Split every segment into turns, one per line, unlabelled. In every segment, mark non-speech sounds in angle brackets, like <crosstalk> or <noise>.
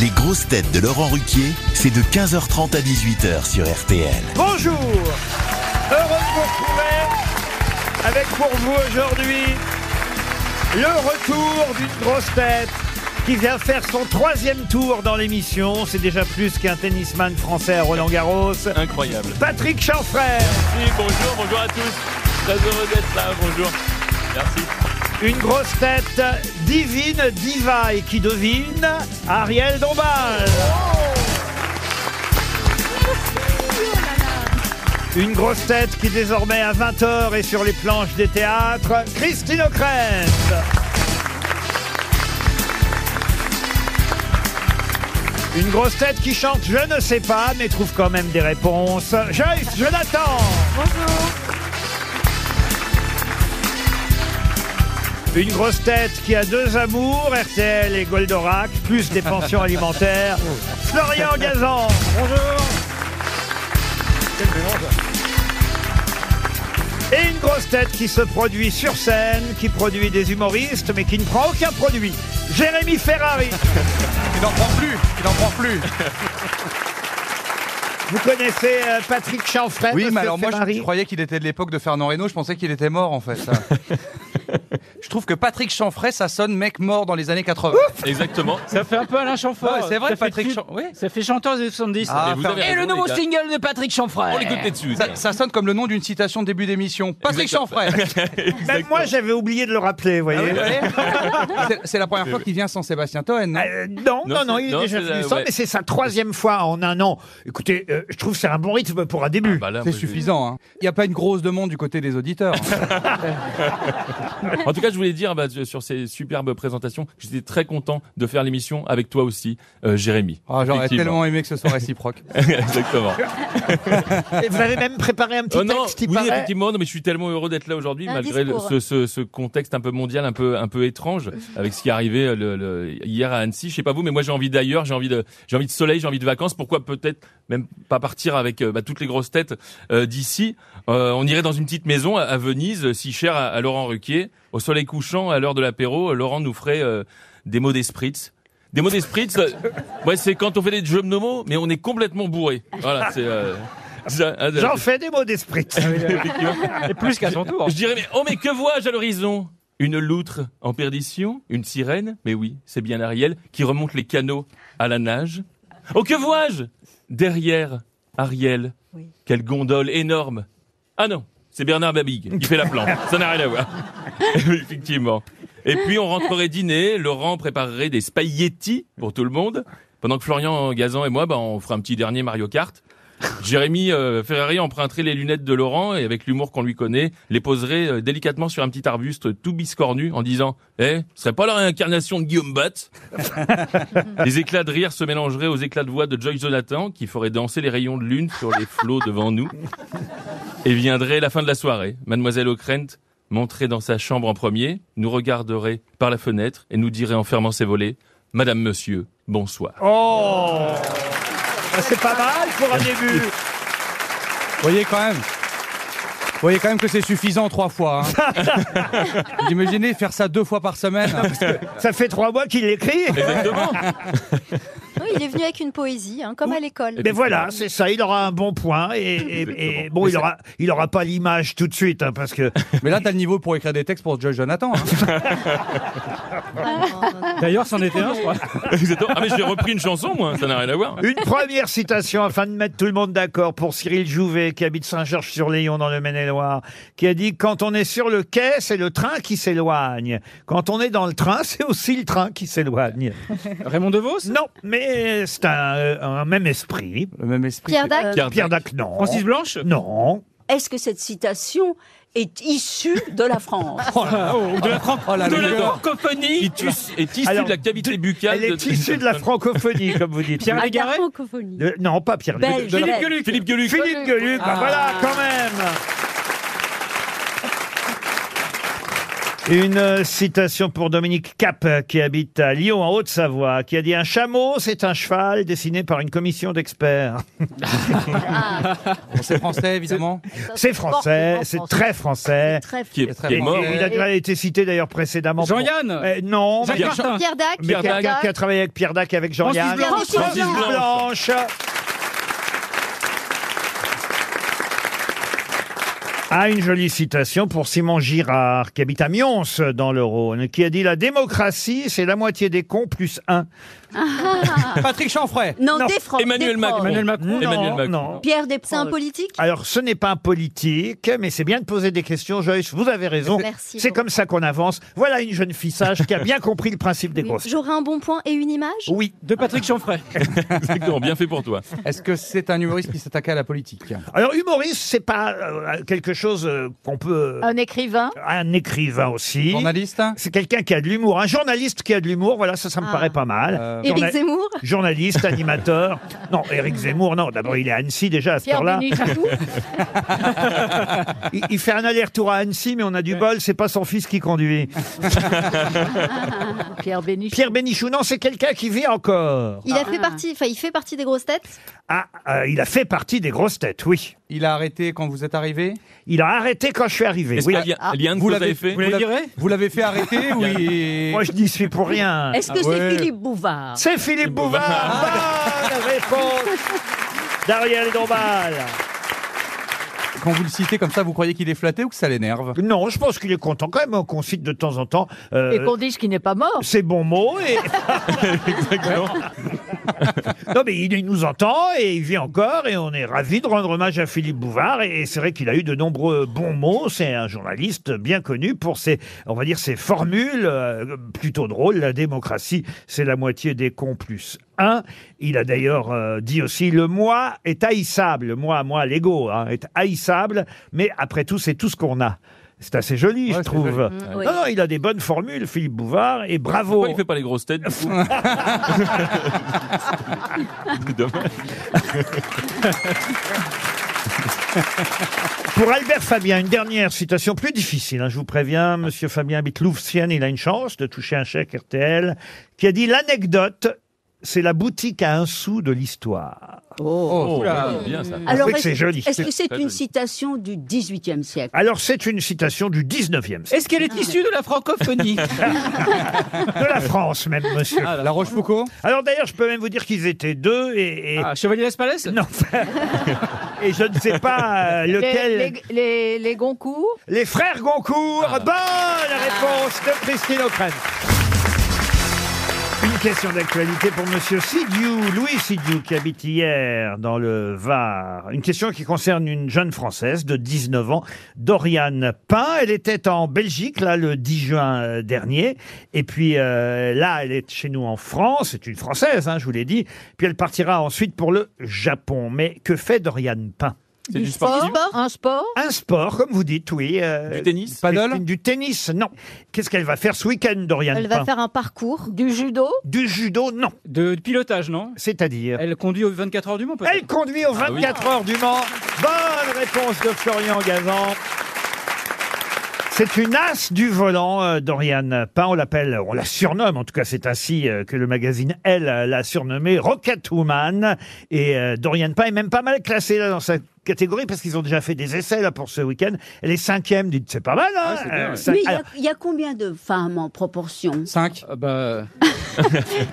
Les grosses têtes de Laurent Ruquier, c'est de 15h30 à 18h sur RTL.
Bonjour Heureux de vous retrouver avec pour vous aujourd'hui le retour d'une grosse tête qui vient faire son troisième tour dans l'émission. C'est déjà plus qu'un tennisman français à Roland Garros.
Incroyable.
Patrick Chanfray,
Merci, bonjour, bonjour à tous. Très heureux d'être là, bonjour. Merci.
une grosse tête divine, diva et qui devine Ariel Dombal. Une grosse tête qui désormais à 20h est sur les planches des théâtres, Christine O'Krent. Une grosse tête qui chante Je ne sais pas, mais trouve quand même des réponses, Joyce Jonathan. Une grosse tête qui a deux amours, RTL et Goldorak, plus des pensions alimentaires, Florian Gazan. Bonjour. Et une grosse tête qui se produit sur scène, qui produit des humoristes, mais qui ne prend aucun produit. Jérémy Ferrari.
Il n'en prend plus, il n'en prend plus.
Vous connaissez euh, Patrick Chanfray
Oui,
monsieur
mais alors moi je- je,
Ferrari
croyais qu'il était de l'époque de Fernand Reynaud, je pensais qu'il était mort
<laughs>
en fait. ça. je trouve que Patrick Chanfray, ça sonne mec mort dans les années 80.
Exactement.
Ça fait un peu Alain Chanfort.
Ouais, c'est vrai,
ça fait
Patrick
tube.
Chan- oui.
Ça fait chanteur des années 70.
Ah,
Et vous avez
Et
raison, les gars.
single de Patrick Chanfray.
On l'écoute les dessus.
Ça, ça sonne comme le nom d'une citation de début d'émission. Patrick Chanfray.
<laughs>
Même moi, j'avais oublié de le rappeler, vous voyez.
C'est- C'est la première fois qu'il vient sans Sébastien Toen.
Euh, non, non, non,
c'est-
il est
non,
déjà
c'est-
venu
euh,
sans,
ouais.
mais c'est sa troisième fois Ah, en un an. Écoutez, euh, je trouve que c'est un bon rythme pour un début.
Bah là,
C'est
moi, je-
suffisant. hein. Il n'y a pas une grosse demande du côté
<laughs>
des auditeurs.
En tout cas, je voulais dire bah, sur ces superbes présentations, j'étais très content de faire l'émission avec toi aussi, euh, Jérémy.
Ah, J'aurais
Effectivement.
tellement aimé que ce soit réciproque.
<laughs> Exactement.
Et vous avez même préparé un petit
Oh non,
texte, il
oui,
paraît.
effectivement, non, mais je suis tellement heureux d'être là aujourd'hui,
Un
malgré le-
discours.
ce, ce- ce contexte un peu mondial, un peu, un peu étrange, avec ce qui est arrivé euh, le- le- hier à Annecy. Je sais pas vous, mais moi j'ai envie d'ailleurs, j'ai envie de, j'ai envie de soleil, j'ai envie de vacances. Pourquoi peut-être même pas partir avec euh, bah, toutes les grosses têtes euh, d'ici Euh, On irait dans une petite maison à, à Venise, euh, si chère à, à Laurent Ruquier, au soleil couchant, à l'heure de l'apéro. euh, Laurent nous ferait euh, des mots des spritz. Des mots des spritz, euh, ouais, c'est quand on fait des jeux de mots, mais on est complètement bourré. Voilà, c'est. euh, ça- ah,
J'en fais des mots d'esprit. <laughs>
<laughs> Et plus qu'à son tour.
je dirais, mais oh, mais que vois-je à l'horizon Une loutre en perdition Une sirène Mais oui, c'est bien Ariel qui remonte les canaux à la nage. Oh, que vois-je Derrière Ariel,
Oui.
quelle gondole énorme Ah non, c'est Bernard Babig, il fait la planche, ça n'a rien à voir. <laughs> Effectivement. Et puis on rentrerait dîner, Laurent préparerait des spaghettis pour tout le monde, pendant que Florian Gazan et moi, bah, on fera un petit dernier Mario Kart. Jérémy euh, Ferrari emprunterait les lunettes de Laurent et avec l'humour qu'on lui connaît, les poserait euh, délicatement sur un petit arbuste tout biscornu en disant "Eh, ce serait pas la réincarnation de Guillaume Bat <laughs> Les éclats de rire se mélangeraient aux éclats de voix de Joyce Jonathan qui ferait danser les rayons de lune sur les flots devant nous. Et viendrait la fin de la soirée. Mademoiselle O'Krent monterait dans sa chambre en premier, nous regarderait par la fenêtre et nous dirait en fermant ses volets "Madame monsieur, bonsoir." <laughs>
Oh Ah, C'est pas mal pour un début.
Vous voyez quand même Vous voyez quand même que c'est suffisant trois fois.
<laughs>
Hein. Vous imaginez faire ça deux fois par semaine
Ça fait trois mois qu'il l'écrit.
Exactement.
Oui, il est venu avec une poésie, hein, comme à l'école.
<laughs> Mais Eh ben voilà, c'est ça, il aura un bon point. Et, et- et bon, il aura, il aura pas l'image tout de suite, hein, parce que
Mais là, t'as le niveau pour écrire des textes pour Joyce Jonathan. hein.
D'ailleurs, c'en était un, je crois.
Exactement. Ah mais j'ai repris une chanson moi, ça n'a rien à voir.
une première citation afin de mettre tout le monde d'accord pour Cyril Jouvet, qui habite Saint-Georges-sur-Léon dans le Maine-et-Loire, qui a dit Quand on est sur le quai, c'est le train qui s'éloigne. Quand on est dans le train, c'est aussi le train qui s'éloigne.
<laughs> Raymond DeVos
Non, mais c'est un, euh, un même esprit.
Le même esprit.
Pierre Dac,
Pierre
Pierre
Dac.
Dac, non.
Francis Blanche
Non.
Est-ce que cette citation est issue de la France
Oh là là,
Ou de la France
oh là
De
là.
la
francophonie
Il tue- est issu
Alors,
de la cavité buccale.
Elle est issue de la francophonie, comme vous dites.
Pierre
Oui.
Légaré
De- Euh, non, pas Pierre Dac.
Belge.
Philippe
Belge.
Gueluc
Philippe Gueluc.
Philippe Gueluc, bah
Ah.
voilà, quand même Une citation pour Dominique Cap, qui habite à Lyon, en Haute-Savoie, qui a dit Un chameau, c'est un cheval dessiné par une commission d'experts.
C'est français, évidemment.
C'est français, c'est très français.
Très
qui est, qui est mort.
Il a il a été cité d'ailleurs précédemment. pour-
Jean-Yann
Eh, Non, mais-
Jean-Yann
Jean-
Martin.
Pierre Dac.
mais
Pierre Dac.
quelqu'un qui a travaillé avec Pierre Dac et avec Jean-Yann.
Blanche.
Francis
Francis
Blanche.
Blanche. Ah, une jolie citation pour Simon Girard, qui habite à Mions, dans le Rhône, qui a dit La démocratie, c'est la moitié des cons plus un.
Patrick Chanfray.
Non,
Ah. Non.
des Francs,
Emmanuel
des
Macron.
Francs.
Emmanuel Macron.
Emmanuel Macron.
non.
<laughs> Pierre des
C'est un
Proches.
politique
Alors, ce n'est pas un politique, mais c'est bien de poser des questions, Joyce. Vous avez raison.
Merci
C'est
beaucoup.
comme ça qu'on avance. Voilà une jeune fille sage
<laughs>
qui a bien compris le principe des grosses.
J'aurai un bon point et une image
Oui.
De Patrick Chanfray.
<laughs> Exactement, bien fait pour toi.
Est-ce que c'est un humoriste qui s'attaquait à la politique
Alors, humoriste, c'est pas euh, quelque chose euh, qu'on peut.
Un écrivain
Un écrivain aussi.
Journaliste
C'est quelqu'un qui a de l'humour. Un journaliste qui a de l'humour, voilà, ça, ça me
Ah.
paraît pas mal.
Euh,
Éric
Journa-
Zemmour
Journaliste, animateur. Non, Éric Zemmour, non. D'abord, il est à Annecy déjà à cette
Pierre
heure-là.
Bénichou
<laughs> Il, il fait un aller-retour à Annecy, mais on a du bol, c'est pas son fils qui conduit.
Pierre Bénichou
Pierre Bénichou, non, c'est quelqu'un qui vit encore.
Il
Ah.
a fait partie, enfin il fait partie des grosses têtes
Ah, euh, il a fait partie des grosses têtes, oui.
Il a arrêté quand vous êtes arrivé Ah.
Il a arrêté quand je suis arrivé.
Est-ce
Oui.
qu'il y a- il y a un de
Vous
vous
l'avez-
avez fait
vous l'avez-
viré
Vous l'avez fait arrêter ou il-
Moi, je n'y suis pour rien.
Est-ce que
Ah ouais.
c'est Philippe Bouvard
C'est Philippe Bouvard. Bonne réponse d'Ariel Dombal.
Quand vous le citez comme ça, vous croyez qu'il est flatté ou que ça l'énerve
Non, je pense qu'il est content quand même hein, qu'on cite de temps en temps
et
euh,
qu'on dise qu'il n'est pas mort.
ses bons mots. Et... non, mais il, il nous entend et il vit encore et on est ravis de rendre hommage à Philippe Bouvard. Et, c'est vrai qu'il a eu de nombreux bons mots. C'est un journaliste bien connu pour ses, on va dire, ses formules euh, plutôt drôles. La démocratie, c'est la moitié des cons plus un. Il a d'ailleurs euh, dit aussi le moi est haïssable. Le moi, moi, l'ego hein, est haïssable. Mais après tout, c'est tout ce qu'on a. C'est assez joli, je
c'est
trouve.
Mm, oui.
Non, non, il a des bonnes formules, Philippe Bouvard, et bravo.
Pourquoi il fait pas les grosses têtes du coup C'est dommage.
<laughs> Pour Albert Fabien, une dernière citation plus difficile, hein, je vous préviens. Monsieur Fabien habite Louveciennes, il a une chance de toucher un chèque RTL, qui a dit l'anecdote, c'est la boutique à un sou de l'histoire.
Oh,
Oula, bien ça.
Alors,
C'est vrai que
est-ce-
c'est joli.
Est-ce que c'est
très
une
joli.
citation du XVIIIe siècle
Alors, c'est une citation du 19e siècle,
Est-ce qu'elle est issue de la
<laughs>
francophonie
de la France même,
Ah,
monsieur.
La Rochefoucauld
Alors, d'ailleurs, je peux même vous dire qu'ils étaient deux, et, et-
ah, Chevalier d'Espalès
non, <laughs> et je ne sais pas euh, lequel.
Les, les, les- les Goncourt
Les frères Goncourt, bonne réponse de Christine O'Crane. Une question d'actualité pour Monsieur Sidiou, Louis Sidiou, qui habite hier dans le Var. Une question qui concerne une jeune Française de 19 ans, Doriane Pain. Elle était en Belgique, là, le 10 juin euh, dernier. Et puis euh, là, elle est chez nous en France. C'est une Française, hein, je vous l'ai dit. Puis elle partira ensuite pour le Japon. Mais que fait Doriane Pain
C'est du sport.
Un sport
Un sport, comme vous dites, oui. euh,
Du tennis
Paddle
Christine, Du tennis, non. Qu'est-ce qu'elle va faire ce week-end, Dorian
Elle va
Pain
faire un parcours.
Du judo
Du judo, non.
de, de pilotage, non
C'est-à-dire
Elle conduit aux 24 heures du Mans, peut-être
Elle conduit aux
Ah oui.
24 heures du Mans. Bonne réponse de Florian Gazan. C'est une as du volant, euh, Dorian Pain. On l'appelle, on la surnomme, en tout cas c'est ainsi euh, que le magazine Elle euh, l'a surnommée Rocketwoman. Et euh, Dorian Pain est même pas mal classée là dans sa catégorie parce qu'ils ont déjà fait des essais là pour ce week-end. Elle est cinquième, dites, c'est pas mal. Hein
c'est bien,
Euh,
ouais.
cin-
Mais il y a-
Alors,
il y, a combien de femmes en proportion
5.
Ah bah,
<laughs>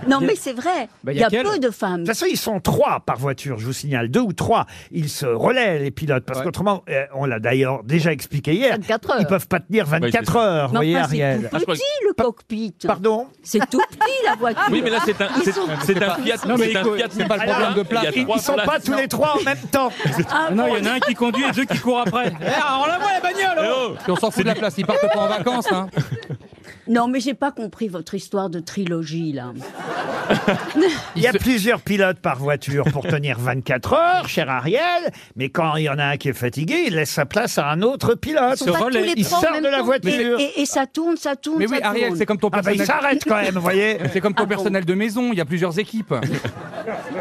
Non, mais c'est vrai. Il
Ben,
Bah, il y
y
a
a
quelle
peu de femmes.
De toute façon, ils sont trois par voiture, je vous signale. Deux ou trois. Ils se relaient, les pilotes. Parce
Ouais.
qu'autrement, euh, on l'a d'ailleurs déjà expliqué hier,
24 heures.
ils peuvent pas tenir
Ouais, c'est
24
ça. Ah,
heures, vous
Mais
voyez,
enfin, c'est
Ariel. Ah,
tout
je crois
petit le cockpit.
Pardon
C'est tout petit la voiture.
Oui, mais là, c'est un, c'est, c'est un Fiat.
Non, mais
c'est un
écoute,
Fiat,
c'est pas le problème de place.
Il y a
Ils
trois
ne sont pas
places.
tous les trois en même
<laughs>
temps.
Ah non, il y en a un qui conduit et deux qui courent après. Eh, on la voit la bagnole
Eh
oh
oh
hein.
Puis on s'en fout de la place, ils partent pas en vacances. Hein.
<laughs> Non, mais j'ai pas compris votre histoire de trilogie, là.
Il y a plusieurs pilotes par voiture pour tenir 24 heures, cher Ariel, mais quand il y en a un qui est fatigué, il laisse sa place à un autre pilote.
sont Ce pas tous relais, les
Il
trois en
sort
même
de la
temps.
voiture.
Et, et ça tourne, ça tourne,
Mais
ça
oui,
tourne.
Ariel, c'est comme ton
Ah bah il
personnel.
s'arrête quand même, vous voyez
<laughs> c'est comme ton
Ah bon.
personnel de maison, il y a plusieurs équipes.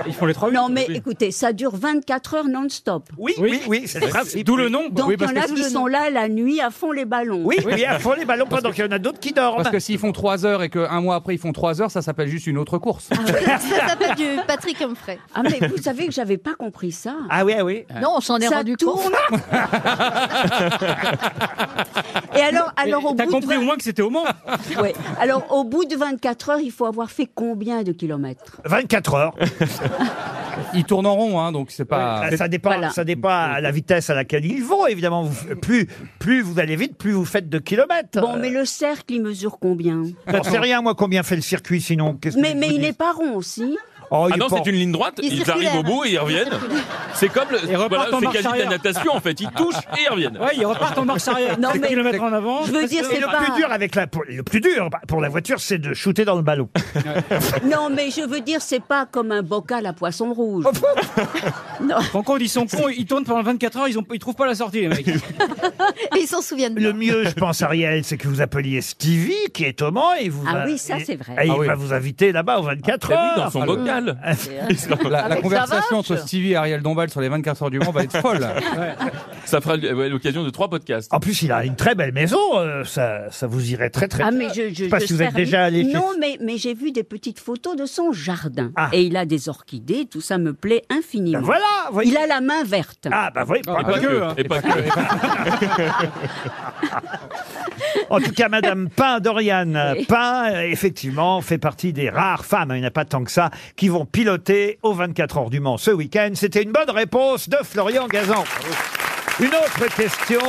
Ils font les trois
Non,
huit,
mais
oui.
écoutez, ça dure 24 heures non-stop.
Oui,
Oui.
oui, oui, c'est le principe.
D'où le nom.
Donc,
Oui,
il y
parce
en a
que-
qui sont là la nuit à fond les ballons.
Oui, mais à fond les ballons pendant qu'il y en a d'autres qui dorment.
Parce que s'ils font 3 heures et qu'un mois après ils font 3 heures, ça s'appelle juste une autre course.
Ah
Ça s'appelle du Patrick Humphrey.
Ah, mais vous savez que j'avais pas compris ça.
Ah oui, ah oui.
Non, on s'en est
ça
rendu compte.
tourne. <laughs> Et alors, alors au
T'as
bout de
compris au moins que c'était au Mans.
vingt- <laughs> ouais. alors au bout de 24 heures, il faut avoir fait combien de kilomètres
24 heures.
<laughs> Ils tournent en rond, hein, donc c'est pas.
Ah, ça dépend,
Voilà.
ça dépend à la vitesse à laquelle ils vont, évidemment. Vous- plus, plus vous allez vite, plus vous faites de kilomètres. Euh,
Bon, mais le cercle, il mesure combien
J'en sais Euh. rien, moi, combien fait le circuit, sinon. qu'est-ce que
Mais,
je
mais
vous
il
dis
n'est pas
<laughs>
rond aussi.
Oh, il
Ah
est
non,
pas-
c'est une ligne droite,
Il
ils
circulaire.
arrivent au bout et ils reviennent. C'est comme le.
repartent en
Bah c'est
marche
quasi de la
arrière.
natation en
Ah.
fait, ils touchent et ils reviennent.
Ouais, ils repartent en marche arrière.
Non,
Non,
mais-
kilomètres en avant.
Je veux dire,
Et
c'est
le
pas.
plus dur avec la pour- le plus dur bah, pour la voiture, c'est de shooter dans le ballon.
Non, mais je veux dire, c'est pas comme un bocal à poisson rouge.
Quand ils sont cons, ils tournent pendant 24 heures, ils, ont, ils trouvent pas la sortie, les <laughs> mecs.
Et ils s'en souviennent.
Le
bien.
mieux, je pense, Ariel, c'est que vous appeliez Stevie, qui est au Mans, et vous.
Ah
va-
oui, ça,
et-
c'est vrai.
Et il
Ah oui.
va vous inviter là-bas aux 24
T'as
heures.
vu Ah, bah dans son
alors.
bocal
<laughs>
La, la
Avec
conversation
sa vache.
entre Stevie et Ariel Dombal sur les 24 heures du Mans va être folle.
Ça fera euh, ouais, l'occasion de trois podcasts.
En plus, il a une très belle maison. euh, ça, ça vous irait <laughs> très très
Ah,
bien.
mais je, je,
sais pas
je
si vous êtes
serais-
déjà allé chez-
Non, mais, mais j'ai vu des petites photos de son jardin.
Ah. Ben
Et il a des orchidées, tout ça me plaît infiniment.
Voilà. voyez.
Il a la main verte.
Ah bah voyez.
Et pas que, et pas que.
En tout cas, Madame
<laughs>
Pain, Dorian Pain, euh, effectivement, fait partie des rares femmes, hein, il n'y en a pas tant que ça, qui vont piloter aux 24 heures du Mans ce week-end. C'était une bonne réponse de Florian Gazan.
Ah
Une autre question.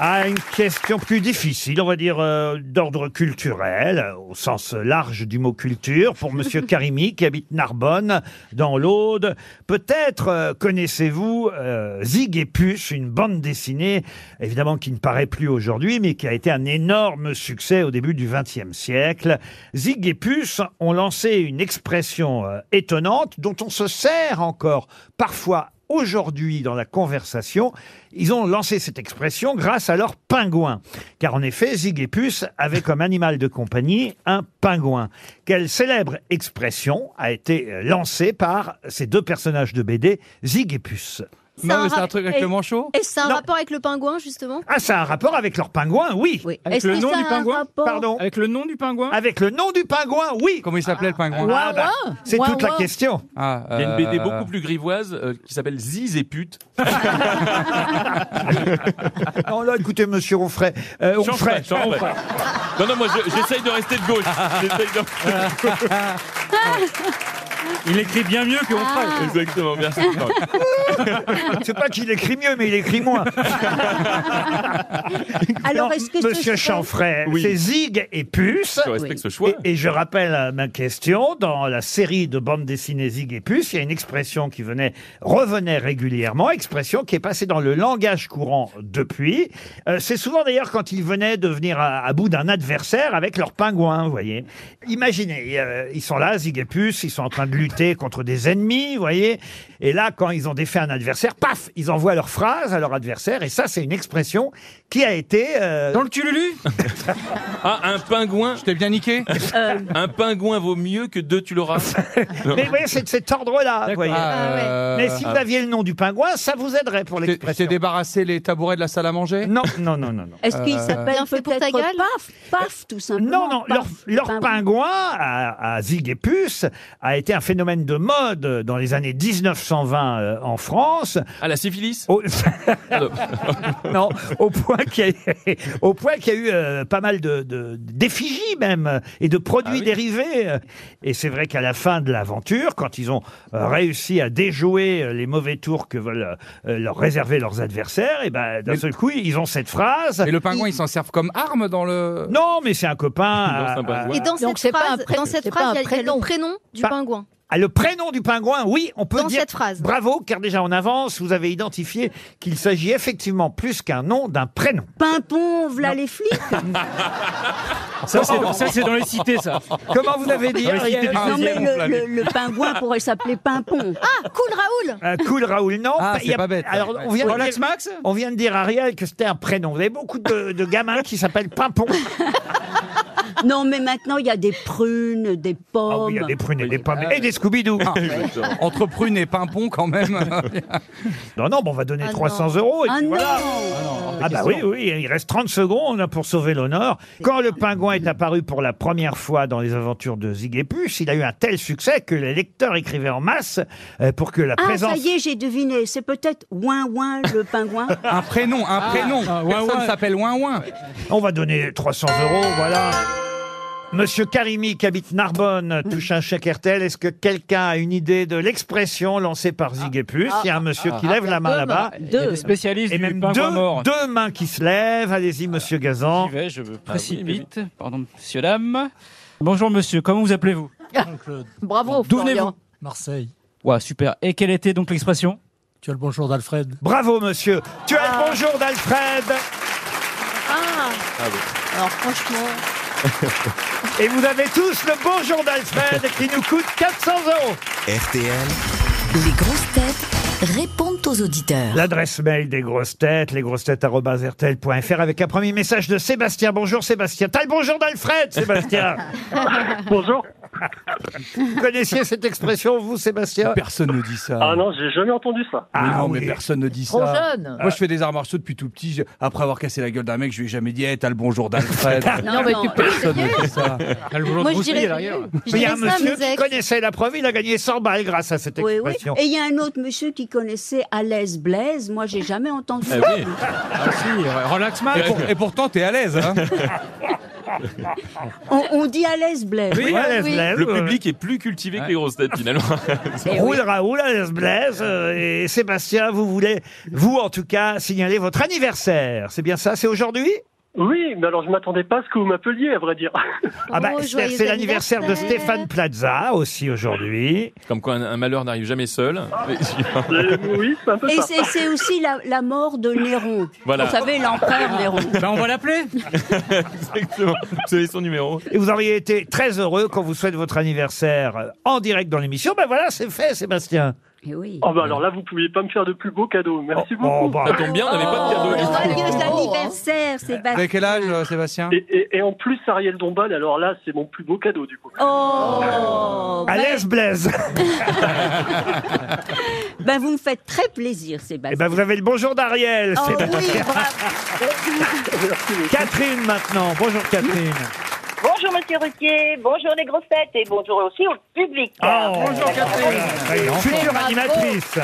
à une question plus difficile, on va dire euh, d'ordre culturel, euh, au sens large du mot culture, pour Monsieur Karimi qui habite Narbonne, dans l'Aude. Peut-être euh, connaissez-vous euh, Zig et Puce, une bande dessinée, évidemment qui ne paraît plus aujourd'hui, mais qui a été un énorme succès au début du XXe siècle. Zig et Puce ont lancé une expression euh, étonnante dont on se sert encore parfois aujourd'hui dans la conversation, ils ont lancé cette expression grâce à leur pingouin. Car en effet, Zig et Puce avaient comme animal de compagnie un pingouin. Quelle célèbre expression a été euh, lancée par ces deux personnages de BD, Zig et Puce
Non, mais c'est
ra-
un truc avec
et-
le manchot
Est-ce que c'est un
Non.
rapport avec le pingouin, justement
Ah, ça a un rapport avec leur pingouin, oui.
Oui.
Avec le
que
nom
ça
du
a un
pingouin
rapport-
Pardon.
Avec le nom du pingouin
Avec le nom du pingouin, oui.
Comment il s'appelait le pingouin
Ah, bah, c'est
Ouah,
toute la
ouah.
question.
Ah,
Il y a une BD
euh,
beaucoup plus grivoise euh, qui s'appelle Ziz et pute.
Non, là, écoutez, monsieur Onfray. euh,
Chanfray,
Onfray.
Chanfray. Non, non, moi je- j'essaye de rester de gauche. J'essaye de-
Il écrit bien mieux que
Ah.
Onfray.
Exactement, merci.
C'est pas qu'il écrit mieux, mais il écrit moins.
Alors,
Non,
est-ce que ce
Monsieur
serait-
Chanfray,
Oui.
c'est Zig et Puce.
Je respecte ce choix.
Et, et je rappelle euh, ma question, dans la série de bandes dessinées Zig et Puce, il y a une expression qui venait, revenait régulièrement, expression qui est passée dans le langage courant depuis. Euh, c'est souvent d'ailleurs quand ils venaient de venir à, à bout d'un adversaire avec leur pingouin, vous voyez. Imaginez, euh, ils sont là, Zig et Puce, ils sont en train de lutter contre des ennemis, vous voyez. Et là, quand ils ont défait un adversaire, paf, ils envoient leur phrase à leur adversaire. Et ça, c'est une expression qui a été... euh,
Dans le cululu
<laughs> Ah, un pingouin, Euh.
Je t'ai bien niqué
un pingouin vaut mieux que deux tu
<laughs>
l'auras.
Mais vous voyez, c'est de cet ordre-là, vous voyez.
Ah,
Mais
euh,
si vous aviez le nom du pingouin, ça vous aiderait pour
t'es- T'es
l'expression.
débarrassé les tabourets de la salle à manger
Non, non, non, non, non.
Est-ce qu'il
Euh,
s'appelle
Bien fait pour ta
peut-être
gueule
Paf Paf, tout
Non,
simplement.
non, leur,
Paf,
leur
Paf.
pingouin à, à Zig et Puce a été un phénomène de mode dans les années 1920 euh, en France.
Ah, la syphilis
Au, <laughs>
Alors,
non, au point qu'il y a, au point qu'il y a eu euh, pas mal de, de- d'effigies même euh, et de produits
Ah oui.
dérivés. Et c'est vrai qu'à la fin de l'aventure, quand ils ont euh, réussi à déjouer euh, les mauvais tours que veulent euh, leur réserver leurs adversaires, et ben d'un
Mais-
seul coup, ils ont cette phrase.
Et le pingouin, il s'en servent comme arme dans le.
Non, mais c'est un copain.
Non, c'est un
euh,
pingouin.
euh,
Et dans cette
Donc, c'est pas un
phrase,
pré-
dans cette
c'est
phrase,
pas un
il y a- il y, a le
prénom.
prénom du
Pas- <laughs>
pingouin.
Ah, le prénom du pingouin, oui, on peut
Dans
dire.
cette phrase.
Bravo, car déjà en avance, vous avez identifié qu'il s'agit effectivement plus qu'un nom, d'un prénom.
Pimpon, v'là
<laughs>
les flics.
Ça, c'est- ça, c'est dans les cités, ça.
Comment vous avez dit
Ah, mais
Ariel
c'était du-
Non, mais
deuxième, on
le,
l'avait.
le- le pingouin pourrait s'appeler Pimpon.
Ah, cool Raoul
Euh, Cool Raoul, non
Ah,
pas-
c'est
il y
pas bête,
Alors,
ouais.
on vient, de
Relax
dire,
Max
on vient de dire à Ariel que c'était un prénom. Vous avez beaucoup de, de gamins qui s'appellent Pimpon.
Non, mais maintenant, il y a des prunes, des pommes.
Ah oui, il y a des prunes et des pommes et des Scooby-Doo. <laughs>
Entre prune et pimpon, quand même.
Non, non, bon, on va donner
Ah
300 euros. Et
Ah
puis
non
voilà. Ah bah oui, oui, il reste 30 secondes hein, pour sauver l'honneur. Quand le pingouin est apparu pour la première fois dans les aventures de Zig et Puce, il a eu un tel succès que les lecteurs écrivaient en masse euh, pour que la
Ah,
présence...
ça y est, j'ai deviné. C'est peut-être Ouin Ouin, le pingouin.
Un prénom, un prénom.
ah, ouin,
Personne
ouin.
s'appelle Ouin Ouin.
On va donner 300 euros, voilà. Monsieur Karimi, qui habite Narbonne, touche un chèque RTL. Est-ce que quelqu'un a une idée de l'expression lancée par Zig et Puce
Ah.
Il y a un monsieur qui lève la main là-bas.
Ah. Deux. spécialistes
Et
du
même
pingouin
deux,
mort.
deux mains qui se lèvent. Allez-y, monsieur Gazan.
J'y vais, je me précipite. Pardon, monsieur, dame. Bonjour, monsieur. Comment vous appelez-vous
Bravo,
D'où venez-vous
Florian.
Marseille.
Ouais, super. Et quelle était donc l'expression
Tu as le bonjour d'Alfred.
Bravo, monsieur. Tu as
Ah.
le bonjour d'Alfred.
Ah. Alors franchement,
<laughs> Et vous avez tous le bonjour d'Alfred qui nous coûte 400 euros.
RTL,
Les grosses têtes répondent aux auditeurs.
L'adresse mail des grosses têtes, lesgrossetêtes.rtl.fr avec un premier message de Sébastien. Bonjour Sébastien. T'as le bonjour d'Alfred, Sébastien.
Bonjour.
Vous connaissiez cette expression, vous, Sébastien
<laughs> Personne ne dit ça.
Ah non, j'ai jamais entendu ça.
Mais non, mais
oui.
personne ne dit
trop
ça.
jeune.
Moi, je fais des arts martiaux depuis tout petit. Je- Après avoir cassé la gueule d'un mec, je lui ai jamais dit Eh, t'as le bonjour d'Alfred.
Non, mais tu peux.
Personne ne dit ça.
Moi je dirais. je
Mais il y a
dirais
un
ça,
monsieur
mes
qui
ex.
connaissait la preuve, il a gagné 100 balles grâce à cette
Oui, oui.
expression.
Et il y a un autre monsieur qui connaissait Alès Blaise. Moi, j'ai jamais entendu.
Eh oui.
Ah si, relax
Et,
Max.
pour- et pourtant, t'es à l'aise. hein.
On, on dit Alès Blaise.
Oui, à l'aise,
oui.
Blaise,
Le
euh,
public est plus cultivé que les grosses têtes
<laughs>
finalement.
Eh
Roule Raoul, à l'aise, Blaise, euh, et Sébastien, vous voulez, vous en tout cas, signaler votre anniversaire. C'est bien ça, c'est aujourd'hui
Oui, mais alors je m'attendais pas à ce que vous m'appeliez, à vrai dire.
Ah bah,
Oh,
c'est
joyeux
c'est l'anniversaire de
anniversaire.
Stéphane Plaza aussi aujourd'hui.
Comme quoi un, un malheur n'arrive jamais seul. Mais-
Ah.
Euh, oui, c'est un peu
Et
ça.
c'est c'est aussi la, la mort de Néron.
Voilà.
Vous savez, l'empereur Néron.
Ben, on
<laughs>
va l'appeler.
Exactement. Vous avez son numéro.
Et vous auriez été très heureux qu'on vous souhaite votre anniversaire euh, en direct dans l'émission. Ben voilà, c'est fait, Sébastien.
Eh oui.
Oh bah alors là, vous pouviez pas me faire de plus beau cadeau. Merci beaucoup.
Oh, bah,
Ça tombe bien, on n'avait pas de cadeau.
bah.
du tout.
Joyeux
Oh,
anniversaire,
Vous avez
Sébastien.
quel âge, euh, Sébastien
Et, et- et en plus, Ariel Dombal, alors là, c'est mon plus beau cadeau du coup.
Oh
à
ben,
l'aise, Blaise.
ben, vous me faites très plaisir,
Et
Sébastien.
ben vous avez le bonjour d'Ariel.
Oh
C'est-
oui, bravo.
<laughs> Catherine maintenant. Bonjour Catherine.
Bonjour Monsieur Ruquier, bonjour les grosses têtes et bonjour aussi au public.
Ah,
Ah,
bonjour Catherine. Future
bravo.
animatrice.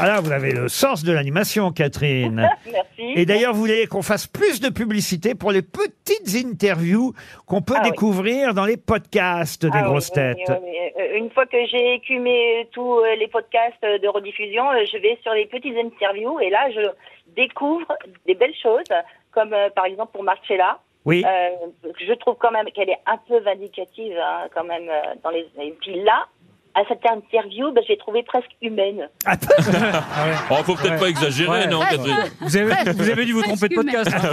Alors vous avez le sens de l'animation Catherine.
<laughs> Merci.
Et d'ailleurs, vous voulez qu'on fasse plus de publicité pour les petites interviews qu'on peut
Ah oui.
découvrir dans les podcasts des
Ah oui,
grosses
oui,
têtes.
oui, oui. Euh, Une fois que j'ai écumé tous euh, les podcasts euh, de rediffusion, euh, je vais sur les petites interviews et là, je découvre des belles choses, comme euh, par exemple pour Marcella.
Oui.
Euh, je trouve quand même qu'elle est un peu vindicative, hein, quand même, euh, dans les. Et puis là, à cette interview, ben, je l'ai trouvée presque humaine.
Ah,
Oh, faut peut-être
<laughs> Ouais.
pas exagérer,
Ouais.
non, Catherine. Ah
Vous avez, vous avez dû vous tromper de podcast. hein.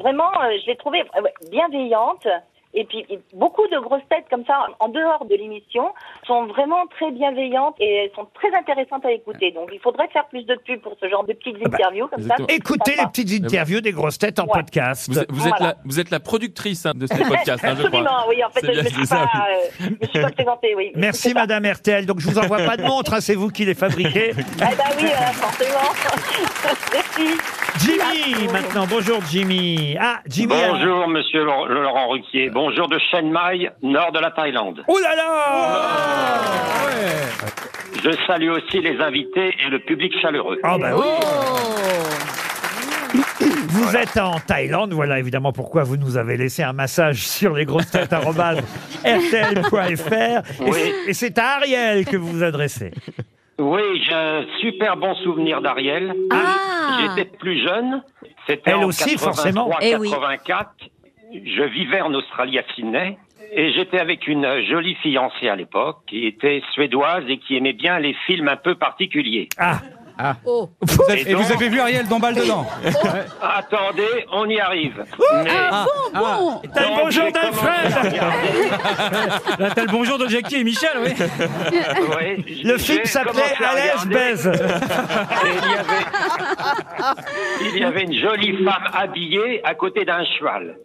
Vraiment, euh, je l'ai trouvée euh, ouais, bienveillante. Et puis, et beaucoup de grosses têtes comme ça, en dehors de l'émission, sont vraiment très bienveillantes et elles sont très intéressantes à écouter. Donc, il faudrait faire plus de pub pour ce genre de petites interviews comme ça.
Ah bah, exactement.
c'est
Écoutez les
sympa.
petites interviews des grosses têtes en
Ouais.
podcast.
Vous, êtes- vous êtes
Voilà.
la, vous êtes la productrice hein, de
<laughs>
ce podcast, hein, je
Absolument,
crois.
oui. En fait,
C'est
je
bien,
ne me,
c'est
suis
ça,
pas, euh, je me suis pas présentée, oui.
Merci
C'est ça.
Madame RTL. Donc je vous envoie
<laughs>
pas de montre, hein, c'est vous qui les fabriquez.
Ah bah oui, euh, forcément. <laughs> Merci.
Jimmy maintenant. Bonjour Jimmy. Ah Jimmy. alors-
Monsieur Laurent Ruquier. Bonjour de Chiang Mai, nord de la Thaïlande.
Oh là là
Je salue aussi les invités et le public chaleureux. Oh.
Ah bah oui. Vous êtes en Thaïlande, voilà évidemment pourquoi vous nous avez laissé un massage <laughs> sur les grosses têtes rtl.fr. Et
Oui.
c'est- Et c'est à Ariel que vous vous adressez.
Oui, j'ai un super bon souvenir d'Ariel.
Ah
J'étais plus jeune. C'était
Elle
en
aussi, forcément.
83,
Eh oui.
84. Je vivais en Australie à Sydney.
et j'étais avec une jolie fiancée à l'époque, qui était suédoise et qui aimait bien les films un peu particuliers.
Ah
Vous avez-
Et
et
donc-
vous avez vu Ariel dans Balle dedans
Attendez, on y arrive. Mais-
ah,
bon
T'as le bonjour
<laughs> Là, t'as le bonjour de Jackie et Michel, oui.
Le film s'appelait
commencé à
Allez, je baise.
Il y avait une jolie femme habillée à côté d'un cheval.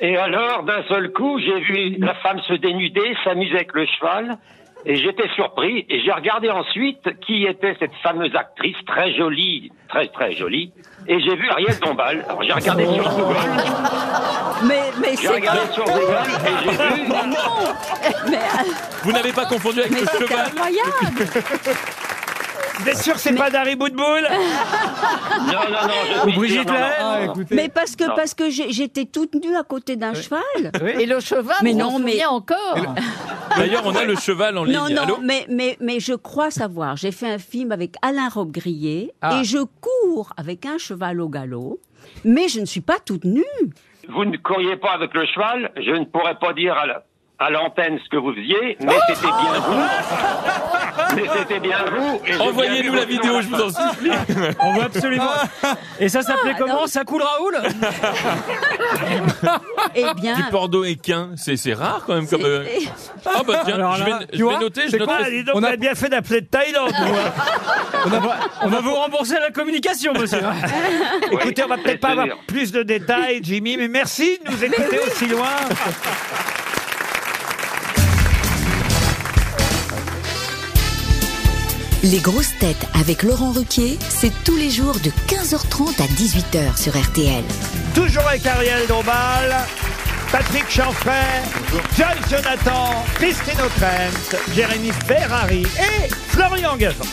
Et alors, d'un seul coup, j'ai vu la femme se dénuder, s'amuser avec le cheval. Et j'étais surpris. Et j'ai regardé ensuite qui était cette fameuse actrice, très jolie, très très jolie. Et j'ai vu Ariel Dombal. Alors j'ai regardé ben, sur Google.
Mais, mais
J'ai
c'est
regardé sur Google et j'ai vu.
Mais, euh,
Vous n'avez pas confondu avec
mais
le
c'est
cheval
incroyable
Vous êtes sûr que c'est pas Dari Boudboul
Non, non, non, je
Ou
suis
Brigitte
sûr, non, non,
Lahaye,
non,
hein,
non.
écoutez.
Mais parce que,
Non.
parce que j'ai- j'étais toute nue à côté d'un cheval.
Et le cheval,
Mais
mais
non,
non,
mais-
mais encore.
D'ailleurs, on a le cheval en ligne.
Non, non,
Allô
mais, mais, mais je crois savoir. J'ai fait un film avec Alain Robbe-Grillet
Ah.
et je cours avec un cheval au galop, mais je ne suis pas
<laughs>
toute nue.
Vous ne couriez pas avec le cheval, je ne pourrais pas dire à la- à l'antenne ce que vous faisiez, mais c'était bien vous. Mais c'était bien vous. et j'ai bien
Envoyez-nous
vu
la
votre
vidéo,
nom.
je vous en supplie.
On voit absolument. Et ça s'appelait comment Ça coule Raoul
Ah,
Eh bien,
Du Bordeaux et Quin, c'est c'est rare quand même. Comme, euh, Ah bah tiens,
Alors
je
là,
vais, je
tu
vais
vois,
noter. Je
c'est
note
quoi,
le-
Dis donc,
On
on
a-
a bien fait d'appeler de Thaïlande.
<laughs>
nous, hein.
on, a-
On va vous rembourser la communication, <laughs> monsieur.
Écoutez, on va peut-être pas
plaisir.
avoir plus de détails, Jimmy, mais merci de nous écouter aussi loin.
Les grosses têtes avec Laurent Ruquier, c'est tous les jours de 15h30 à 18h sur RTL.
Toujours avec Ariel Dombal, Patrick Chanfray, John Jonathan, Christine O'Krent, Jérémy Ferrari et Florian Gazan.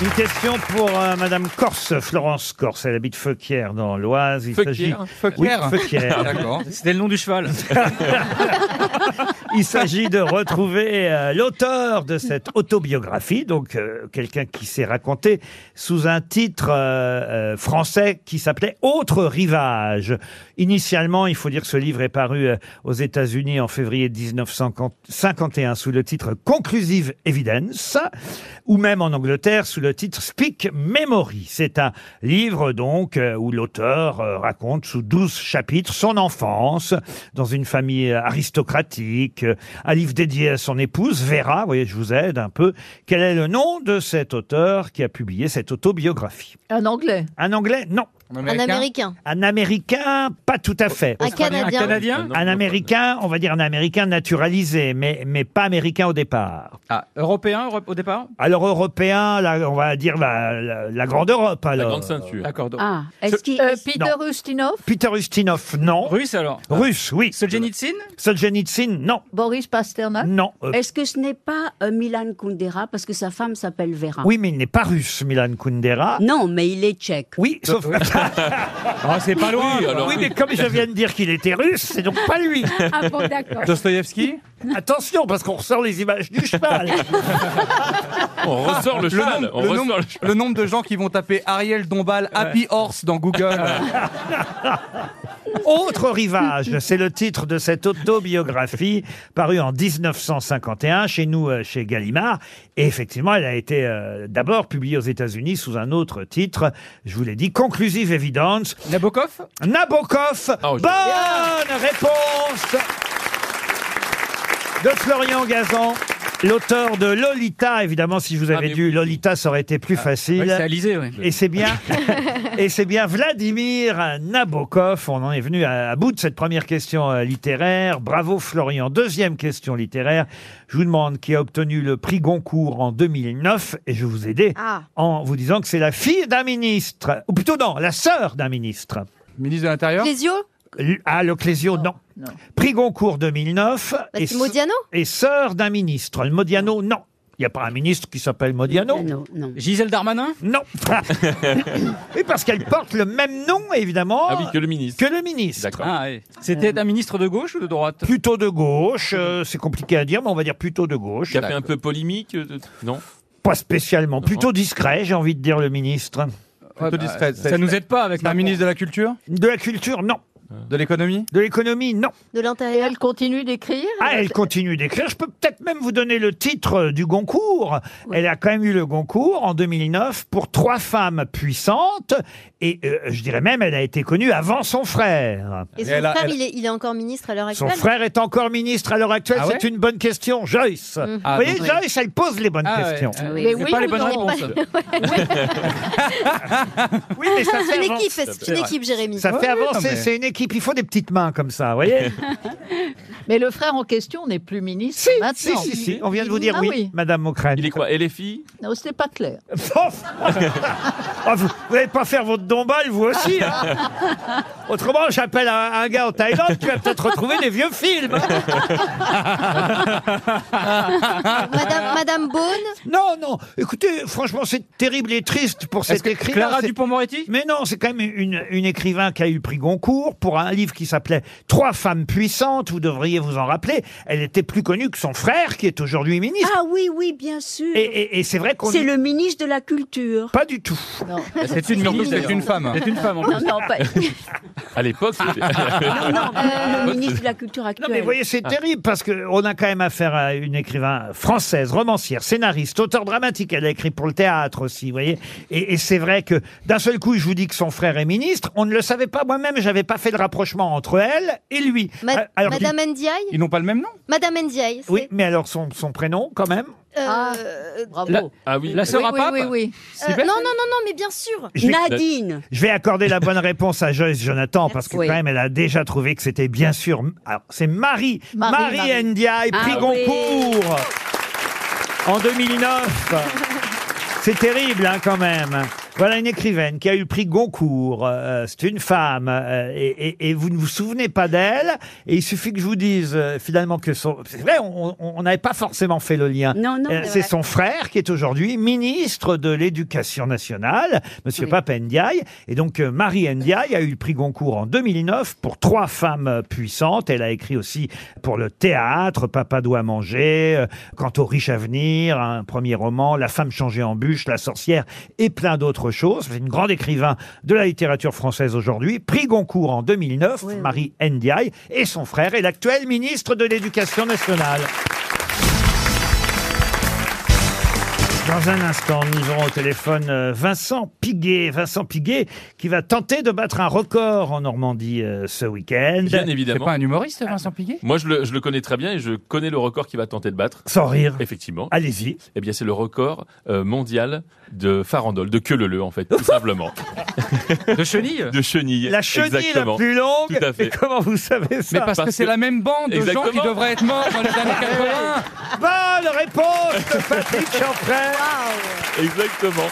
Une question pour euh, Madame Corse, Florence Corse. Elle habite Feuquières dans l'Oise. Il s'agit.
Feuquières
Oui,
Feuquières
<laughs>
Feuquières.
D'accord.
C'était le nom du cheval. Euh,
Il s'agit de retrouver euh, l'auteur de cette autobiographie, donc euh, quelqu'un qui s'est raconté sous un titre euh, euh, français qui s'appelait Autre rivage. Initialement, il faut dire que ce livre est paru euh, aux États-Unis en février 1951 sous le titre Conclusive Evidence, ou même en Angleterre sous le titre Speak Memory. C'est un livre donc euh, où l'auteur euh, raconte sous 12 chapitres son enfance dans une famille aristocratique, euh, un livre dédié à son épouse Vera, vous voyez, je vous aide un peu. Quel est le nom de cet auteur qui a publié cette autobiographie
Un anglais.
Un anglais Non.
Un Américain.
Un Américain, pas tout à fait.
Un Canadien.
Canadien
Un Américain, on va dire un Américain naturalisé, mais, mais pas Américain au départ.
Ah, Européen Europe- au départ
Alors européen, là, on va dire la, la- la grande Europe.
La
Alors.
grande ceinture.
D'accord. donc.
Ah, est-ce qu'il.
Euh,
est-ce-
Peter Ustinov.
Peter Ustinov, non.
Russe alors
Russe, oui.
Solzhenitsyn
Solzhenitsyn, non.
Boris Pasternak.
Non. Euh,
Est-ce que ce n'est pas euh, Milan Kundera parce que sa femme s'appelle Vera
oui, mais il n'est pas russe, Milan Kundera.
Non, mais il est tchèque.
Oui, sauf.
<laughs>
Ah, c'est pas loin.
Oui,
quoi.
alors.
Oui, mais comme je viens de dire qu'il était russe, c'est donc pas lui.
Ah bon, d'accord.
Dostoïevski
Attention, parce qu'on ressort les images du cheval.
On ressort le
le
cheval.
nombre,
on
le
ressort
nombre-
le cheval.
le nombre de gens qui vont taper Ariel Dombal Happy Horse dans Google.
Autre rivage, c'est le titre de cette autobiographie parue en 1951 chez nous, euh, chez Gallimard. Et effectivement, elle a été euh, d'abord publiée aux États-Unis sous un autre titre. Je vous l'ai dit, Conclusive Evidence.
Nabokov
Nabokov.
Ah, oui.
Bonne réponse de Florian Gazan. L'auteur de Lolita, évidemment, si je vous
Ah,
avais
mais
dû
oui. Ah,
Lolita, ça aurait été plus facile.
Oui, c'est Alizé, oui.
Et
<laughs>
c'est bien, et c'est bien Vladimir Nabokov. On en est venu à, à bout de cette première question euh, littéraire. Bravo Florian. Deuxième question littéraire. Je vous demande qui a obtenu le prix Goncourt en 2009 et je vais vous aider
Ah.
en vous disant que c'est la fille d'un ministre, ou plutôt non, la sœur d'un ministre.
Ministre de l'Intérieur
Clésio
L- Ah, le Clésio, non.
non.
Prix Goncourt 2009 et,
Massimo Diano
et sœur d'un ministre. Le Modiano, non. Il n'y a pas un ministre qui s'appelle Modiano.
Non, non.
Gisèle Darmanin <laughs>
Non. Et parce qu'elle porte le même nom, évidemment,
Ah oui, que le ministre.
que le ministre. Euh,
D'accord.
Ah, oui. C'était un ministre de gauche ou de droite
Plutôt de gauche, euh, c'est compliqué à dire, mais on va dire plutôt de gauche.
Qui a fait un peu polémique euh, de- Non
Pas spécialement, plutôt discret, j'ai envie de dire, le ministre.
Plutôt discrète.
Ça nous aide pas avec
bah, C'est un
Macron.
ministre de la Culture
De la culture, non.
De l'économie
De l'économie, non.
De l'intérieur.
Elle continue d'écrire
Ah, elle continue d'écrire. Je peux peut-être même vous donner le titre euh, du Goncourt. Elle a quand même eu le Goncourt en 2009 pour trois femmes puissantes. Et euh, je dirais même, elle a été connue avant son frère.
Et son frère, Il, est, il est encore ministre à l'heure
Son
actuelle
frère est encore ministre à l'heure actuelle.
Ah ouais
C'est une bonne question, Joyce.
Mhm.
Vous
Ah,
voyez,
donc-
Joyce, elle pose les bonnes
Ah ouais.
questions.
Ah oui. Mais
C'est
oui
pas
ou
les bonnes
non
réponses.
Oui, mais
<laughs>
ça fait
C'est une
avancer.
équipe, c'est une équipe, Jérémy.
Ça fait
Ouais, non,
avancer,
mais-
c'est une équipe. Il faut des petites mains comme ça, vous voyez
<laughs> Mais le frère en question n'est plus ministre
Si,
maintenant.
si, si. On vient de vous dire
Ah
oui,
oui.
Madame Mocrane. Il est
quoi Et les filles
Non, c'était pas
<laughs>
clair.
Oh, Vous n'allez pas faire votre dombal, vous aussi
<laughs>
hein. Autrement, j'appelle un, un gars en Thaïlande, tu vas peut-être retrouver des vieux films
<laughs> Madame, Madame Beaune,
Non, non, écoutez, franchement, c'est terrible et triste pour
Est-ce
cette
que
écrivain.
Clara
c'est- Mais non, c'est quand même une, une écrivain qui a eu le prix Goncourt pour un livre qui s'appelait Trois femmes puissantes, vous devriez vous en rappeler. Elle était plus connue que son frère, qui est aujourd'hui ministre.
Ah oui, oui, bien sûr.
Et, et- et c'est vrai qu'on...
C'est le ministre de la Culture.
Pas du tout.
C'est une
Surtout que
ministre, c'est une femme.
C'est une femme, en plus.
<laughs> Non, non, pas-
À l'époque, c'était...
le ministre de la Culture
Euh, Non,
actuelle.
mais vous voyez,
Ah.
c'est terrible parce qu'on a quand même affaire à une écrivain française, romancière, scénariste, auteur dramatique. Elle a écrit pour le théâtre aussi, vous voyez. Et, et c'est vrai que d'un seul coup, je vous dis que son frère est ministre. On ne le savait pas moi-même. J'avais pas fait le rapprochement entre elle et lui.
Ma-
Ah, alors,
Madame
dis-
Ndiaye
Ils n'ont pas le même nom
Madame Ndiaye, euh, c'est...
Oui, mais alors son, son prénom quand même.
euh,
Ah,
euh,
bravo.
La-
Ah oui.
La sœur à
oui,
pape
oui, oui,
C'est
Euh,
belle.
non, non, non, non, mais bien sûr.
Je vais- Je vais accorder la bonne réponse à Joyce Jonathan parce que
Oui.
quand même elle a déjà trouvé que c'était bien sûr. Alors c'est Marie, Marie,
Marie, Marie.
Ndiaye,
Ah
prix
oui.
Goncourt en
<laughs>
2009. C'est terrible hein, quand même. Voilà une écrivaine qui a eu le prix Goncourt. euh, c'est une femme euh, et, et- et vous ne vous souvenez pas d'elle. Et il suffit que je vous dise euh, finalement que son. C'est vrai, on on- on n'avait pas forcément fait le lien.
Non, non,
Euh,
c'est
c'est
vrai.
son frère qui est aujourd'hui ministre de l'Éducation nationale, Monsieur Pape Ndiaye. Et donc euh, Marie Ndiaye a eu le prix Goncourt en 2009 pour trois femmes euh, puissantes. Elle a écrit aussi pour le théâtre, Papa doit manger, euh, Quant au riche avenir, un premier roman, La femme changée en bûche, La sorcière et plein d'autres choses. C'est une grande écrivain de la littérature française aujourd'hui. Prix Goncourt en 2009, Marie Ndiaye et son frère est l'actuel ministre de l'Éducation nationale. Dans un instant, nous aurons au téléphone euh, Vincent Piguet. Vincent Piguet qui va tenter de battre un record en Normandie euh, ce week-end.
Bien évidemment.
humoriste, Vincent Piguet
Moi, je le, je le connais très bien et je connais le record qu'il va tenter de battre.
Sans rire.
Effectivement.
Allez-y.
Eh bien, c'est le record euh, mondial de farandole, de queue leu en fait,
<laughs>
tout simplement.
De chenille
De chenille.
La chenille
exactement.
la plus longue.
Tout à fait.
Mais comment vous savez ça Eh
Mais parce, que c'est la même bande de gens qui
Exactement.
devraient être morts dans les années
<laughs>
80.
Bonne réponse de Patrick Chanfray.
Exactement.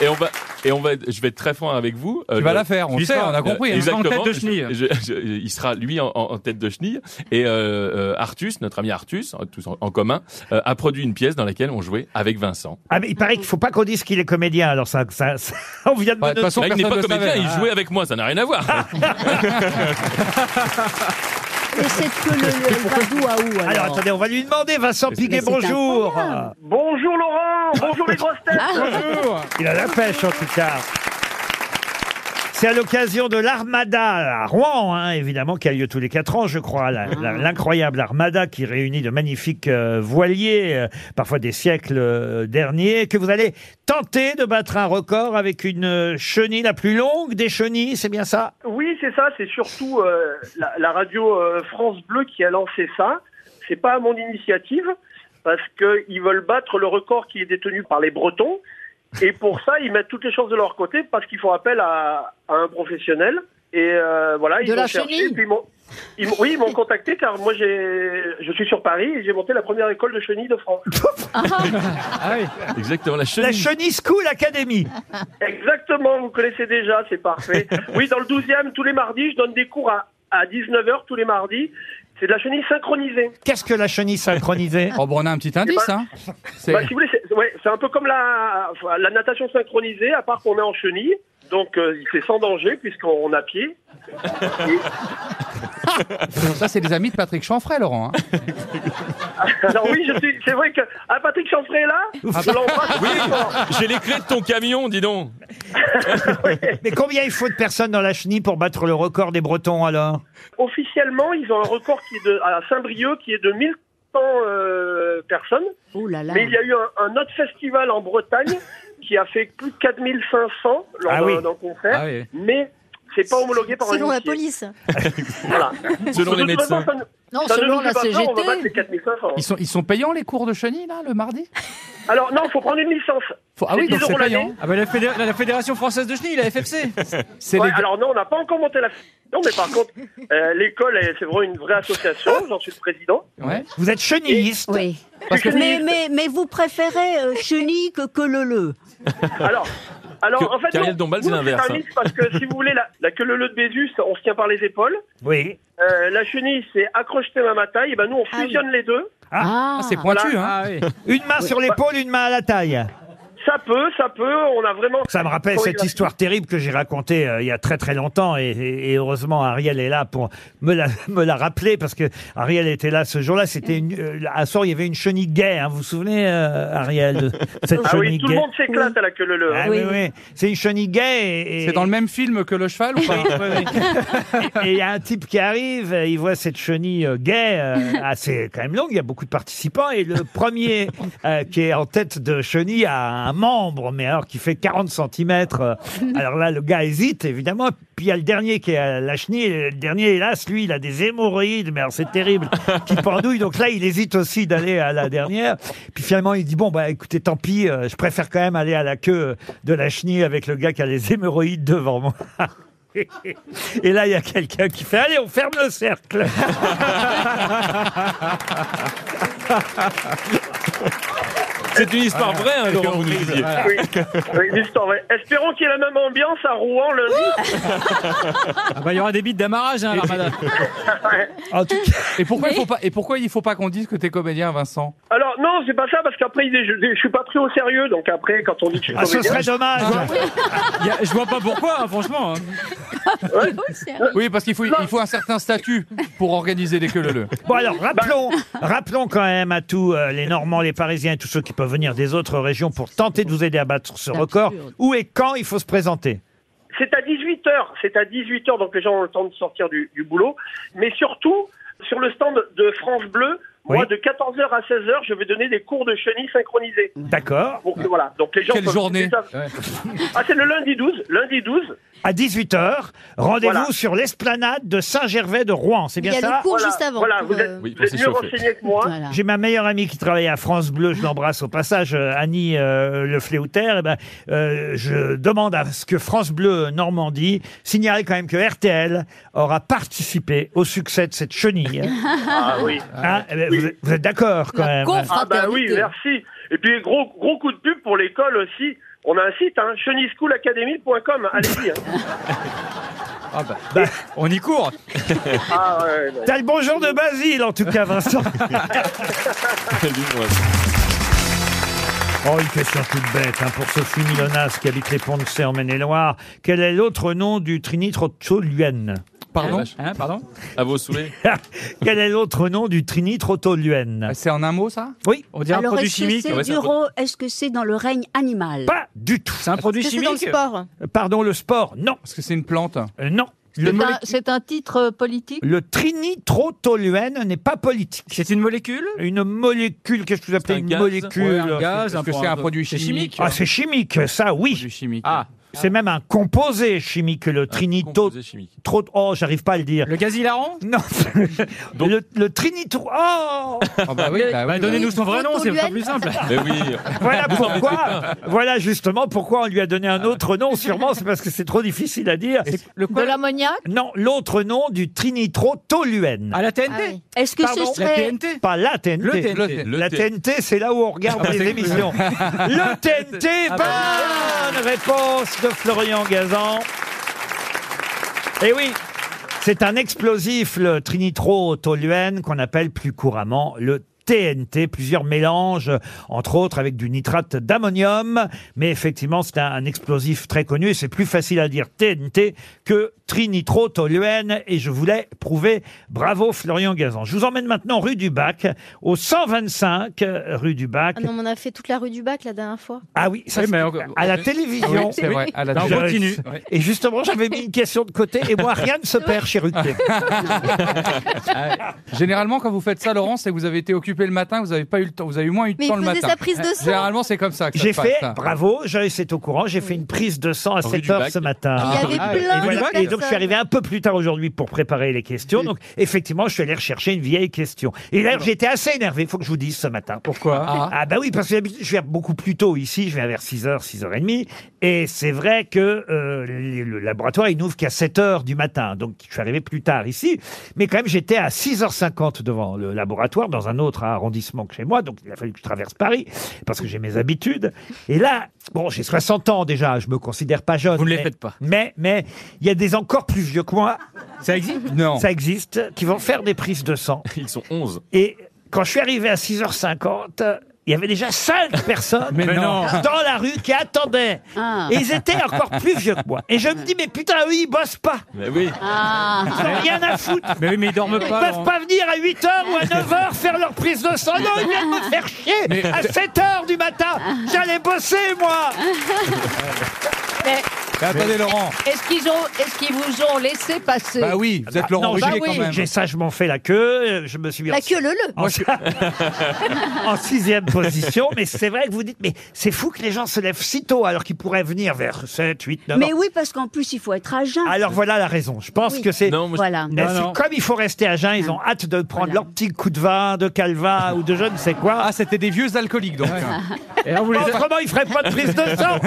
Et on va. Et on va, être- je vais être très franc avec vous. euh,
Tu vas la faire, on le sait,
l'histoire-
on a compris, hein.
euh, exactement.
En tête de chenille.
Je- je- je- il sera lui en, en- en tête de chenille. Et euh, euh, Artus, notre ami Artus, en- tous en, en commun, euh, a produit une pièce dans laquelle on jouait avec Vincent.
Ah, mais il paraît qu'il faut pas qu'on dise qu'il est comédien. Alors ça, ça, ça- on vient de me
Bah, de toute façon,
noter.
Là, il n'est
personne
pas
le
comédien,
savait, Ah.
il
hein.
jouait avec moi, ça n'a rien à voir. <laughs>
Mais c'est
<laughs>
que le, le- elle va d'où à où alors,
Alors attendez, on va lui demander. Vincent Piguet,
Mais c'est
bonjour.
incroyable.
Bonjour Laurent, bonjour les grosses têtes.
Il a la pêche en tout cas. C'est à l'occasion de l'Armada à Rouen, hein, évidemment, qui a lieu tous les quatre ans, je crois. la-
Ah.
la- L'incroyable Armada qui réunit de magnifiques euh, voiliers, euh, parfois des siècles euh, derniers, que vous allez tenter de battre un record avec une euh, chenille la plus longue des chenilles, c'est bien ça
Oui, c'est ça. C'est surtout euh, la, la radio euh, France Bleu qui a lancé ça. C'est pas à mon initiative parce qu'ils veulent battre le record qui est détenu par les Bretons. Et pour ça, ils mettent toutes les chances de leur côté parce qu'ils font appel à, à un professionnel. Et euh, voilà, ils
De
ont
la
cherché,
chenille
puis ils m'ont- ils m'ont- oui, ils m'ont contacté car moi, j'ai, je suis sur Paris et j'ai monté la première école de chenilles de France.
Ah
Exactement, la chenille.
La Chenille School Academy.
<laughs> Exactement, vous connaissez déjà,
<laughs>
c'est parfait. Oui, dans le 12e, tous les mardis, je donne des cours à, à 19h tous les mardis. C'est de la chenille synchronisée.
Qu'est-ce que la chenille synchronisée
Oh, bon, on a un petit indice, hein. C'est-
Bah, si vous voulez, c'est ouais, c'est un peu comme la, la natation synchronisée, à part qu'on est en chenille. Donc, euh, c'est sans danger puisqu'on
<laughs>
a pied.
Ça, c'est des amis de Patrick Chanfray, Laurent. hein.
<laughs> Alors oui, je suis- c'est vrai que ah, Patrick Chanfray est là.
Ah,
Je l'embrasse
Oui,
très fort.
j'ai les clés de ton camion, dis donc.
Mais combien il faut de personnes dans la chenille pour battre le record des Bretons alors
Officiellement, ils ont un record qui est de, à Saint-Brieuc qui est de 1100 euh, personnes.
là.
Mais il y a eu un, un autre festival en Bretagne qui a fait plus de 4500 lors
Ah
d'un
oui.
d'un concert.
Ah oui.
Mais c'est pas homologué par un
Selon la
huissier.
police.
<laughs> Voilà.
Selon
De
les
toute
médecins.
façon, ça ne-
Non,
ça ne
selon
nous
la
fait pas peur, on va
CGT.
battre
<laughs>
les 4500.
Ils sont, ils sont payants les cours de chenille là, le mardi
Alors non, faut prendre une licence.
Faut- ah
C'est
oui,
10
donc c'est
euros l'année.
payant.
Ah bah, la, fédé- la Fédération Française de Chenille, la FFC.
C'est
Ouais,
les-
Alors non, on n'a pas encore monté la. Non, mais par contre, euh, l'école, elle, c'est vraiment une vraie association. J'en suis le président.
Vous êtes chenilliste
Oui.
Parce que-
Mais, mais, mais vous préférez euh, chenille que, que le le.
<laughs> Alors, alors
Que-
en fait,
Karel
non,
Dombal,
nous,
c'est l'inverse,
un
hein.
mix parce que si vous voulez, la, la queue leu de Bézus, on se tient par les épaules.
Oui.
Euh, la chenille, c'est accroche-toi à ma taille. Et ben nous, on
oui.
fusionne les deux.
Ah,
C'est pointu, hein
Ah oui.
Une main sur l'épaule, une main à la taille.
Ça peut, ça peut. On a vraiment.
Ça me rappelle cette
chorégraphie.
histoire terrible que j'ai racontée euh, il y a très très longtemps et, et- et heureusement Ariel est là pour me la, <laughs> me la rappeler parce que Ariel était là ce jour-là. C'était une- euh, à Sort, il y avait une chenille gay. hein. vous vous souvenez, euh, Ariel,
<laughs>
de cette
Ah
chenille
oui, tout
gay
le hein. monde s'éclate à la queue leu leu.
Ah oui, oui. C'est une chenille gay. et-
C'est dans le même film que le cheval ou pas
<laughs> Et il y a un type qui arrive, euh, il voit cette chenille euh, gay, euh, assez quand même longue, il y a beaucoup de participants, et le premier euh, qui est en tête de chenille a un membre, mais alors qui fait 40 cm. alors là, le gars hésite, évidemment, puis il y a le dernier qui est à la chenille, et le dernier, hélas, lui, il a des hémorroïdes, mais alors c'est terrible, qui pendouille, donc là, il hésite aussi d'aller à la dernière. Puis finalement, il dit, bon, bah écoutez, tant pis, euh, je préfère quand même aller à la queue de la chenille avec le gars qui a les hémorroïdes devant moi. Et là, il y a quelqu'un qui fait Allez, on ferme le cercle.
C'est une histoire vraie, hein, Laurent, vous nous disiez.
Oui, oui, l'histoire, ouais. Espérons qu'il y ait la même ambiance à Rouen lundi.
<laughs> Ah bah, il y aura des bites d'amarrage, hein, à la
<laughs>
Ramada.
En tout cas,
Et pourquoi il faut pas Et pourquoi il faut pas qu'on dise que t'es comédien, Vincent
Alors non, c'est pas ça parce qu'après il est- je, je suis pas pris au sérieux. Donc après, quand on dit que je suis
ah, ce
comédien,
serait dommage.
Il y a- Je vois pas pourquoi, hein, franchement. hein.
Oui, parce qu'il faut il faut un certain statut pour organiser les queues leu
Bon, alors, rappelons, rappelons quand même à tous euh, les Normands, les Parisiens et tous ceux qui peuvent venir des autres régions pour tenter de vous aider à battre ce
C'est
record.
absurde.
Où et quand il faut se présenter
c'est à 18 h C'est à 18 h donc les gens ont le temps de sortir du, du boulot. Mais surtout sur le stand de France Bleu, moi
Oui.
de 14 h à 16 h je vais donner des cours de chenilles synchronisés.
D'accord
Donc voilà. Donc les gens.
Quelle
peuvent-
journée
déjà- Ah c'est le lundi 12. Lundi 12.
À 18h, rendez-vous
Voilà.
sur l'esplanade de Saint-Gervais de Rouen. C'est
Il y
bien
a
ça
le cours
Voilà,
juste avant.
Voilà.
pour,
Vous
euh,
êtes,
Oui,
vous
pour
êtes mieux
s'échauffer.
renseignés que moi.
Voilà.
J'ai ma meilleure amie qui travaille à France Bleu, je l'embrasse au passage, euh, Annie euh, Le Fléauter. Eh ben, euh, je demande à ce que France Bleu Normandie signale quand même que RTL aura participé au succès de cette chenille.
Ah oui.
Hein, eh ben, vous êtes- vous êtes d'accord quand même
Ah bah oui, merci. Et puis gros gros coup de pub pour l'école aussi. On a un site, hein, chenillechoolacademy.com. Allez-y. hein.
Ah, bah,
Ah bah,
On y court.
Ah ouais, ouais.
T'as le bonjour de Basile en tout cas,
<laughs>
Vincent.
Dis-moi.
oh, une question toute bête hein, pour Sophie Milonas qui habite les Ponts de Cé en Maine-et-Loire. Quel est l'autre nom du trinitrotoluène
Pardon
Hein, pardon
Ah, À vos souhaits.
<laughs> Quel est l'autre nom du trinitrotoluène
C'est en un mot ça
Oui,
On dirait un
Alors
produit
est-ce que
chimique.
c'est
ouais, c'est un
du ro- Est-ce que c'est dans le règne animal
pas du tout.
C'est un produit
Est-ce que c'est dans le
chimique.
sport
Pardon, le sport Non,
Parce que c'est une plante.
Euh, non. Le,
C'est
molé-
un- C'est un titre euh, politique
le trinitrotoluène n'est pas politique.
C'est une molécule
Une molécule, qu'est-ce que vous appelez
un
une
gaz
molécule
Ouais, un gaz,
Est-ce que c'est un produit
c'est
chimique
Ah, c'est chimique, ça, oui.
Produit chimique.
Ah,
C'est même un composé chimique, le trinito...
Composé chimique.
Trop... Oh, j'arrive pas à le dire.
le gaz hilarant
Non,
Donc-
le, le trinitro... Oh
Ah bah oui, bah oui,
Bah, Donnez-nous son vrai nom, c'est pas
Toluène.
plus simple.
Mais oui.
Voilà pourquoi, voilà justement pourquoi on lui a donné un autre nom, sûrement, c'est parce que c'est trop difficile à dire.
Le
De
quoi
l'ammoniac
Non, l'autre nom du trinitrotoluène.
À Ah, la TNT
oui.
Est-ce que
Pardon
ce
La
serait
TNT
Pas la TNT.
Le TNT.
Le thé.
Le
la
thé.
TNT, c'est là où on regarde les émissions. le TNT,
bah, Ah
bonne réponse de Florian Gazan. Et Eh oui, c'est un explosif, le trinitrotoluène, qu'on appelle plus couramment le TNT, plusieurs mélanges, entre autres avec du nitrate d'ammonium. Mais effectivement, c'est un, un explosif très connu et c'est plus facile à dire TNT que trinitrotoluène. Et je voulais prouver bravo Florian Gazan. Je vous emmène maintenant rue du Bac, au 125 euh, rue du Bac.
Ah non, mais on a fait toute la rue du bac la dernière fois.
Ah oui, ça,
Oui, mais Ah
c'était à la télévision.
Oui, c'est vrai, à la
Je-
télé. On continue.
Et justement, j'avais mis une question de côté et moi, rien ne se perd chez Ruquier.
Euh, Généralement, quand vous faites ça, Laurent, c'est que vous avez été occupé le matin, vous avez pas eu le temps, vous avez eu moins eu le
Mais il
temps le
faisait
matin. Euh,
sa prise de sang.
Généralement, c'est comme ça. que ça
J'ai
se passe,
fait,
ça.
bravo, Joyce est au courant, j'ai fait une prise de sang à
Rue
7
du
heures
Bac.
ce matin.
Il y avait
Ah,
plein
et
de
voilà. Et donc je suis
personnes.
arrivé un peu plus tard aujourd'hui pour préparer les questions. Donc effectivement, je suis allé rechercher une vieille question. Et d'ailleurs, j'étais assez énervé, il faut que je vous dise ce matin. Pourquoi
Ah.
ah. bah oui, parce que d'habitude, je viens beaucoup plus tôt ici, je viens vers 6h, 6h30. Et c'est vrai que euh, le le laboratoire, il n'ouvre qu'à 7h du matin. Donc je suis arrivé plus tard ici. Mais quand même, j'étais à 6h50 devant le laboratoire, dans un autre arrondissement que chez moi. Donc il a fallu que je traverse Paris, parce que j'ai mes habitudes. Et là, bon, j'ai 60 ans déjà, je me considère pas jeune. Vous ne les faites pas. Mais mais il y a des encore plus vieux que moi. Ça existe Non. Ça existe, qui vont faire des prises de sang.
Ils sont 11.
Et quand je suis arrivé à 6h50, euh, il y avait déjà cinq
<laughs>
personnes
Mais non.
dans la rue qui attendaient.
Ah.
Et ils étaient encore plus vieux que moi. Et je me dis, mais putain, eux, ils bossent pas.
Mais oui.
Ah.
Ils ont rien à foutre.
Mais oui, mais ils dorment
Ils
pas, hein.
peuvent
Laurent.
pas venir à 8h ou à 9h faire leur prise de sang. Non, ils viennent me faire chier.
Mais-
À 7h du matin, j'allais bosser, moi.
Mais-
Mais attendez, Laurent.
Est-ce qu'ils ont, est-ce qu'ils vous ont laissé passer
Ah, non,
Bah
j'ai-
oui.
J'ai sagement fait la queue. euh, Je me suis mis
La
en-
queue le le.
en,
<laughs>
en sixième position. Mais c'est vrai que vous dites, mais c'est fou que les gens se lèvent si tôt alors qu'ils pourraient venir vers 7, 8, 9
<laughs> Mais oui, parce qu'en plus, il faut être à jeun.
Alors voilà la raison. Je pense
Oui.
que c'est
Non, moi, je- Voilà.
Mais
Non,
c'est
non.
comme il faut rester à jeun, ils ont hâte de prendre leur petit coup de vin, de calva ou de je ne sais quoi. Ah,
c'était des vieux alcooliques donc.
hein. Autrement, ils feraient pas de prise de sang.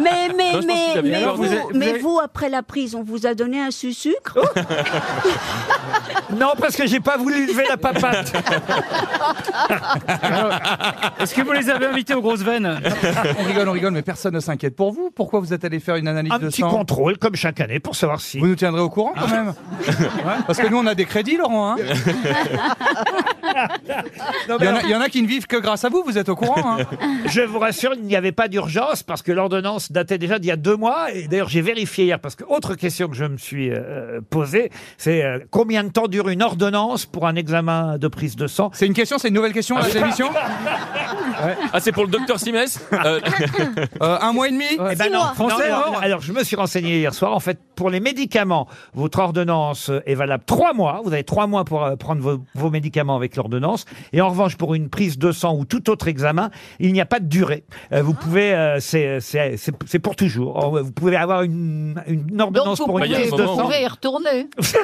Mais,
Non,
mais,
je pense que vous
mais,
avez
mais,
raison.
vous,
Vous avez- vous
mais
avez-
vous, après la prise, on vous a donné un sucre
Oh. non, parce que j'ai pas voulu lever la papate.
Est-ce que vous les avez invités aux grosses <laughs> veines
<laughs> on rigole, on rigole, mais personne ne s'inquiète pour vous. Pourquoi vous êtes allé faire une analyse
Un
de
petit
sang
contrôle, comme chaque année, pour savoir si. Ah.
Vous nous tiendrez au courant quand même Ouais, Parce que nous, on a des crédits, Laurent. hein.
Non,
<laughs> il, y en
mais-
a, il y en a qui ne vivent que grâce à vous, vous êtes au courant. hein.
<laughs> Je vous rassure, il n'y avait pas d'urgence parce que l'ordonnance datait déjà d'il y a deux mois. Et d'ailleurs, j'ai vérifié hier parce que autre question que je me suis euh, posée, c'est euh, combien de temps dure une ordonnance pour un examen de prise de sang
C'est une question, c'est une nouvelle question à
Ah,
l'émission
Ah, c'est pour le docteur Simès Euh,
Un mois et demi
Eh ben non, non, non, non. alors je me suis renseigné hier soir. En fait, pour les médicaments, votre ordonnance est valable trois mois. Vous avez trois mois pour euh, prendre vos, vos médicaments avec l'ordonnance. Et en revanche, pour une prise de sang ou tout autre examen, il n'y a pas de durée. Euh, Vous pouvez, euh, c'est c'est- c'est- c'est pour toujours. Oh, Vous pouvez avoir une, une
Donc
ordonnance
vous
pour
pouvez,
une prise
vous
de sang.
pouvez y retourner.
Ça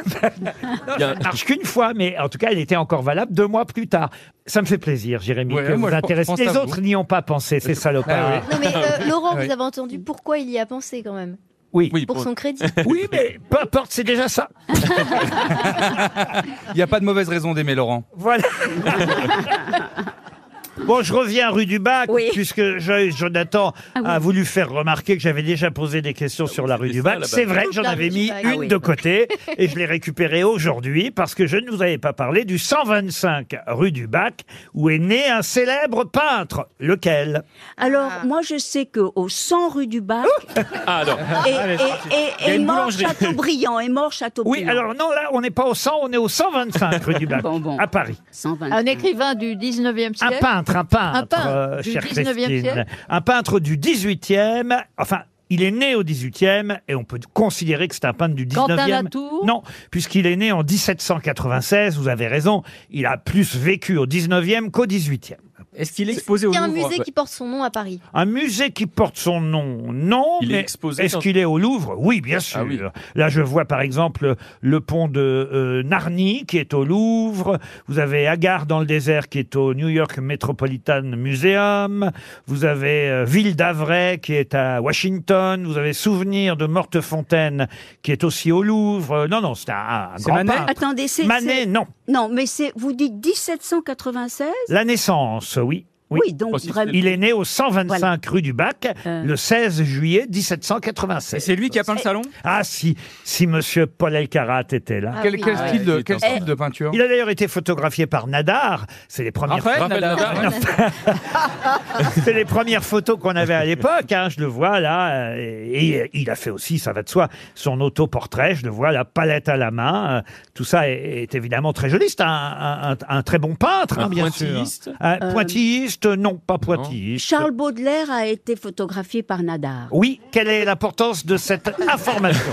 ne marche qu'une fois, mais en tout cas, elle était encore valable deux mois plus tard. Ça me fait plaisir, Jérémy,
Ouais,
que vous
moi, je
intéresse.
pense à
Les
vous.
autres n'y ont pas pensé, ces salopards.
Non mais euh, Laurent,
Ah Oui.
vous avez entendu pourquoi il y a pensé quand même.
Oui.
Pour son crédit.
Oui, mais peu importe, c'est déjà ça.
<laughs> Il n'y a pas de mauvaise raison d'aimer Laurent.
Voilà. Bon, je reviens rue du Bac, puisque Joyce Jonathan
Ah
a voulu faire remarquer que j'avais déjà posé des questions sur la rue du Bac.
là-bas.
C'est vrai que j'en
La
avais
rue du
mis
Bac.
une
Ah oui.
de
<laughs>
côté et je l'ai récupérée aujourd'hui parce que je ne vous avais pas parlé du 125 rue du Bac où est né un célèbre peintre. Lequel
Alors,
Ah.
moi, je sais qu'au 100 rue du Bac,
Ah non.
et, et- et-
Il y a
et
une
mort
boulangerie.
Chateaubriand, et mort
Oui,
Chateaubriand.
alors non, là, on n'est pas au 100, on est au 125 rue du Bac, à Paris.
Un écrivain du 19e siècle.
Un peintre, un peintre,
Un peintre
euh,
du
chère
19e
Christine.
siècle.
Un peintre du 18e, enfin, il est né au 18e et on peut considérer que c'est un peintre du
Quentin
19e.
Latour
Non, puisqu'il est né en 1796, vous avez raison, il a plus vécu au 19e qu'au 18e.
Est-ce qu'il est exposé au
Il y a un
Louvre
musée qui porte son nom à Paris.
Un musée qui porte son nom, non.
Il est
mais
exposé
Est-ce
dans-
qu'il est au Louvre Oui, bien sûr.
Ah oui.
Là, je vois par exemple le pont de euh, Narni qui est au Louvre. Vous avez Agar dans le désert qui est au New York Metropolitan Museum. Vous avez euh, Ville d'Avray qui est à Washington. Vous avez Souvenir de Mortefontaine qui est aussi au Louvre. Euh, Non, non, c'est un, un grand peintre.
Attendez, c'est.
Manet,
c'est-
non.
Non, mais c'est. Vous dites 1796
La naissance, oui.
Oui, donc vraiment.
Il est né au 125 rue du Bac
Euh.
le 16 juillet 1796. Et c'est lui qui a peint le salon Ah si, si monsieur Paul Elkarat était là.
Ah Quel- oui. quel style de- quel style de peinture
Il a d'ailleurs été photographié par Nadar, c'est les premières
Raphaël Raphaël Nadar. Nadar.
<laughs> C'est les premières photos qu'on avait à l'époque, hein, je le vois là. euh, Et, et il a fait aussi, ça va de soi, son autoportrait, je le vois, la palette à la main. euh, Tout ça est, est évidemment très joli. C'est un, un- un- un très bon peintre, hein,
Un
bien
pointilliste
sûr. Un
Euh,
pointilliste, non, pas pointilliste.
Charles Baudelaire a été photographié par Nadar.
Oui, quelle est l'importance de cette information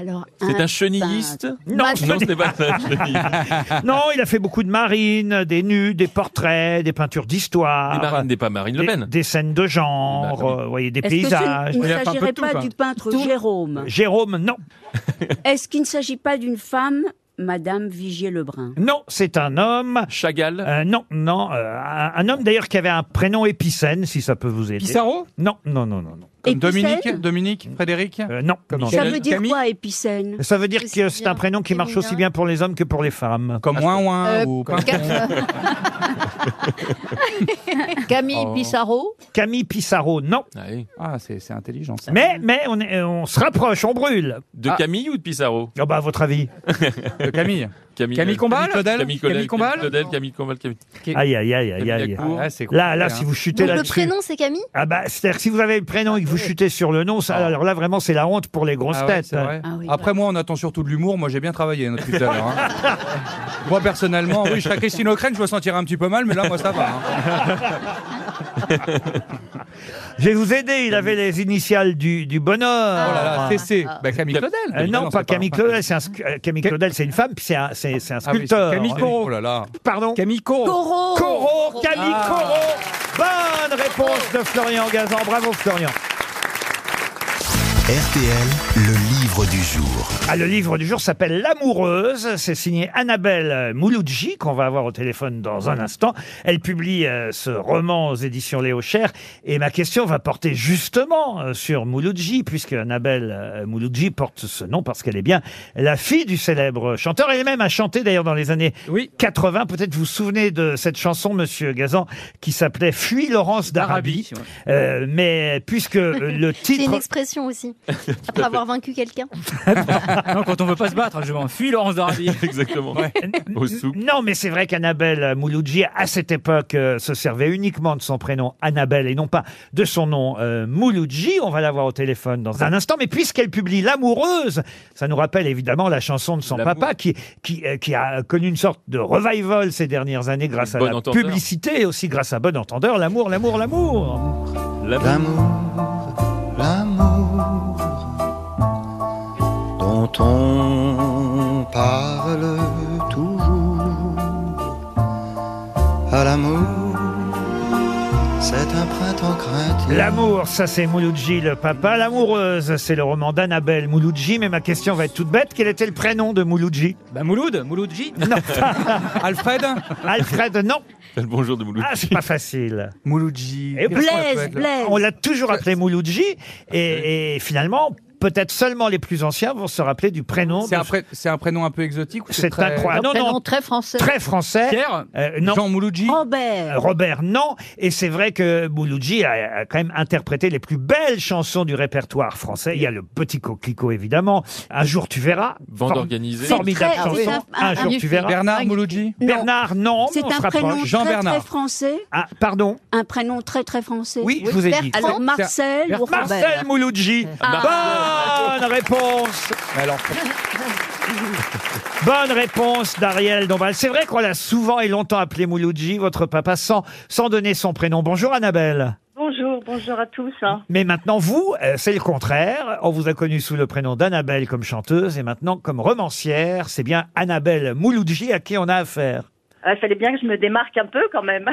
Alors,
C'est un chenilliste
Non,
non, ce n'est pas un chenilliste.
Non, il a fait beaucoup de marines, des nus, des portraits, des peintures d'histoire.
Des marines, des pas Marine Le
Des-
Pen.
Des scènes de genre, euh, vous voyez, des
Est-ce que ce-
paysages.
il ne s'agirait pas du peintre Jérôme
Jérôme, non.
<laughs> Est-ce qu'il ne s'agit pas d'une femme, Madame Vigier-Lebrun
Non, c'est un homme.
Chagall
Non, non. euh, un, un homme d'ailleurs qui avait un prénom épicène, si ça peut vous aider.
Pissarro
Non, non, non, non. non.
Comme Dominique Épicène
Dominique Frédéric Non. non.
Ça veut dire quoi, épicène
Ça veut dire que c'est un prénom qui marche aussi bien pour les hommes que pour les femmes. Ah, Comme ouin
Euh,
<laughs>
Cam- Camille
Oh.
Pissarro.
Camille Pissarro, non. Ah, c'est intelligent. Mais, mais on, est- on se rapproche, on brûle.
De Camille ou de Pissarro
Ah bah, à votre avis
De
Camille.
Camille,
Camille Combal
Camille Codel,
Camille Combal
Camille Codel, Camille Combal, Camille.
Aïe, aïe, aïe, aïe,
Camille
aïe.
Lacour.
Ah, c'est compliqué, Là, là, hein. si vous chutez
Donc le
là-dessus.
prénom, c'est Camille
Ah bah, c'est-à-dire que si vous avez le prénom et que vous chutez sur le nom, ça, alors là, vraiment, c'est la honte pour les grosses
Ah ouais,
têtes.
c'est vrai. Après, moi, on attend surtout de l'humour. Moi, j'ai bien travaillé notre Twitter. hein. moi, personnellement, oui, je serais Christine O'Crane, je me sentirais un petit peu mal, mais là, moi, ça va. hein.
Je vais vous aider, il avait les initiales du, du bonheur.
Oh là là, CC. Bah, Camille Claudel.
Euh,
Camille
non,
Claudel,
pas
c'est
Camille
pas-
Claudel, c'est un, sc- euh, Camille Claudel, c'est une femme, puis c'est un, c'est- c'est un
Ah oui, c'est
sculpteur.
Camille Corot.
Oh
Oh
là
là là.
Pardon
Camille Corot.
Corot. Corot, Camille
Ah.
Corot. Bonne réponse de Florian Gazan. Bravo Florian.
RTL, le livre du jour.
Ah, le livre du jour s'appelle L'amoureuse. C'est signé Annabelle Mouloudji, qu'on va avoir au téléphone dans un instant. Elle publie euh, ce roman aux éditions Léo Cher. Et ma question va porter justement euh, sur Mouloudji, puisque Annabelle euh, Mouloudji porte ce nom parce qu'elle est bien la fille du célèbre chanteur. Elle-même a chanté d'ailleurs dans les années 80. Peut-être vous vous souvenez de cette chanson, monsieur Gazan, qui s'appelait Fuis Laurence d'Arabie. Euh, mais puisque euh, le
<laughs> C'est une
titre.
expression aussi. Après avoir vaincu quelqu'un.
Non, quand on veut pas se battre, je m'enfuis, Laurence Darabie.
Exactement.
Non, mais c'est vrai qu'Annabelle Mouloudji, à cette époque, euh, se servait uniquement de son prénom Annabelle et non pas de son nom euh, Mouloudji. On va l'avoir au téléphone dans un instant. Mais puisqu'elle publie L'amoureuse, ça nous rappelle évidemment la chanson de son papa qui, qui, euh, qui a connu une sorte de revival ces dernières années grâce à
Bon
la
entendeur.
publicité et aussi grâce à Bon Entendeur. L'amour, l'amour, l'amour.
L'amour, l'amour dont on parle toujours. À l'amour, c'est un printemps craintif.
L'amour, ça c'est Mouloudji, le papa. L'amoureuse, c'est le roman d'Annabelle Mouloudji. Mais ma question va être toute bête. Quel était le prénom de Mouloudji
Ben,
Bah, Mouloud, Mouloudji.
<laughs>
Non. Alfred Alfred, non.
C'est le bonjour de Mouloud.
Ah, c'est pas facile.
Mouloudji.
Et
Qu'est-ce qu'on appelle
On l'a toujours appelé Mouloudji. Et, et finalement, peut-être seulement les plus anciens vont se rappeler du prénom.
C'est
de-
un, pré- c'est un prénom un peu exotique ou
C'est
très...
incroyable. Non,
Un
non.
prénom très français.
Très français.
Pierre
Euh, non. Euh,
Jean Mouloudji
Robert.
Robert, non. Et c'est vrai que Mouloudji a, a quand même interprété les plus belles chansons du répertoire français. Il y a le Petit Coquelicot, évidemment. Un jour tu verras.
Vente
Form-
organisée.
Formidable
C'est très-
chanson.
c'est un-
Un,
un-
jour
un-
tu verras.
Bernard Mouloudji
Non.
Bernard, non.
C'est
Oh, on se
un
rapproche.
prénom très, très français.
Ah, pardon.
Un prénom très très français.
Oui, je vous ai dit.
Alors Marcel ou Robert
Marcel Mouloudji.
Ah.
Bonne réponse. Bonne réponse d'Ariel Dombal. C'est vrai qu'on l'a souvent et longtemps appelé Mouloudji, votre papa, sans, sans donner son prénom. Bonjour Annabelle.
Bonjour, bonjour à tous. hein.
Mais maintenant, vous, euh, c'est le contraire. On vous a connu sous le prénom d'Annabelle comme chanteuse et maintenant comme romancière. C'est bien Annabelle Mouloudji à qui on a affaire.
Il Euh, fallait bien que je me démarque un peu quand <laughs> même.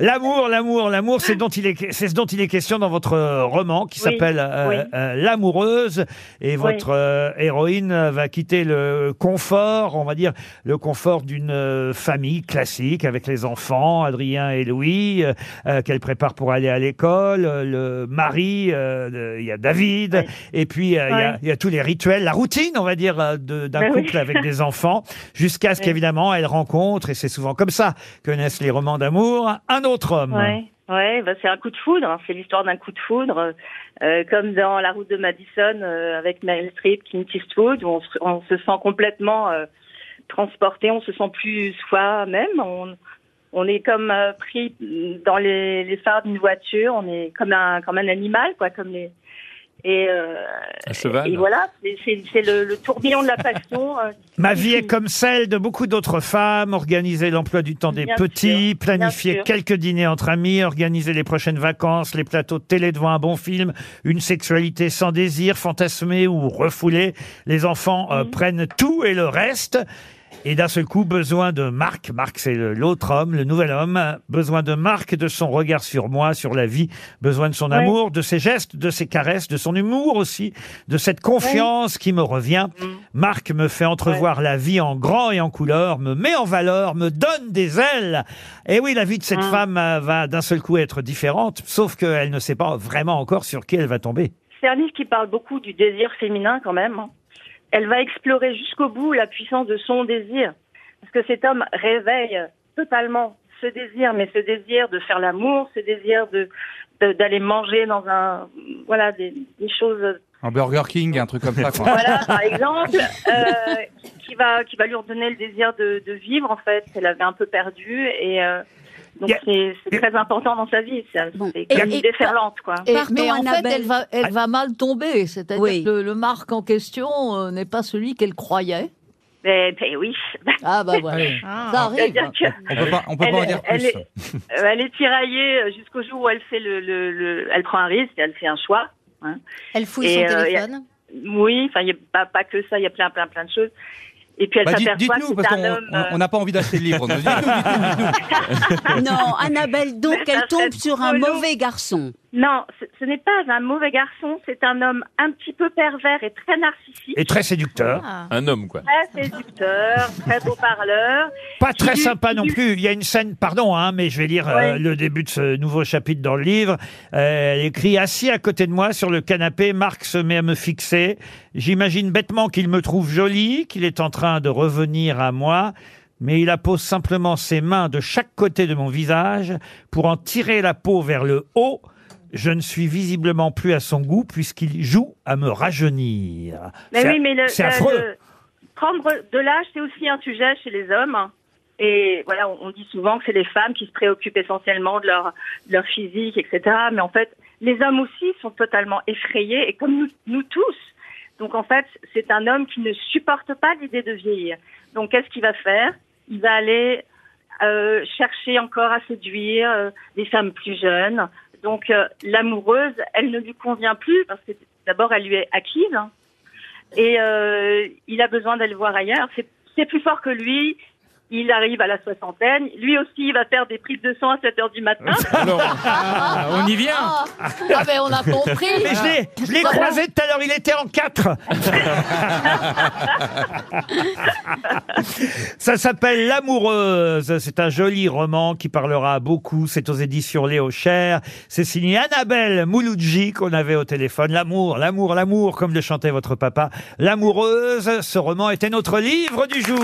L'amour, l'amour, l'amour, c'est dont il est, c'est ce dont il est question dans votre euh, roman qui
Oui,
s'appelle euh,
oui.
euh, L'amoureuse et votre euh, héroïne va quitter le confort, on va dire le confort d'une euh, famille classique avec les enfants, Adrien et Louis, euh, euh, qu'elle prépare pour aller à l'école, euh, le mari, euh, de- il y a David, et puis euh, il y a-
Oui.
il y, a tous les rituels, la routine, on va dire, euh, de- d'un
Ben oui. <laughs>
couple avec des enfants, jusqu'à ce qu'évidemment elle rencontre rencontre, et c'est souvent comme ça que naissent les romans d'amour, un autre homme.
Ouais, ouais, bah c'est un coup de foudre. hein. C'est l'histoire d'un coup de foudre, euh, comme dans La Route de Madison euh, avec Meryl Streep, Clint Eastwood, où on se, on se sent complètement euh, transporté, on se sent plus soi-même. On, on est comme euh, pris dans les, les phares d'une voiture. On est comme un comme un animal, quoi, comme les et, euh,
Un cheval.
et voilà, c'est- c'est c'est le, le tourbillon de la passion. euh,
Ma vie est comme celle de beaucoup d'autres femmes, organiser l'emploi du temps des
Bien
petits,
sûr, bien
planifier
sûr.
quelques dîners entre amis, organiser les prochaines vacances, les plateaux de télé devant un bon film, une sexualité sans désir, fantasmée ou refoulée. Les enfants
Mm.
euh, prennent tout et le reste. Et d'un seul coup, besoin de Marc. Marc, c'est le- l'autre homme, le nouvel homme. Besoin de Marc, de son regard sur moi, sur la vie. Besoin de son
Ouais.
amour, de ses gestes, de ses caresses, de son humour aussi, de cette confiance qui me revient. Marc me fait entrevoir la vie en grand et en couleur, me met en valeur, me donne des ailes. Et oui, la vie de cette femme euh, va d'un seul coup être différente, sauf qu'elle ne sait pas vraiment encore sur qui elle va tomber.
C'est un livre qui parle beaucoup du désir féminin quand même. hein. Elle va explorer jusqu'au bout la puissance de son désir. Parce que cet homme réveille totalement ce désir, mais ce désir de faire l'amour, ce désir de de- d'aller manger dans un voilà des, des choses
Un Burger King, un truc comme ça. Quoi.
<laughs>
voilà par exemple euh, qui va qui va lui redonner le désir de, de vivre en fait elle avait un peu perdu et euh, donc c'est c'est très important dans sa vie c'est c'est comme
Et- et-
une déferlante quoi
Et- mais en fait, elle va, elle va mal tomber. C'est-à-dire que le, le Marc en question euh, n'est pas celui qu'elle croyait.
Ben, ben oui.
Ah bah voilà.
Oui.
Ça arrive.
C'est-à-dire que-
On peut pas, on peut
Elle
pas en
est-
dire
elle
plus.
est- Euh, elle est tiraillée jusqu'au jour où elle fait le, le- le- elle prend un risque, et elle fait un choix. hein.
Elle fouille
Et,
son
euh, y a-
téléphone.
oui, enfin, il n'y a pas, pas que ça, il y a plein, plein, plein de choses. Et puis elle
Bah, dites-
s'aperçoit que
dites-nous, parce
c'est
qu'on
un homme.
on- on n'a pas envie d'acheter le livre. Dites-nous, dites-nous, dites-nous.
Non, Annabelle, donc
ça
elle tombe
serait
sur un
trop long.
mauvais garçon.
Non, ce, ce n'est pas un mauvais garçon, c'est un homme un petit peu pervers et très narcissique.
Et très séducteur.
Un homme, quoi.
Très séducteur, très beau parleur.
Pas très sympa non plus. Il y a une scène, pardon, hein, mais je vais lire euh,
Ouais.
le début de ce nouveau chapitre dans le livre. Euh, elle écrit assis à côté de moi sur le canapé, Marc se met à me fixer. J'imagine bêtement qu'il me trouve jolie, qu'il est en train de revenir à moi. Mais il appose simplement ses mains de chaque côté de mon visage pour en tirer la peau vers le haut. Je ne suis visiblement plus à son goût puisqu'il joue à me rajeunir.
Mais
C'est-
oui, mais le,
c'est
le-
affreux.
le- prendre de l'âge, c'est aussi un sujet chez les hommes. hein. Et voilà, on on dit souvent que c'est les femmes qui se préoccupent essentiellement de leur, de leur physique, etc. Mais en fait, les hommes aussi sont totalement effrayés, et comme nous, nous tous. Donc en fait, c'est un homme qui ne supporte pas l'idée de vieillir. Donc qu'est-ce qu'il va faire Il va aller euh, chercher encore à séduire euh, des femmes plus jeunes. Donc euh, l'amoureuse, elle ne lui convient plus parce que d'abord, elle lui est acquise. hein et euh, il a besoin d'aller voir ailleurs. C'est- C'est plus fort que lui. Il arrive à la soixantaine. Lui aussi, il va faire des prises de sang à 7 heures du
<laughs>
matin.
on y vient.
Ah, ah, mais on a compris.
Mais je l'ai- je l'ai croisé tout à l'heure, il était en
<laughs>
quatre. Ça s'appelle L'amoureuse. C'est un joli roman qui parlera beaucoup. C'est aux éditions Léo Cher. C'est signé Annabelle Mouloudji qu'on avait au téléphone. L'amour, l'amour, l'amour, comme le chantait votre papa. L'amoureuse. Ce roman était notre livre du jour.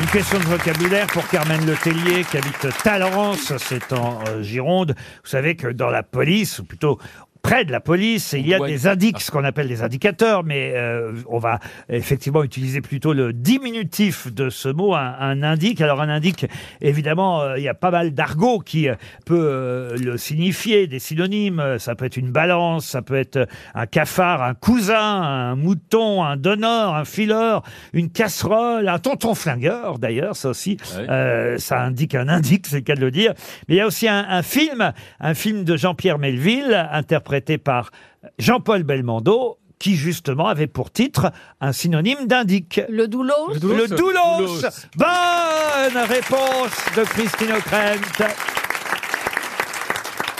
Une question de vocabulaire pour Carmen Letellier qui habite Talence, c'est en euh, Gironde. Vous savez que dans la police, ou plutôt près de la police, il y a des indices, ce qu'on appelle des indicateurs, mais euh, on va effectivement utiliser plutôt le diminutif de ce mot, un, un indice. Alors un indice, évidemment, euh, il y a pas mal d'argot qui euh, peut euh, le signifier, des synonymes. Euh, Ça peut être une balance, ça peut être euh, un cafard, un cousin, un mouton, un donneur, un fileur, une casserole, un tonton flingueur d'ailleurs, ça aussi, euh, ça indique un indique, c'est le cas de le dire. Mais il y a aussi un, un film, un film de Jean-Pierre Melville, interprété par euh, Jean-Paul Belmondo, qui justement avait pour titre un synonyme d'indique.
Le doulos
Le doulos.
Doulos.
Bonne réponse de Christine O'Krent.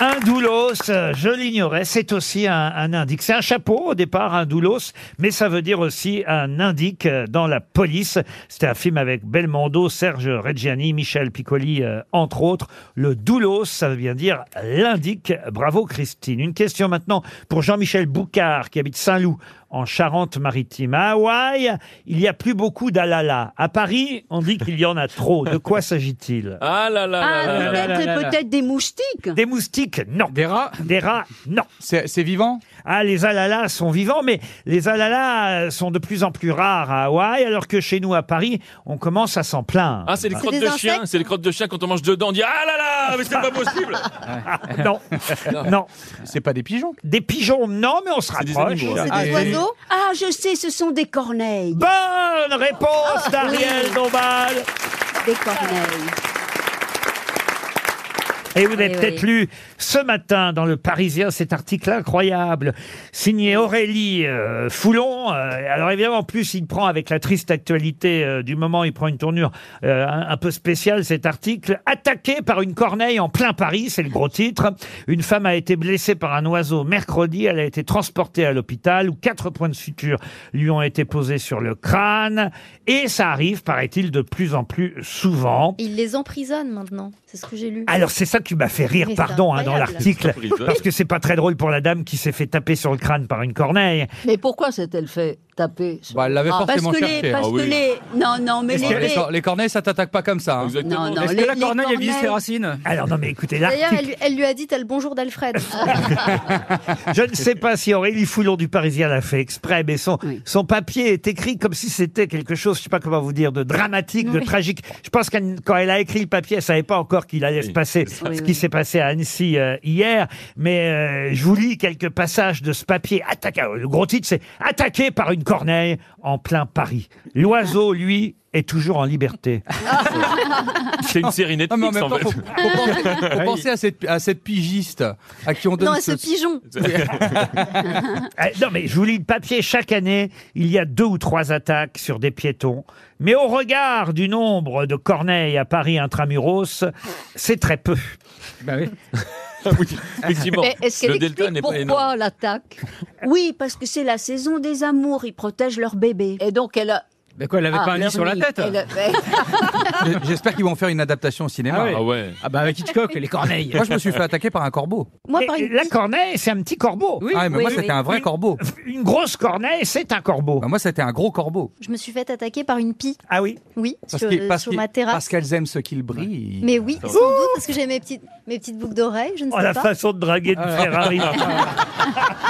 Un doulos, euh, je l'ignorais, c'est aussi un, un indique. C'est un chapeau au départ, un doulos, mais ça veut dire aussi un indique euh, dans la police. C'était un film avec Belmondo, Serge Reggiani, Michel Piccoli, euh, entre autres. Le doulos, ça veut bien dire l'indique. Bravo Christine. Une question maintenant pour Jean-Michel Boucard, qui habite Saint-Loup, en Charente-Maritime. À Hawaï, il n'y a plus beaucoup d'alala. À Paris, on dit qu'il y en a trop. De quoi s'agit-il
Ah là là
Ah,
là là là là là là.
peut-être peut-être des moustiques.
Des moustiques, non. Des rats Des rats, non. C'est vivant Ah, les alalas sont vivants, mais les alalas sont de plus en plus rares à Hawaï, alors que chez nous, à Paris, on commence à s'en plaindre.
Ah, c'est les crottes de chien, c'est les crottes de chien quand on mange dedans, on dit ah là là, mais c'est pas possible. <laughs>
non, non.
C'est pas des pigeons.
Des pigeons, non, mais on se
des
rapproche.
animaux, C'est hein. des Ah, oiseaux oui.
Ah, je sais, ce sont des corneilles.
Bonne réponse
Ah,
d'Ariel
oui.
Dombal.
Des corneilles.
Et vous avez
Oui,
peut-être
oui.
lu ce matin dans le Parisien cet article incroyable signé Aurélie euh, Foulon. Euh, alors évidemment, en plus, il prend avec la triste actualité euh, du moment, il prend une tournure euh, un, un peu spéciale cet article. Attaqué par une corneille en plein Paris, c'est le gros titre. Une femme a été blessée par un oiseau mercredi. Elle a été transportée à l'hôpital où quatre points de suture lui ont été posés sur le crâne. Et ça arrive, paraît-il, de plus en plus souvent.
Ils les emprisonnent maintenant, c'est ce que j'ai lu.
Alors c'est ça qui m'a fait rire,
Mais c'est
pardon, hein, dans
incroyable.
l'article,
C'est surprisant.
parce que c'est pas très drôle pour la dame qui s'est fait taper sur le crâne par une corneille.
Mais pourquoi s'est-elle fait taper sur
Bah, elle l'avait
Ah,
forcément
parce que les-
cherché.
parce
Ah
que
oui.
les-
Non, non, mais
Est-ce
les,
que les, cor- les corneilles, ça t'attaque pas comme ça. hein.
Exactement. Non, non,
Est-ce
les-
que la
les
corneille, elle vise
corneilles-
ses racines
Alors non, mais écoutez,
D'ailleurs,
l'article, Ah.
elle, lui- elle lui a dit elle bonjour d'Alfred.
je ne sais pas si Aurélie Foulon du Parisien l'a fait exprès, mais son, son papier est écrit comme si c'était quelque chose, je sais pas comment vous dire, de dramatique, de tragique. Je pense que quand elle a écrit le papier, elle savait pas encore qu'il allait se passer
ça.
ce
Oui,
qui
oui.
s'est passé à Annecy euh, hier, mais euh, je vous lis quelques passages de ce papier. Attaque, le gros titre, c'est Attaqué par une corneille en plein Paris. L'oiseau, lui, est toujours en liberté.
<laughs> C'est une série
Non, Ah, mais en
Netflix
même
en
temps,
fait.
faut, faut penser, faut penser à, cette, à cette pigiste à qui on donne
non,
<laughs>
ce pigeon.
Euh, non, mais je vous lis le papier. Chaque année, il y a deux ou trois attaques sur des piétons. Mais au regard du nombre de corneilles à Paris intramuros, c'est très peu.
<laughs> Effectivement,
Mais est-ce qu'elle
le delta
explique
n'est pas énorme.
pourquoi l'attaque
Oui, parce que c'est la saison des amours, ils protègent leurs bébés.
Et donc elle a...
Mais quoi, elle
Ah, leur nid.
hein.
Elle a-
<laughs>
J'espère qu'ils vont en faire une adaptation au cinéma.
Ah ouais. Ah
bah avec Hitchcock, les
corneilles.
Moi, je me suis fait attaquer par un corbeau.
Et La corneille, c'est un petit corbeau.
ah, mais moi, c'était un vrai
Une-
corbeau. Bah,
Une grosse corneille, c'est un corbeau.
moi, c'était un gros corbeau.
Je me suis fait attaquer par une pie.
Ah oui
Oui,
Parce
sur, euh,
qu'il- parce
sur
qu'il-
ma terrasse.
parce qu'elles aiment ce qu'il brille.
Mais oui, sans doute, parce que j'ai mes petites, mes petites boucles d'oreilles, je ne sais
Oh, la
pas.
façon de draguer de
Ah.
Ferrari.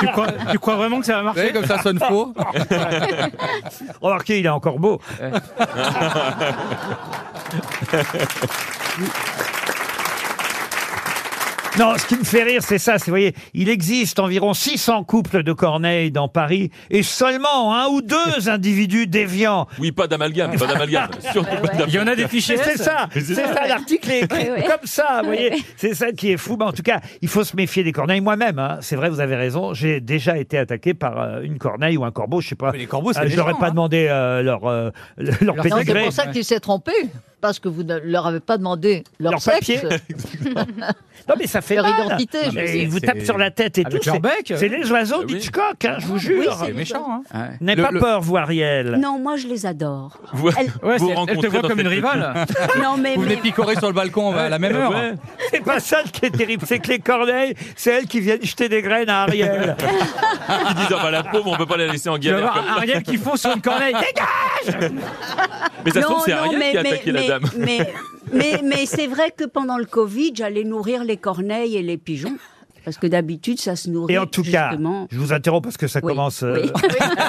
tu, crois,
<laughs>
tu crois vraiment que ça va marcher
Ouais, comme ça sonne faux.
Oh, Remarquez, il est encore
<laughs>
beau. Non, ce qui me fait rire, c'est ça. c'est- Vous voyez, il existe environ 600 couples de corneilles dans Paris et seulement un ou deux individus déviants.
Oui, pas d'amalgame, pas d'amalgame. Surtout pas d'amalgame.
Il y
<laughs>
en a des fichiers.
C'est ça,
Mais
c'est ça, l'article est écrit
<laughs> Ouais, ouais.
comme ça, vous voyez.
Ouais.
C'est ça qui est fou. Mais en tout cas, il faut se méfier des corneilles. Moi-même, hein, c'est vrai, vous avez raison, j'ai déjà été attaqué par euh, une corneille ou un corbeau, je sais pas.
les corbeaux, c'est
Ah,
des
Je leur ai
gens,
pas demandé euh, leur, euh, <laughs> leur
Non, c'est
pédigré.
pour ça qu'il s'est trompé, parce que vous ne leur avez pas demandé leur,
Leur
sexe.
papier.
<laughs>
<laughs> Non, mais ça fait
Leur
mal.
identité, je veux
Et
dire.
ils vous
C'est-
tapent sur la tête et
Avec
tout.
leur
c'est-
bec.
C'est les oiseaux
Ah oui.
d'Hitchcock, hein, je vous
Oui,
jure.
c'est méchant, hein.
N'aie
Le-
pas
le-
peur, vous, Ariel.
Non, moi je les adore.
Vous,
Elle-
Ouais,
vous
c'est- elle te
rencontrez
voit
dans
comme
cette
une rivale.
petite-
Non, mais-
Vous venez
mais-
picorer sur le balcon à la même heure.
Ouais.
C'est pas ça qui est terrible, c'est que les corneilles, c'est elles qui viennent jeter des graines à Ariel.
Ils disent, ah bah la pauvre, on peut pas la laisser en
Tu vas
galère
voir
comme ça.
Ariel qui fonce sur
<laughs>
une corneille.
Mais ça se
Non,
trouve, c'est
non,
Ariel
mais-
qui a
mais-
attaqué la
mais-
dame.
Mais, mais, mais c'est vrai que pendant le Covid, j'allais nourrir les corneilles et les pigeons. Parce que d'habitude, ça se nourrit.
Et en tout
<laughs>
cas,
justement.
je vous interromps parce que ça commence. euh, <laughs>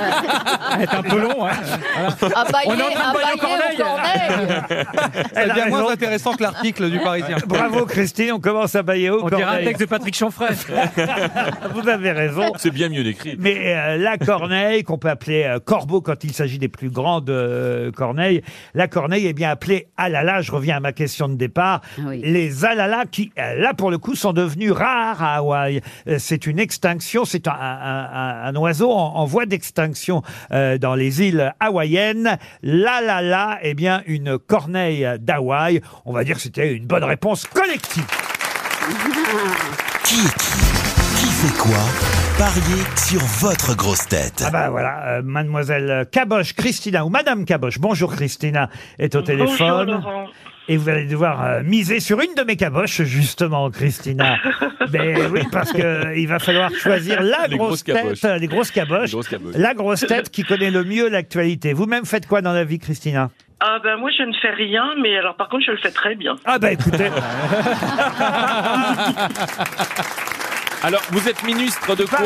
C'est un peu long. Hein.
Ah, bah,
Abaillé,
On est en train de
abaillé
bailler aux
aux corneilles.
Elle
C'est
a
bien
raison.
moins intéressant que l'article du Parisien.
Bravo Christine, on commence à bailler aux
On dirait un
corneilles.
texte de Patrick Chanfray.
Vous avez raison.
C'est bien mieux décrit.
Mais euh, la corneille, qu'on peut appeler euh, corbeau quand il s'agit des plus grandes euh, corneilles, la corneille est bien appelée alala. Je reviens à ma question de départ. Les alalas qui, euh, là pour le coup, sont devenus rares à Hawaï. Euh, C'est une extinction, c'est un, un- un- un oiseau en, en voie d'extinction euh, dans les îles hawaïennes. L'alala est bien une corneille d'Hawaï. On va dire que c'était une bonne réponse collective.
Qui est qui Qui fait quoi Pariez sur votre grosse tête.
Ah bah voilà, euh, mademoiselle Caboche, Christina ou madame Caboche. Bonjour Christina est au téléphone.
Laurent.
Et vous allez devoir euh, miser sur une de mes caboches, justement, Christina. Mais oui, parce que euh, il va falloir choisir la
Les
grosse
grosses
tête,
caboches.
euh, les grosses caboches,
grosses caboches.
la grosse tête qui connaît le mieux l'actualité. Vous-même faites quoi dans la vie, Christina
Ah ben moi je ne fais rien, mais alors par contre je le fais très bien.
Ah bah écoutez,
Alors, vous êtes ministre de quoi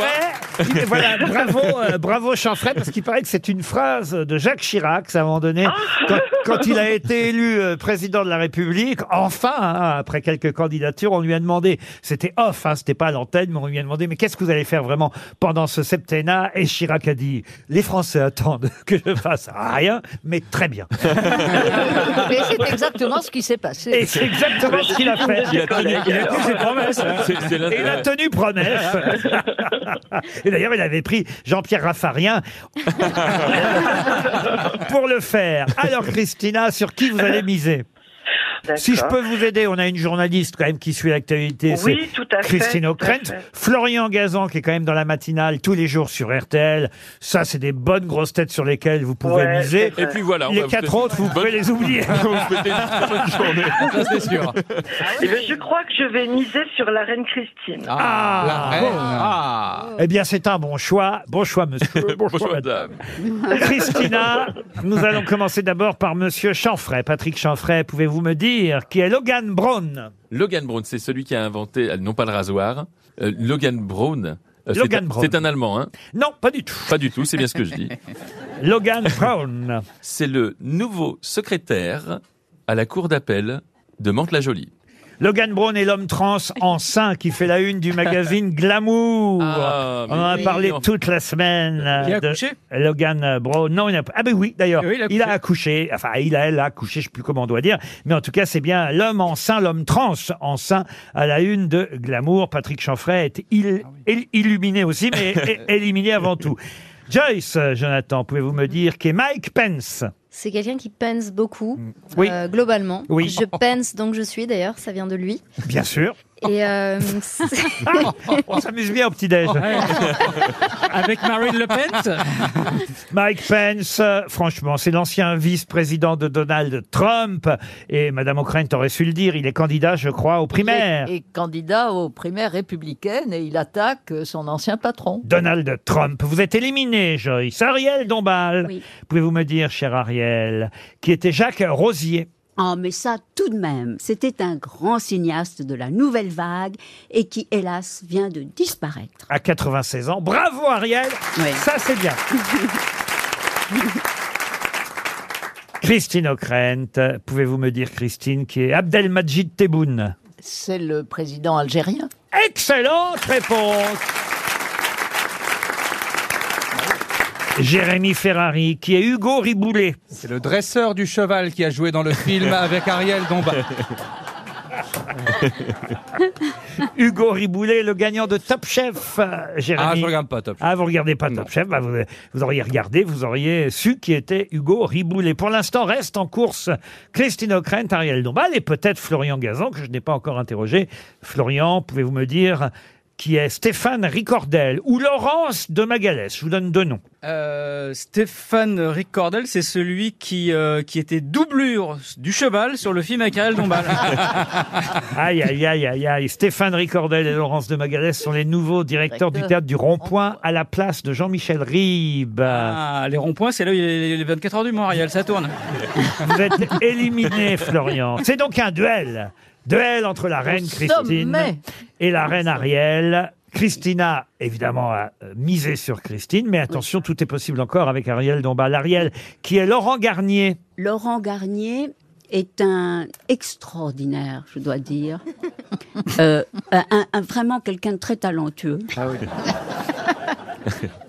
Et
<laughs>
voilà, bravo, euh, bravo Chanfray, parce qu'il paraît que c'est une phrase de Jacques Chirac, à un moment donné, quand, quand il a été élu euh, président de la République. Enfin, hein, après quelques candidatures, on lui a demandé, c'était off, hein, c'était pas à l'antenne, mais on lui a demandé, mais qu'est-ce que vous allez faire vraiment pendant ce septennat Et Chirac a dit, les Français attendent <laughs> que je fasse rien, mais
<laughs>
très bien.
Mais c'est exactement ce qui s'est passé.
Et c'est exactement ce qu'il a fait. Et il a tenu promesse. Et d'ailleurs, il avait pris Jean-Pierre Raffarien pour le faire. Alors, Christina, sur qui vous allez miser si je peux vous aider, on a une journaliste quand même qui suit l'actualité,
Oui,
c'est
tout à fait,
Christine
tout à
O'Krent.
fait.
Florian Gazan qui est quand même dans la matinale tous les jours sur RTL. Ça, c'est des bonnes grosses têtes sur lesquelles vous pouvez
Ouais,
miser.
c'est vrai. Et puis voilà, on
Les
va vous
quatre
souhaiter
autres, vous
une
pouvez
bonne-
les oublier.
On <laughs> vous souhaite une très
<laughs>
bonne journée. <laughs> Ça, c'est sûr.
Eh ben, je crois que je vais miser sur la reine Christine.
Ah, bon.
Ah.
Eh bien, c'est un bon choix. Bon choix, monsieur. bon
Bonsoir,
choix,
Euh, madame.
Christina, nous allons commencer d'abord par Monsieur Chanfray. Patrick Chanfray, pouvez-vous me dire qui est Logan Brown
Logan Brown, c'est celui qui a inventé, euh, non pas le rasoir, euh, Logan Brown. euh, c'est
Logan
un-
Brown.
C'est un Allemand, hein
Non, pas du tout.
Pas du tout, c'est bien ce que je dis.
Logan Brown.
C'est le nouveau secrétaire à la cour d'appel de
<laughs>
Mantes-la-Jolie.
Logan Brown est l'homme trans enceint qui fait la une du magazine Glamour.
Ah,
On en a
mais
parlé
non.
toute la semaine. euh,
Qui a
de
accouché
Logan Brown. Non, il n'a pas. Ah ben oui, d'ailleurs,
Oui,
il, a accouché. Enfin, il a, elle a accouché, je sais plus comment on doit dire. Mais en tout cas, c'est bien l'homme enceint, l'homme trans enceint à la une de Glamour. Patrick Chanfray est il- il- illuminé aussi, mais é- éliminé avant tout. Joyce, euh, Jonathan, pouvez-vous me dire qui est Mike Pence
C'est quelqu'un qui pense beaucoup,
Oui.
euh, globalement.
Oui.
Je pense donc je suis d'ailleurs, ça vient de lui.
Bien sûr.
Et euh, <laughs> c'est-
On s'amuse bien au petit-déj.
<laughs> Avec Marine Le Pen
Mike Pence, euh, franchement, c'est l'ancien vice-président de Donald Trump. Et Madame O'Krent aurait su le dire, il est candidat, je crois, aux primaires.
Et candidat aux primaires républicaines et il attaque euh, son ancien patron.
Donald Trump, vous êtes éliminé, Joyce. Ariel Dombal, pouvez-vous me dire, cher Ariel, qui était Jacques Rosier
Oh, mais ça, tout de même, c'était un grand cinéaste de la nouvelle vague et qui, hélas, vient de disparaître.
à 96 ans. Bravo Ariel, ça c'est bien. Christine O'Krent, pouvez-vous me dire, Christine, qui est Abdelmajid Tebboune
C'est le président algérien.
Excellente réponse Jérémy Ferrari, qui est Hugo Riboulet.
C'est le dresseur du cheval qui a joué dans le film avec Ariel Dombal.
<laughs> Hugo Riboulet, le gagnant de Top Chef, euh, Jérémy.
Ah, je regarde pas Top
Ah, vous regardez pas Top Chef bah, vous, vous auriez regardé, vous auriez su qui était Hugo Riboulet. Pour l'instant, reste en course Christine O'Krent, Ariel Dombal et peut-être Florian Gazan, que je n'ai pas encore interrogé. Florian, pouvez-vous me dire qui est Stéphane Ricordel ou Laurence de Magalès Je vous donne deux noms.
Euh, Stéphane Ricordel, c'est celui qui, euh, qui était doublure du cheval sur le film avec
<laughs>
Ariel Dombal.
Aïe, aïe, aïe, aïe, aïe. Stéphane Ricordel et Laurence de Magalès sont les nouveaux directeurs du
Directeur.
théâtre du Rond-Point à la place de Jean-Michel Ribes.
ah, les ronds-points, c'est là où il y a les les 24 heures du mois, Ariel, ça tourne.
Vous êtes éliminé, Florian. C'est donc un duel. Duel entre la reine Christine
sommet.
et la reine Ariel. Christina, évidemment, a euh, misé sur Christine, mais attention, tout est possible encore avec Ariel Dombal. Ariel, qui est Laurent Garnier.
Laurent Garnier est un extraordinaire, je dois dire. Euh, un- un- un- vraiment quelqu'un de très talentueux. <laughs>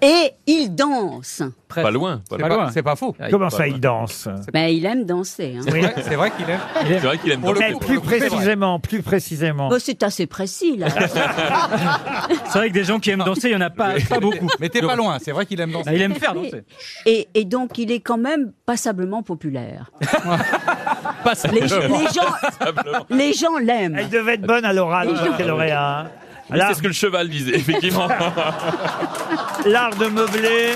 Et il danse.
Pas loin.
C'est pas- c'est pas
Ah,
faux.
Comment ça, il danse
Mais Ben, il aime danser. hein.
C'est vrai, c'est vrai qu'il aime.
C'est vrai qu'il aime
Mais
danser, pour
plus
le coup, c'est vrai.
précisément, plus précisément.
Bon, Oh, c'est assez précis,
<laughs>
là.
C'est vrai que des gens qui aiment danser, il n'y en a pas, pas beaucoup.
Mais t'es pas loin, c'est vrai qu'il aime danser.
Bah, il aime faire danser.
Et, et donc, il est quand même passablement populaire.
Passablement.
Les- les gens-
Passablement.
Les gens l'aiment.
Elle devait être bonne à l'oral, hein.
Les gens-
qu'elle aurait un.
Oui, c'est ce que le cheval disait,
<laughs>
effectivement.
L'art de meubler.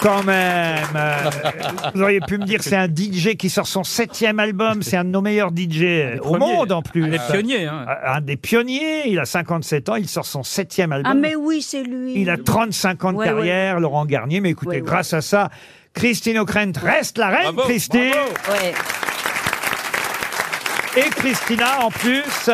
Quand même. euh, Vous auriez pu me dire, c'est un DJ qui sort son septième album. C'est un de nos meilleurs DJ au
premiers.
monde, en plus.
Un des pionniers, hein.
Un des pionniers. Il a 57 ans. Il sort son septième album.
Ah, mais oui, c'est lui. <laughs>
Il a 35 ans de
Ouais, ouais.
carrière, Laurent Garnier. Mais écoutez, grâce à ça, Christine O'Krent reste la reine, Christine. Et Christina, en plus,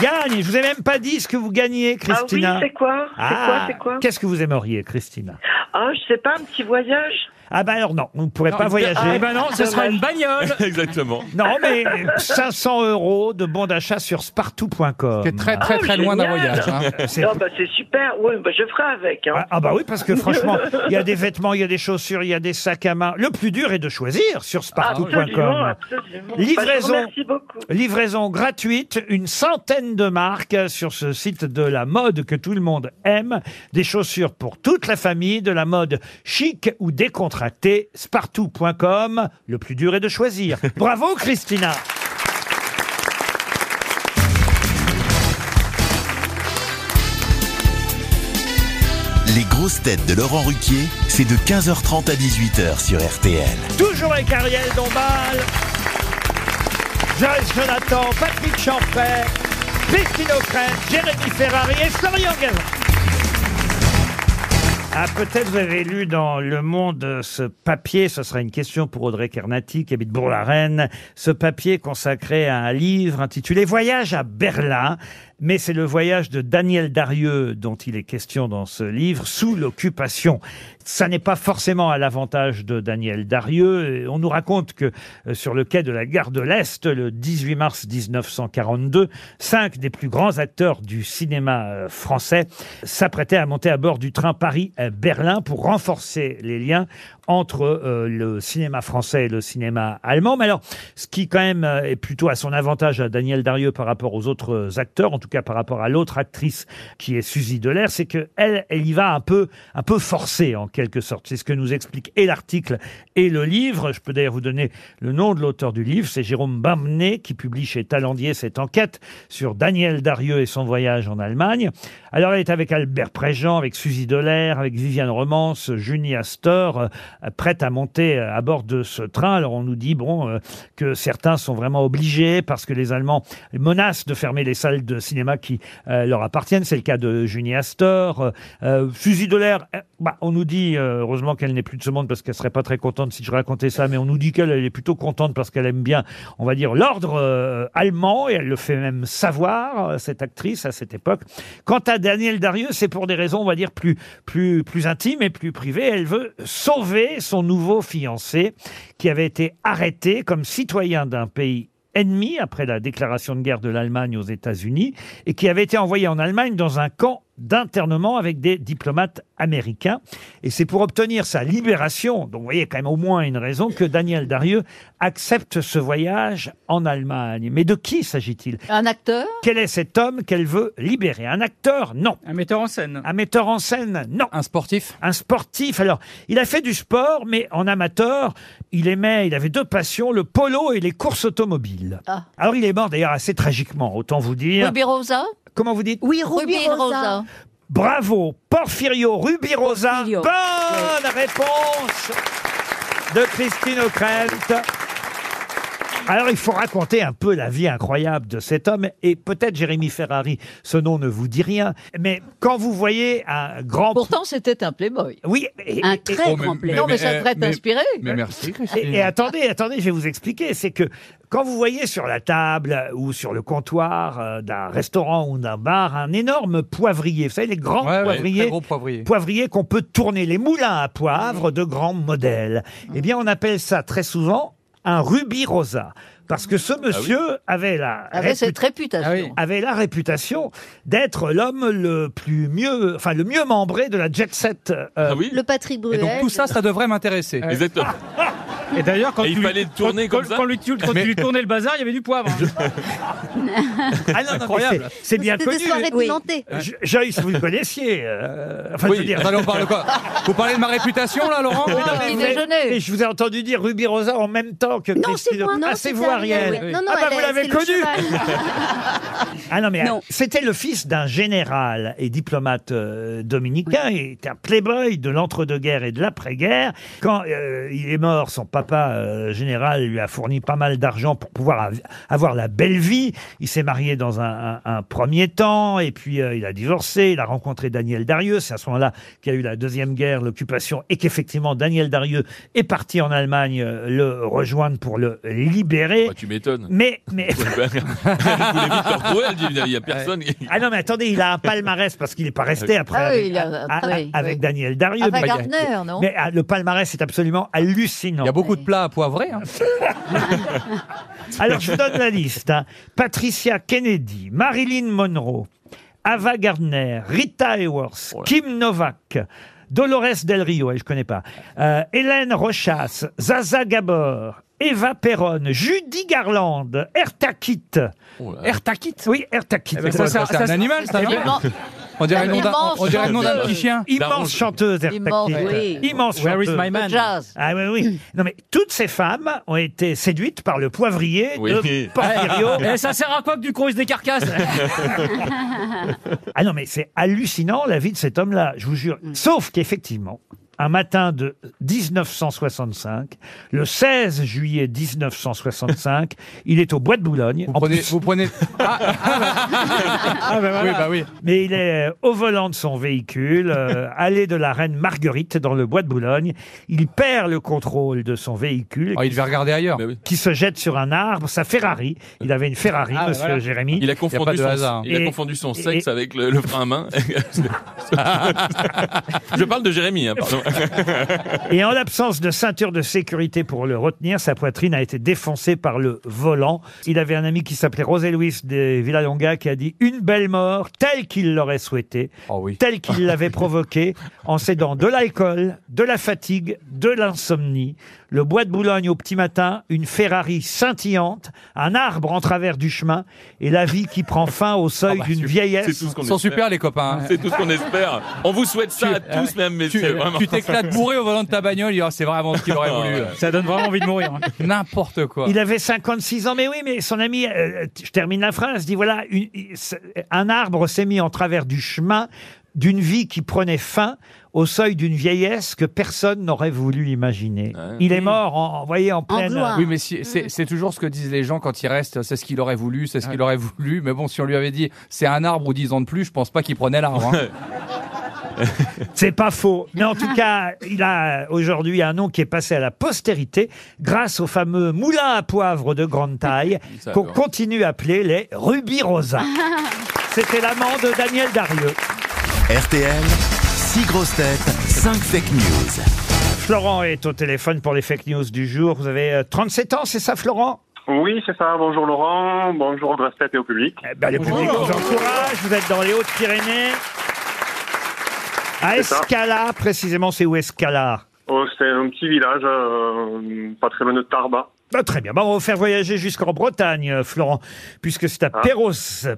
gagne. Je vous ai même pas dit ce que vous gagnez, Christina. Ah,
Ah oui, c'est quoi C'est quoi, c'est quoi
Qu'est-ce que vous aimeriez, Christina
Ah, je sais pas, un petit voyage
Ah ben alors non, on ne pourrait
Non,
pas
une-
voyager.
ah, eh ben non, ce sera une bagnole.
Exactement.
Non, mais 500 euros de bon d'achat sur spartou.com.
C'est très, très, très loin d'un voyage. hein.
Ah, C'est-
Ah, <laughs> Non, bah, c'est super. Oui, bah, je ferai avec. hein.
Ah bah oui, parce que franchement, il
<laughs>
y a des vêtements, il y a des chaussures, il y a des sacs à main. Le plus dur est de choisir sur
Absolument,
spartou.com.
absolument. Bah, je vous
Livraison,
remercie beaucoup.
livraison gratuite, une centaine de marques sur ce site de la mode que tout le monde aime. Des chaussures pour toute la famille, de la mode chic ou décontractée. Spartou.com, le plus dur est de choisir. Bravo Christina
Les grosses têtes de Laurent Ruquier, c'est de 15h30 à 18h sur RTL.
Toujours avec Ariel Dombal, Joyce Jonathan, Patrick Champret, Christine O'Krent, Jérémy Ferrari et Florian Gazan. Ah, peut-être vous avez lu dans Le Monde euh, ce papier, ce sera une question pour Audrey Kernati qui habite Bourg-la-Reine, ce papier consacré à un livre intitulé Voyage à Berlin, mais c'est le voyage de Daniel Darieux dont il est question dans ce livre, sous l'occupation. Ça n'est pas forcément à l'avantage de Daniel Darieux. Et On nous raconte que euh, sur le quai de la gare de l'Est, le 18 mars 1942, cinq des plus grands acteurs du cinéma euh, français s'apprêtaient à monter à bord du train Paris-Berlin pour renforcer les liens entre euh, le cinéma français et le cinéma allemand. Mais alors, ce qui quand même euh, est plutôt à son avantage à Daniel Darieux par rapport aux autres euh, acteurs, en tout cas par rapport à l'autre actrice qui est Suzy Delair, c'est que elle, elle y va un peu, un peu forcée en quelque sorte. C'est ce que nous explique et l'article et le livre. Je peux d'ailleurs vous donner le nom de l'auteur du livre, c'est Jérôme Bamné qui publie chez Talandier cette enquête sur Daniel Darieux et son voyage en Allemagne. Alors elle est avec Albert Préjean, avec Suzy Delair, avec Viviane Romance, Junie Astor, euh, prête à monter euh, à bord de ce train. Alors on nous dit bon euh, que certains sont vraiment obligés parce que les Allemands menacent de fermer les salles de cinéma qui euh, leur appartiennent. C'est le cas de Junie Astor, euh, euh, Suzy Delair. euh, bah, on nous dit euh, heureusement qu'elle n'est plus de ce monde parce qu'elle serait pas très contente si je racontais ça, mais on nous dit qu'elle elle est plutôt contente parce qu'elle aime bien, on va dire l'ordre euh, allemand et elle le fait même savoir euh, cette actrice à cette époque. Quant à Daniel Darieux, c'est pour des raisons on va dire plus plus plus intimes et plus privées. Elle veut sauver son nouveau fiancé qui avait été arrêté comme citoyen d'un pays ennemi après la déclaration de guerre de l'Allemagne aux États-Unis et qui avait été envoyé en Allemagne dans un camp d'internement avec des diplomates américains. Et c'est pour obtenir sa libération, donc vous voyez quand même au moins une raison, que Daniel Darieux accepte ce voyage en Allemagne. Mais de qui s'agit-il
Un acteur
Quel est cet homme qu'elle veut libérer Un acteur Non. Un metteur en scène Un metteur en scène Non. Un sportif Un sportif. Alors, il a fait du sport, mais en amateur, il aimait, il avait deux passions, le polo et les courses automobiles.
Ah.
Alors, il est mort d'ailleurs assez tragiquement, autant vous dire.
Ruby Rosa
Comment vous dites
Oui,
Ruby Rosa.
Bravo, Porfirio Rubirosa. Bonne réponse de Christine O'Krent. Alors, il faut raconter un peu la vie incroyable de cet homme. Et peut-être, Jérémy Ferrari, ce nom ne vous dit rien. Mais quand vous voyez un grand...
Pourtant, c'était un playboy.
Oui.
Un très Oh, mais- grand plaisir. Non, mais ça devrait t'inspirer. mais
merci,
Et, et attendez, attendez, je vais vous expliquer. C'est que quand vous voyez sur la table ou sur le comptoir euh, d'un restaurant ou d'un bar un énorme poivrier, vous savez, les grands
Ouais, ouais,
poivriers,
très gros poivrier.
poivriers qu'on peut tourner, les moulins à poivre de grands modèles,
Mmh.
eh bien, on appelle ça très souvent un rubis rosa. Parce que
Ah
ce monsieur avait la
Avait cette
réputation
réputation.
avait la réputation d'être l'homme le plus mieux, enfin le mieux membré de la jet set. euh,
Le Patrick
Ah Et
Bruel.
donc tout ça, ça devrait m'intéresser.
Exactement.
Et d'ailleurs, quand
Et
tu
il
lui-
fallait tourner
quand-
comme ça
quand lui- tu- quand tu lui tournais le bazar, il y avait du poivre. hein.
<laughs> Ah non, non, mais
Incroyable.
c'est- C'est bien
C'était
connu. Euh,
des soirées de Oui. Nantais.
Jo- Joyce, vous le connaissiez. euh, enfin,
Oui,
je veux dire.
attendez, on parle de quoi Vous parlez de ma réputation, là, Laurent
Mais non,
Ah,
mais
petit
vous avez-
déjeuner.
mais je vous ai entendu dire Ruby Rosa en même temps que
Non,
Christine.
c'est moi, non,
ah, c'est
c'était
vous,
Ariel,
Ariel.
oui.
Non, non,
ah, bah,
elle
vous
<laughs>
est-
l'avez
c'est le
connu.
cheval.
Ah non, mais
Non.
euh, c'était le fils d'un général et diplomate euh, dominicain. Il était un playboy de l'entre-deux-guerres et de l'après-guerre. Quand euh, il est mort, son papa euh, général lui a fourni pas mal d'argent pour pouvoir av- avoir la belle vie. Il s'est marié dans un, un- un premier temps et puis euh, il a divorcé. Il a rencontré Daniel Darius. C'est à ce moment-là qu'il y a eu la Deuxième Guerre, l'occupation et qu'effectivement Daniel Darius est parti en Allemagne euh, le rejoindre pour le libérer.
Tu m'étonnes. ben,
Mais, mais...
<laughs> Elle voulait vite te retrouver, elle dit, il n'y a personne. qui-
Ah non, mais attendez, il a un palmarès parce qu'il n'est pas resté après
Ah oui,
avec,
il a-
a-
oui,
avec
oui.
Daniel Darieux.
Avec
Mais-
Gardner, non
Mais ah, le palmarès est absolument hallucinant. Il y a beaucoup de plats à poivrer.
hein.
Alors, je vous donne la liste. hein. Patricia Kennedy, Marilyn Monroe, Ava Gardner, Rita Hayworth, Kim Novak, Dolores Del Rio, elle, je connais pas, euh, Hélène Rochas, Zaza Gabor, Eva Perron, Judy Garland, Ertakit. Ertakit Oui, Ertakit.
Eh ben, ça, ça, c'est un animal, ça, non On dirait le nom d'un- on- on dirait le nom d'un petit chien.
Immense
Daronge.
chanteuse, Ertakit.
Immense, oui.
Immense chanteuse.
Where is my man Jazz.
Ah oui, oui. Non mais toutes ces femmes ont été séduites par le poivrier de <laughs> Porfirio.
<laughs> Eh, ça sert à quoi que du croise
<laughs>
des carcasses <laughs>
Ah non, mais c'est hallucinant la vie de cet homme-là, je vous jure. Sauf qu'effectivement, un matin de 1965, le 16 juillet <laughs> 1965, il est au Bois de Boulogne. Vous prenez... Vous prenez...
Ah, ben voilà. Oui, bah oui.
Mais il est euh, au volant de son véhicule, euh, allée de la Reine Marguerite dans le Bois de Boulogne. Il perd le contrôle de son véhicule. il devait regarder ailleurs.
Bah
Qui se jette sur un arbre, sa Ferrari. Il avait une Ferrari,
Ah, bah
monsieur
voilà.
Jérémy.
Il a confondu, son, il a
Et-
confondu son
<laughs> et-
sexe avec le, le frein à
<laughs>
main. <laughs> Je parle de Jérémy, hein,
<laughs>
pardon.
Et en l'absence de ceinture de sécurité pour le retenir, sa poitrine a été défoncée par le volant. Il avait un ami qui s'appelait Rosé Luis de Villalonga qui a dit une belle mort telle qu'il l'aurait souhaitée,
Ah
telle qu'il l'avait provoquée, en cédant de l'alcool, de la fatigue, de l'insomnie. Le bois de Boulogne au petit matin, une Ferrari scintillante, un arbre en travers du chemin et la vie qui prend fin au seuil d'une vieillesse.
Ah bah, C'est tout ce qu'on espère. C'est tout ce qu'on espère. On vous souhaite ça à tous, mesdames,
Tu-
messieurs. vraiment.
Tu t'éclates bourré au volant de ta bagnole, il dit, oh, c'est vraiment ce qu'il aurait voulu.
Ça donne vraiment envie de
hein.
mourir.
N'importe quoi.
Il avait 56 ans, mais oui, mais son ami, euh, je termine la phrase, dit voilà, une- un arbre s'est mis en travers du chemin d'une vie qui prenait fin au seuil d'une vieillesse que personne n'aurait voulu imaginer. Il est mort, en, vous voyez, en pleine...
Oui, mais si- c'est c'est toujours ce que disent les gens quand ils restent. C'est ce qu'il aurait voulu, c'est ce qu'il aurait voulu. Mais bon, si on lui avait dit c'est un arbre ou 10 ans de plus, je pense pas qu'il prenait l'arbre. hein.
C'est pas faux. Mais en tout cas, il a euh, aujourd'hui un nom qui est passé à la postérité grâce au fameux moulin à poivre de grande taille
Ça
qu'on
alors.
continue à appeler les Ruby Rosa. C'était l'amant de Daniel Darieux.
RTL, 6 grosses têtes, 5 fake news.
Florent est au téléphone pour les fake news du jour. Vous avez euh, 37 ans, c'est ça, Florent
Oui, c'est ça. Bonjour Laurent, bonjour Grasset et au public.
le public vous encourage. Ah, Vous êtes dans les Hautes-Pyrénées. À
C'est ça.
Escala, précisément, c'est où Escala
Oh, c'est un petit village, euh, pas très loin de Tarbes.
Ah, très bien. Bon, on va vous faire voyager jusqu'en Bretagne, euh, Florent, puisque c'est à Perros,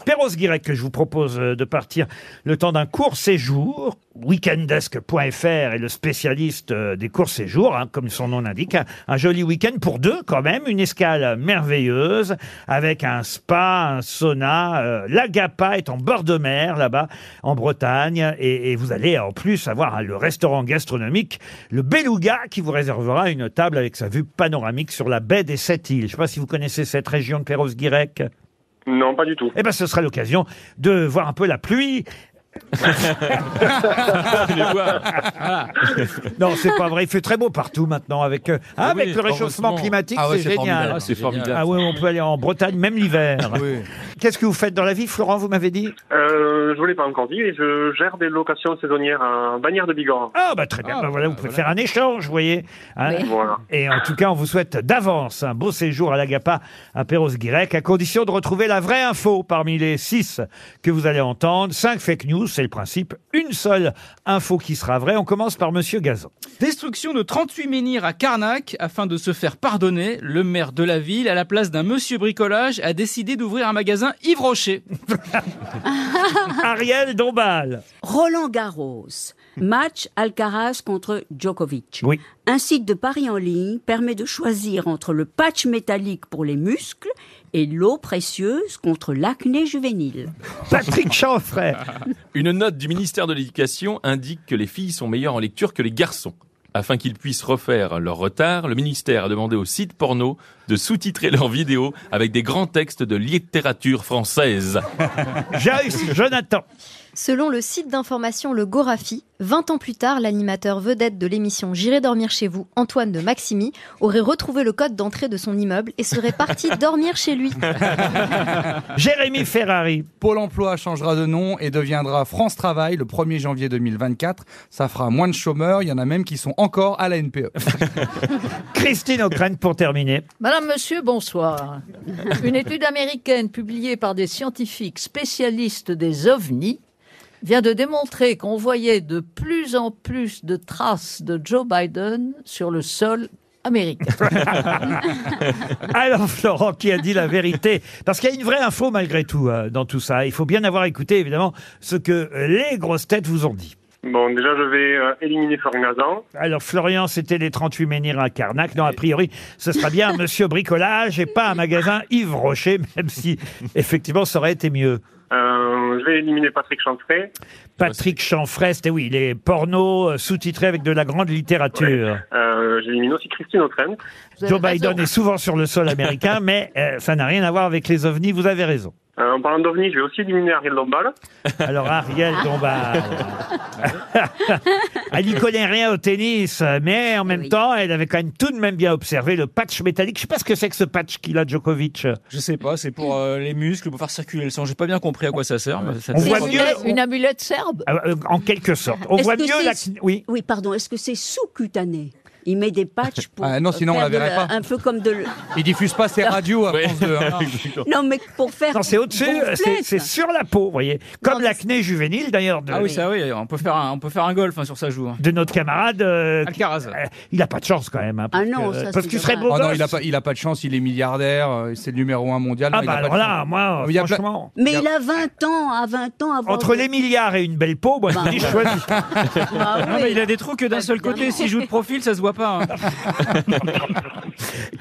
Perros-Guirec que je vous propose euh, de partir le temps d'un court séjour. Weekendesk.fr est le spécialiste euh, des courts séjours, hein, comme son nom l'indique. Un, un joli week-end pour deux, quand même. Une escale merveilleuse avec un spa, un sauna. euh, L'Agapa est en bord de mer, là-bas, en Bretagne. Et, et vous allez en plus avoir hein, le restaurant gastronomique, le Beluga, qui vous réservera une table avec sa vue panoramique sur la baie des Sept Îles. Je ne sais pas si vous connaissez cette région de Perros-Guirec.
Non, pas du tout.
Eh bien, ce sera l'occasion de voir un peu la pluie. <laughs> Non, c'est pas vrai. Il fait très beau partout maintenant avec euh, ah,
Oui,
avec le réchauffement
heureusement.
climatique,
Ah ouais,
c'est
c'est formidable.
génial.
Ah, c'est formidable.
Ah ouais, on peut aller en Bretagne même l'hiver. Qu'est-ce que vous faites dans la vie, Florent Vous m'avez dit.
Euh, je vous l'ai pas encore dit, et je gère des locations saisonnières à Bagnères de Bigorre.
Ah bah très bien. bah, voilà, vous pouvez faire un échange, vous voyez. hein.
Oui. Voilà.
Et en tout cas, on vous souhaite d'avance un beau séjour à l'Agapa à Perros-Guirec, à condition de retrouver la vraie info parmi les six que vous allez entendre. Cinq fake news, c'est le principe. Une seule info qui sera vraie. On commence par Monsieur <laughs> Gazan.
Destruction de 38 menhirs à Carnac afin de se faire pardonner. Le maire de la ville, à la place d'un monsieur bricolage, a décidé d'ouvrir un magasin Yves Rocher.
Ariel Dombal.
Roland Garros Match Alcaraz contre Djokovic.
Oui.
Un site de paris en ligne permet de choisir entre le patch métallique pour les muscles et l'eau précieuse contre l'acné juvénile.
<laughs> Patrick Chanfray.
Une note du ministère de l'Éducation indique que les filles sont meilleures en lecture que les garçons. Afin qu'ils puissent refaire leur retard, le ministère a demandé aux sites porno de sous-titrer leurs vidéos avec des grands textes de littérature française.
Joyce Jonathan.
Selon le site d'information Le Gorafi, 20 ans plus tard, l'animateur vedette de l'émission J'irai dormir chez vous, Antoine de Maximi, aurait retrouvé le code d'entrée de son immeuble et serait
<laughs>
parti dormir chez lui.
<laughs> Jérémy Ferrari.
Pôle emploi changera de nom et deviendra France Travail le 1er janvier 2024. Ça fera moins de chômeurs. Il y en a même qui sont encore à la E. NPE.
<laughs> Christine O'Crane pour terminer.
Madame, monsieur, bonsoir. Une étude américaine publiée par des scientifiques spécialistes des ovnis vient de démontrer qu'on voyait de plus en plus de traces de Joe Biden sur le sol américain.
Alors Florent qui a dit la vérité, parce qu'il y a une vraie info malgré tout euh, dans tout ça. Il faut bien avoir écouté évidemment ce que les grosses têtes vous ont dit.
Bon, déjà, je vais euh, éliminer Florian Gazan.
Alors Florian, c'était les 38 menhirs à Carnac. Non, a priori, ce sera bien un monsieur bricolage et pas un magasin Yves Rocher, même si effectivement ça aurait été mieux.
Euh, je vais éliminer Patrick Chanfray.
Patrick Chanfray, c'était oui, les pornos euh, sous-titrés avec de la grande littérature.
Euh, J'élimine aussi Christine O'Trent.
Joe Biden est souvent sur le sol américain, mais euh, ça n'a rien à voir avec les ovnis, vous avez raison.
Euh, en parlant d'OVNI, je vais aussi éliminer Ariel Dombal.
Alors Ariel Dombal, elle n'y connaît rien au tennis, mais en même temps, elle avait quand même tout de même bien observé le patch métallique. Je sais pas ce que c'est que ce patch qu'il a, Djokovic.
<laughs> Je sais pas, c'est pour euh, les muscles, pour faire circuler le sang. J'ai pas bien compris à quoi ça sert. mais ça-
On voit
Une
mieux,
amulette- Une amulette serbe
euh, euh, en quelque sorte. On
Est-ce
voit
que
mieux la...
c'est-
Oui.
Oui, pardon, est-ce que c'est sous-cutané Il met des patchs pour.
Ah non, sinon,
faire
on la
de
verrait pas.
Un peu comme de.
<laughs>
l-
Ils diffusent pas ces radios à France 2. hein.
Non, mais pour faire.
Non, c'est au-dessus,
des
euh, c'est
gonflettes.
c'est sur la peau, vous voyez. Comme l'acné juvénile, d'ailleurs, de,
Ah oui, ça oui, on peut faire un, on peut faire un golf hein, sur sa joue. hein.
de notre camarade. euh, qui-
Alcaraz.
euh, il n'a pas de
<laughs>
chance, quand même. hein, parce
Ah non,
que-
ça,
Parce
c'est
qu'il serait
dommage.
beau
Oh non,
gosse.
il a pas, il a pas de chance. Il est milliardaire. euh, C'est le numéro un mondial.
Ah
non, il
bah
a pas de
alors là,
chance.
moi,
Il y a plein-
franchement...
Mais il a 20 ans, à 20 ans, avant.
Entre les milliards et une belle peau, moi, je vous dis, je choisis.
Bah, <laughs> Non, mais il a des trous que d'un seul côté. S'il joue de profil, ça se voit pas. hein.
<laughs>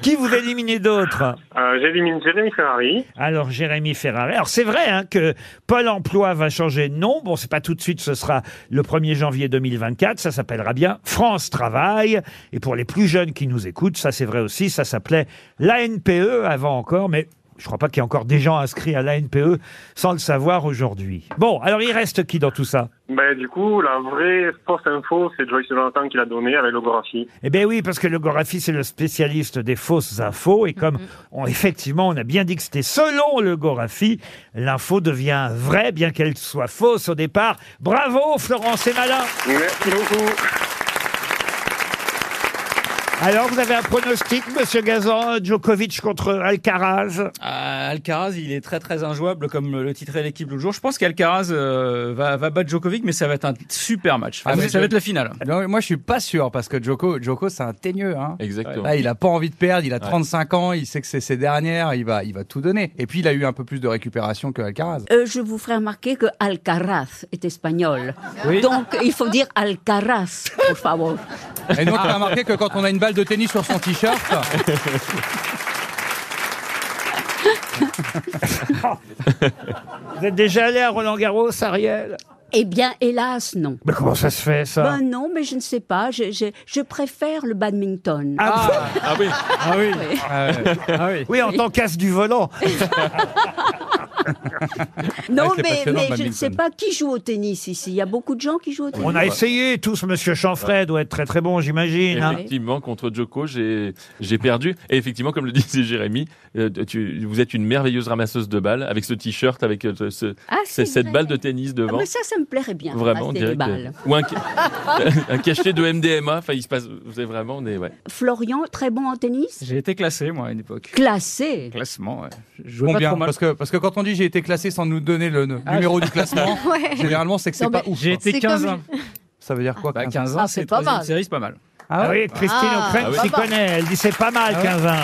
Qui vous éliminez d'autres
Euh, J'élimine Jérémy Ferrari.
Alors Jérémy Ferrari. Alors c'est vrai hein, que Pôle Emploi va changer de nom. Bon, c'est pas tout de suite, ce sera le 1er janvier 2024. Ça s'appellera bien France Travail. Et pour les plus jeunes qui nous écoutent, ça c'est vrai aussi, ça s'appelait l'ANPE E avant encore, mais je crois pas qu'il y ait encore des gens inscrits à l'ANPE E sans le savoir aujourd'hui. Bon, alors il reste qui dans tout ça
Ben, du coup, la vraie fausse info, c'est Joyce Jonathan qui l'a donnée avec l'ographie.
Eh bien oui, parce que le Gorafi, c'est le spécialiste des fausses infos. Et comme, on- effectivement, on a bien dit que c'était selon le Gorafi, l'info devient vraie, bien qu'elle soit fausse au départ. Bravo, Florence, c'est malin
Merci beaucoup.
Alors, vous avez un pronostic, Monsieur Gazan, Djokovic contre
<laughs>
Alcaraz
Ah, Alcaraz, il est très très injouable, comme le titrait l'équipe l'autre jour. Je pense qu'Alcaraz euh, va, va battre Djokovic, mais ça va être un super match. Enfin,
Ah, mais
ça va
je-
être la finale.
Non, mais moi, je suis pas sûr parce que Joko, Joko, c'est un teigneux. Hein.
Exactement.
Là, il a pas envie de perdre. Il a 35 ans. Il sait que c'est ses dernières. Il va, il va tout donner. Et puis, il a eu un peu plus de récupération que Alcaraz.
Euh, je vous ferai remarquer que Alcaraz est espagnol.
Oui.
Donc, il faut dire Alcaraz, por favor.
Et donc, tu as remarqué que quand on a une balle de tennis sur son
<laughs>
t-shirt,
Vous êtes déjà allé à Roland-Garros, Ariel
Eh bien, hélas, non.
Mais comment ça se fait, ça
Ben non, mais je ne sais pas. Je, je- je préfère le badminton.
Ah, <laughs>
Ah oui,
Ah oui. Ah oui.
Oui, en tant qu'as du volant
<laughs>
Ah,
Ah,
non,
c'est
mais,
passionnant,
mais
le
je ne sais
badminton.
pas qui joue au tennis ici. Il y a beaucoup de gens qui jouent au tennis.
On a essayé tous, Monsieur Chanfray doit être très très bon, j'imagine. hein.
Effectivement, contre Joko, j'ai j'ai perdu. Et effectivement, comme le disait Jérémy, euh, tu, vous êtes une merveilleuse ramasseuse de balles avec ce t-shirt, avec euh, ce-
Ah, c'est
cette
vrai.
balle de tennis
Ah,
devant.
mais ça, ça me plairait bien.
Vraiment, on
ramasser
dirait
des
que-
balles.
Ou un, ca- <laughs> un cachet de MDMA. Enfin, il se passe. Vous êtes vraiment. On est, ouais.
<laughs> Florian, très bon en tennis
J'ai été classé moi à une époque.
Classé.
Classement. Ouais. Je jouais pas
combien
trop mal. Ah,
Parce que parce que quand on dit j'ai été classé sans nous donner le
Ah,
n- numéro du
<laughs>
<laughs>
classement,
Ouais.
généralement c'est que c'est
Non,
pas
mais
ouf.
J'ai
hein.
été
C'est
15
comme-
ans.
Ça veut dire quoi
Bah,
15?
15 ans,
Ah,
c'est
c'est
la
pas
troisième
mal.
série, c'est pas mal.
Ah oui, Christine
Ah,
O'Crane
bah
s'y
bah.
Ah
Ah
connaît, elle dit c'est pas mal, 15 ans.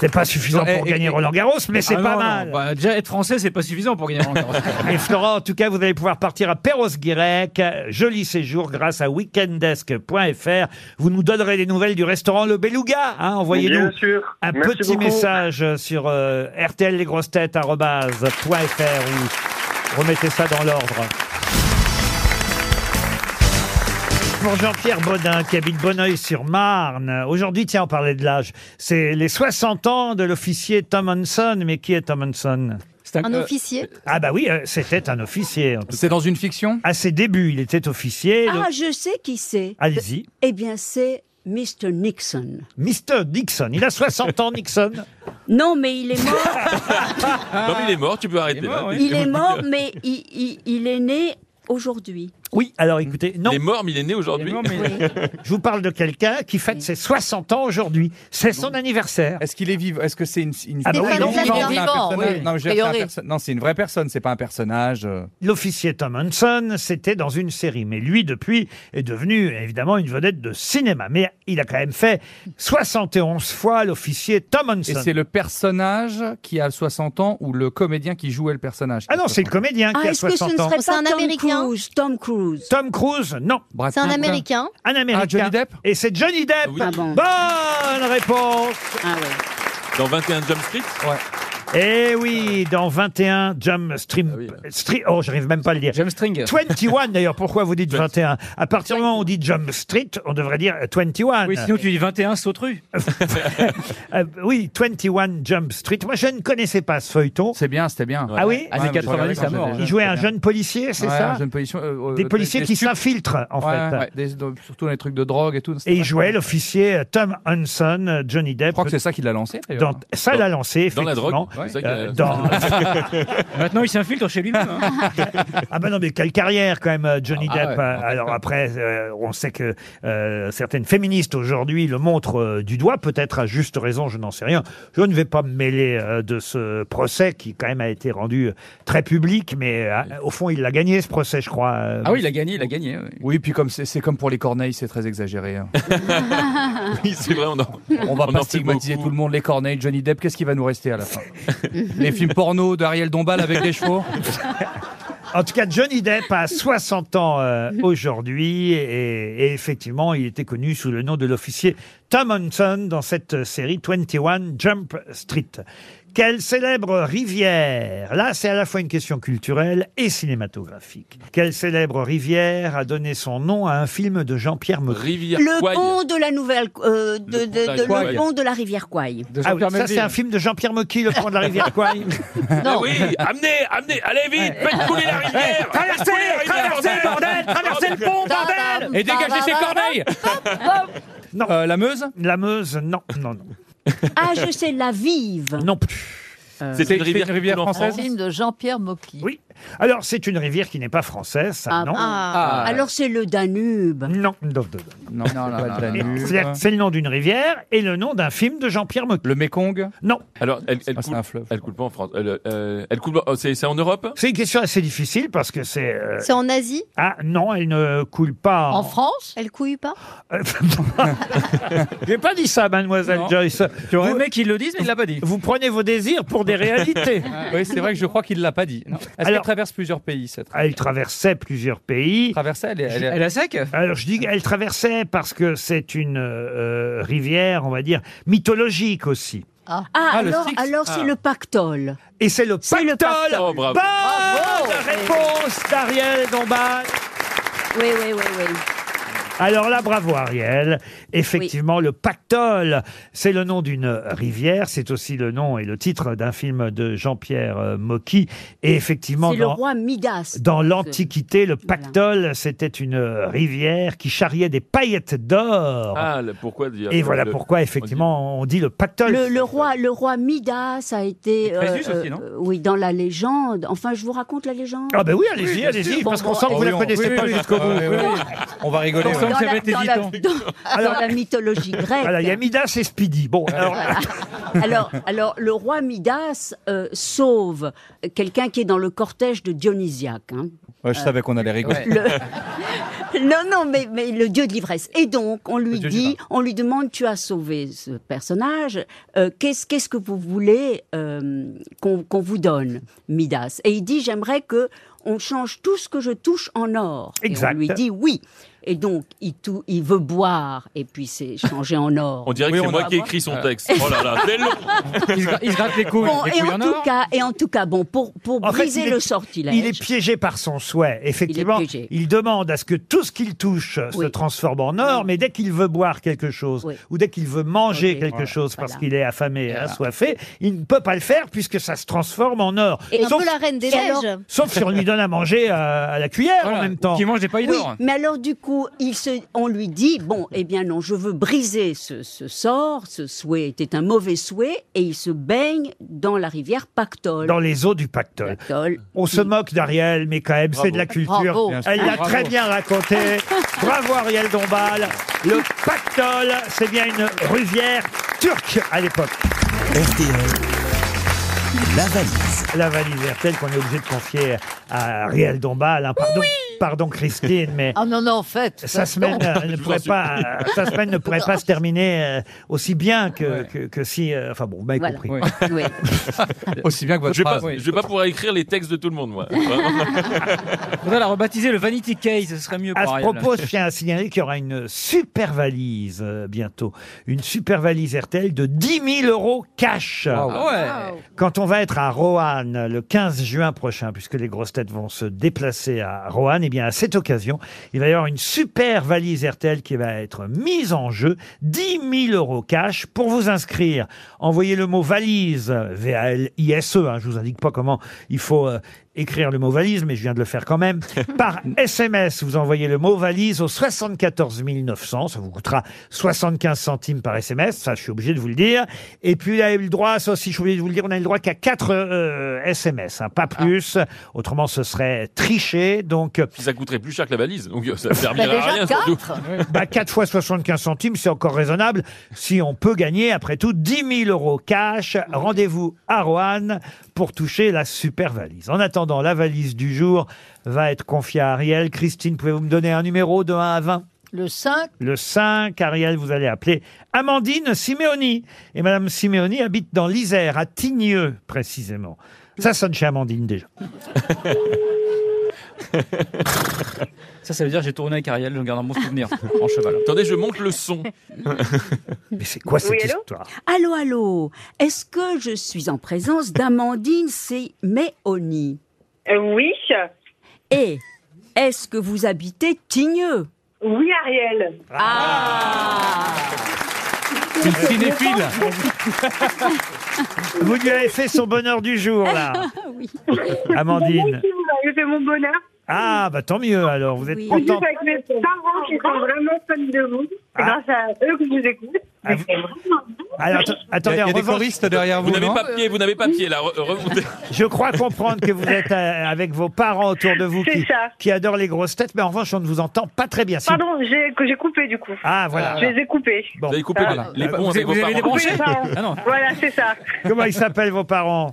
C'est pas suffisant
eh,
pour gagner Roland Garros, mais c'est
Ah
pas
non, non.
mal.
Bah, déjà, être français, c'est pas suffisant pour gagner Roland Garros.
<laughs> Et Florent, en tout cas, vous allez pouvoir partir à Perros-Guirec. Joli séjour grâce à weekendesk.fr. Vous nous donnerez des nouvelles du restaurant Le Beluga. hein, Envoyez-nous
Bien sûr.
un
Merci
petit
beaucoup.
message sur euh, rtlesgrossetêtes.fr ou remettez ça dans l'ordre. Pour Jean-Pierre Baudin, qui habite Bonneuil-sur-Marne. Aujourd'hui, tiens, on parlait de l'âge. C'est les 60 ans de l'officier Tom Hanson. Mais qui est Tom Hanson
Un officier
ah bah oui, euh, c'était un officier. C'est dans une fiction À ses débuts, il était officier.
Ah,
donc-
je sais qui c'est.
Allez-y.
Eh bien, c'est Mr. Nixon.
Mr. Nixon, il a 60 ans, Nixon.
Non, mais il est
<laughs>
mort.
Non, mais il est mort, tu peux arrêter
Ah
là.
il est mort, mais il, il- il est né aujourd'hui.
Oui, alors écoutez, non.
Il est mort, mais il est né aujourd'hui.
Je vous parle de quelqu'un qui fête ses 60 ans aujourd'hui. C'est son anniversaire. Est-ce qu'il est vivant Est-ce que c'est une, Ah bah oui,
non,
il est vivant.
c'est un personnage. Non, mais je veux dire, c'est un
Priori.
perso- non, c'est une vraie personne, c'est pas un personnage. euh.
L'officier Tom Hanson, c'était dans une série. Mais lui, depuis, est devenu évidemment une vedette de cinéma. Mais il a quand même fait 71 fois l'officier Tom Hanson.
Et c'est le personnage qui a 60 ans ou le comédien qui jouait le personnage.
Ah non, c'est le comédien
qui
qui
a
a 60 ans.
C'est un Américain
Tom Cruise.
Tom Cruise, non.
C'est un Américain
Un Américain.
Johnny Depp
Et c'est Johnny Depp.
Ah bon.
Bonne réponse.
Dans 21 Jump Street
Ouais.
Eh oui, dans 21 Jump Stream. Stre- oh, j'arrive même pas à le dire. Jump
String.
21 d'ailleurs, pourquoi vous dites 21 À partir du moment où on dit Jump Street, on devrait dire euh, 21.
Oui, sinon tu dis 21 sautru.
<laughs> Euh, oui, 21 Jump Street. Moi, je ne connaissais pas ce feuilleton.
C'est bien, c'était bien.
Ah oui
Années Ouais, 90 à mort.
Il jouait un
C'était
jeune policier, c'est
Ouais,
ça
un jeune policier, euh, euh,
Des policiers qui
stup-
s'infiltrent, en
Ouais,
fait.
ouais, des- de- surtout les trucs de drogue et tout.
Et il jouait l'officier euh, Tom Hanson, euh, Johnny Depp. Je crois que
c'est ça qui l'a lancé. d'ailleurs.
Dans, ça l'a lancé,
Dans
effectivement. Euh,
la drogue, c'est ça qui l'a-
dans-
<laughs> Maintenant, il s'infiltre chez lui-même. hein.
ah ben non, mais quelle carrière quand même, euh, Johnny
Ah,
Depp.
ouais.
Euh, Alors après, euh, on sait que euh, certaines féministes aujourd'hui le montrent euh, du doigt, peut-être à juste raison, je n'en sais rien. Je ne vais pas me mêler euh, de ce procès qui quand même a été rendu euh, très public, mais euh, au fond, il l'a gagné ce procès, je crois. euh,
Ah oui, il a gagné, il a gagné.
<laughs>
ouais.
Oui, puis comme c'est c'est comme pour les corneilles, c'est très exagéré. hein.
Oui, c'est vrai, on en-
On va
on en
pas
fait
stigmatiser
beaucoup.
tout le monde, les corneilles, Johnny Depp, qu'est-ce qui va nous rester à
<laughs>
la fin Les films porno d'Ariel Dombal avec des chevaux
En tout cas, Johnny Depp a 60 ans euh, aujourd'hui et, et effectivement, il était connu sous le nom de l'officier Tom Hanson dans cette série 21 Jump Street. Quelle célèbre rivière Là, c'est à la fois une question culturelle et cinématographique. Quelle célèbre rivière a donné son nom à un film de Jean-Pierre Mocky
Rivière
Le
Quail.
pont de la nouvelle, euh,
pont
de, de-
de la
de-
Quaille.
le pont de la rivière Quaille.
Ah oui, ça, c'est un film de Jean-Pierre Mocky, Le pont de la rivière Quail.
Ah oui, amenez, amenez, allez vite, faites couler la rivière
Eh, Traversez,
Faites couler la rivière,
traversez, bordel, traversez le pont, bordel
Et dégagez ces corneilles
Non.
la Meuse
La Meuse, non, non, non.
<laughs> Ah, je sais, la vive.
Non.
Euh,
Euh,
C'est une rivière,
Un film de
Ah,
Jean-Pierre Mocky.
Oui. Alors, c'est une rivière qui n'est pas française, ça,
Ah,
non
ah, Alors c'est le Danube.
Non, non, non,
Non,
non.
pas de la
Et
nuit.
c'est- C'est le nom d'une rivière et le nom d'un film de Jean-Pierre Mocky.
Le Mékong
Non.
<laughs> Alors, elle,
Ah,
elle coule, elle coule pas en France. Elle, euh, elle coule, pas- oh, c'est c'est en Europe
C'est une question assez difficile parce que c'est. euh,
C'est en Asie
Ah non, elle ne coule pas.
En France
Elle couille pas
J'ai pas dit ça, mademoiselle
Non.
Joyce.
Tu aurais aimé qu'il le dise, mais il l'a pas dit.
Vous prenez vos désirs pour des réalités.
<laughs> Oui, c'est vrai que je crois qu'il l'a pas dit. Non. Est-ce qu'elle
Alors-
traverse plusieurs pays cette
Ah, Elle traversait plusieurs pays.
traversée elle, est- elle est-
Elle a sec
Alors je dis qu'elle traversait parce que c'est une euh, rivière, on va dire, mythologique aussi.
Ah,
Ah, le
alors,
Styx.
alors c'est
Ah.
le pactole.
Et c'est le
C'est le
pactole.
pactole.
Oh, bravo.
Bonne réponse d'Ariel Dombal.
Oui, oui, oui, oui.
Alors là, bravo Ariel. Effectivement, le pactole, c'est le nom d'une rivière. C'est aussi le nom et le titre d'un film de Jean-Pierre euh, Mocky. Et effectivement,
C'est le
dans,
roi Midas.
dans l'Antiquité, le pactole, c'était une euh, rivière qui charriait des paillettes d'or.
Ah, le- pourquoi dire
Et voilà
le-
pourquoi, effectivement, on dit le pactole.
Le, le roi, le roi Midas a été,
Crésus aussi, non
euh, oui, dans la légende. Enfin, je vous raconte la légende.
Ah ben oui, allez-y,
Oui, bien
allez-y,
sûr.
parce
Bon,
qu'on
bon,
sent que
Oh,
vous
oui,
la
on-
connaissez
oui,
pas
oui,
jusqu'au
oui,
bout.
oui, oui. On va rigoler.
Ensemble,
ouais.
ça va être
dans, la,
hésitant.
dans-
<laughs> Alors-
dans la mythologie grecque.
Voilà, il y a Midas et Speedy. Bon, alors,
Voilà. Alors, alors, le roi Midas euh, sauve quelqu'un qui est dans le cortège de Dionysiaque. hein.
Ouais, je savais qu'on allait rigoler.
Le, Non, non, mais, mais le dieu de l'ivresse. Et donc, on lui
dieu du
dit, on lui demande, tu as sauvé ce personnage, euh, qu'est-ce qu'est-ce que vous voulez euh, qu'on qu'on vous donne, Midas Et il dit, j'aimerais que on change tout ce que je touche en or.
Exact.
Et on lui dit oui. Et donc, il, tou- il veut boire, et puis c'est changé en or.
On dirait que c'est moi qui ai écrit son texte. Oh là là,
<laughs>
c'est long
Il se gratte les couilles.
Bon, et, en tout cas, et en tout cas, bon, pour, pour
En fait,
briser
il est-
le sortilège.
Il est piégé par son souhait. Effectivement,
Il est
il,
piégé.
demande à ce que tout ce qu'il touche se transforme en or, mais dès qu'il veut boire quelque chose ou dès qu'il veut manger quelque chose parce qu'il est affamé et assoiffé, il ne peut pas le faire puisque ça se transforme en or.
Et un peu la reine des neiges.
sauf si on lui donne à manger euh, à, à la cuillère en même temps. Qui
mange des
Oui, mais alors du coup, il se, on lui dit bon, eh bien non, je veux briser ce, ce sort, ce souhait était un mauvais souhait, et il se baigne dans la rivière Pactole.
Dans les eaux du pactole. On se moque d'Ariel, mais quand même, c'est
Bravo.
de la culture.
Bravo.
Elle l'a
Bravo.
très bien raconté. Bravo Ariel Dombal. Le pactole, c'est bien une rivière turque à l'époque. La valise. La valise RTL qu'on est obligé de confier à Ariel Dombal. hein. Pardon, pardon Christine, mais
Ah non, non, en fait.
sa semaine euh, ne pourrait pas, euh, sa semaine ne pourrait pas se terminer euh, aussi bien que, que, que si. euh, Enfin bon, vous m'avez
Voilà.
compris.
<laughs> Aussi bien que votre
je vais, pas,
phrase.
je vais pas pouvoir écrire les textes de tout le monde,
<laughs>
moi.
On va la rebaptiser le Vanity Case, ce serait mieux
À
pour
ce
Ariel.
propos, je tiens à signaler qu'il y aura une super valise euh, bientôt. Une super valise RTL de 10 000 euros cash.
Ah ouais.
Quand on va être à Roanne le 15 juin prochain, puisque les grosses têtes vont se déplacer à Roanne, et bien à cette occasion, il va y avoir une super valise RTL qui va être mise en jeu. 10 000 euros cash. Pour vous inscrire, envoyez le mot valise, V-A-L-I-S-E, hein, je vous indique pas comment il faut euh, écrire le mot valise, mais je viens de le faire quand même. Par SMS, vous envoyez le mot valise au 74 900. Ça vous coûtera 75 centimes par SMS. Ça, je suis obligé de vous le dire. Et puis, là, il y a eu le droit, ça aussi, je suis obligé de vous le dire, on a eu le droit qu'à 4 SMS, hein, pas plus. Autrement, ce serait triché. Donc,
Puis ça coûterait plus cher que la valise, donc euh, ça ne servirait à rien. surtout. <laughs>
bah, 4 fois 75 centimes, c'est encore raisonnable. Si on peut gagner, après tout, 10 000 euros cash. Rendez-vous à Roanne pour toucher la super valise. En attendant, la valise du jour va être confiée à Ariel. Christine, pouvez-vous me donner un numéro de 1 à 20
Le 5,
le 5, Ariel, vous allez appeler Amandine Siméoni. Et Madame Siméoni habite dans l'Isère, à Tigneux, précisément. Ça sonne chez Amandine déjà.
Ça, ça veut dire que j'ai tourné avec Ariel, je garde un bon souvenir en cheval.
Attendez, je monte le
<laughs>
son.
Mais c'est quoi
cette Oui, allô
histoire
Allô, allô, est-ce que je suis en présence d'Amandine Siméoni
Euh, Oui.
Et est-ce que vous habitez Tigneux Ah!
Oui, Ariel.
C'est
Euh,
cinéphile <laughs> Vous lui avez fait son bonheur du jour, là.
<laughs>
Amandine.
Merci, vous avez fait mon bonheur.
Ah, bah tant mieux alors, vous êtes
Je suis
contente.
avec mes parents qui sont vraiment fans de vous. C'est grâce à eux que je vous écoute.
Ah, vous- Alors, atte- attendez, en revanche,
Vous n'avez pas pied, vous n'avez pas pied, là. <laughs> re- Remontez.
je crois comprendre que vous êtes euh, avec vos parents autour de vous qui, qui adorent les grosses têtes, mais en revanche, on ne vous entend pas très bien. Si-
Pardon, j'ai- que j'ai coupé du coup.
Ah, voilà.
Je les ai coupés.
Bon. Euh, Vous avez coupé les- les ponts
Vous
avec
avez-
vos
vous avez
parents.
coupé les parents.
Ah non.
Voilà, c'est ça.
Comment ils s'appellent vos parents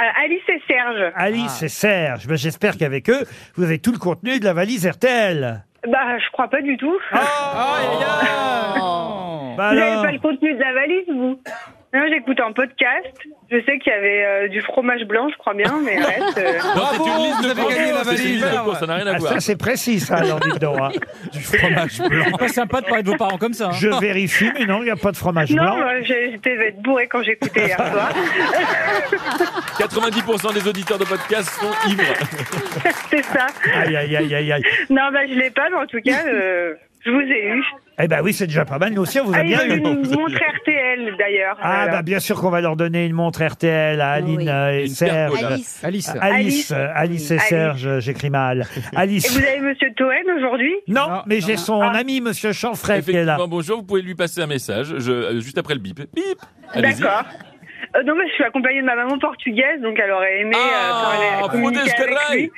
Euh, Alice et Serge.
Alice et Serge. Ben, J'espère qu'avec eux, vous avez tout le contenu de la valise RTL.
Bah, je crois pas du tout.
Bah
vous
alors.
n'avez pas le contenu de la valise, vous Non, j'écoute un podcast. Je sais qu'il y avait euh, du fromage blanc, je crois
<laughs>
bien, mais le reste. euh,
Non, Ah, c'est une liste de courses, c'est une liste de courses, Ça n'a rien à
Ah,
voir.
ça, c'est précis, ça, alors dites donc.
<laughs>
hein.
Du fromage blanc. C'est pas sympa de parler de vos parents comme ça. hein.
Je vérifie, mais non, il n'y a pas de fromage
Non,
blanc.
moi, j'ai- j'étais devais être bourré quand j'écoutais hier soir. <laughs>
90% des auditeurs de podcast sont ivres.
C'est ça.
Aïe, aïe, aïe, aïe, aïe.
Non, bah, je l'ai pas, mais en tout cas, euh, je vous ai eu.
Eh ben oui, c'est déjà pas mal. Nous aussi, on vous a
Ah, ils
bien
veulent
eu.
une montre RTL, d'ailleurs.
Ah
Alors.
bah bien sûr qu'on va leur donner une montre RTL à Aline euh, et Serge.
percola. Alice.
Alice.
Alice.
Alice, euh, Alice et
Alice.
Serge,
<laughs>
j'écris mal.
Et
Alice.
vous avez Monsieur Toen aujourd'hui Ah.
Non, mais j'ai son ami Monsieur Chanfray qui est là.
Effectivement, bonjour, vous pouvez lui passer un message je- euh, juste après le bip. Bip Allez-y.
D'accord. Euh, non, mais je suis accompagnée de ma maman portugaise, donc elle aurait aimé euh, parler.
Ah,
communiquer
Funes
avec
Ferreira.
lui.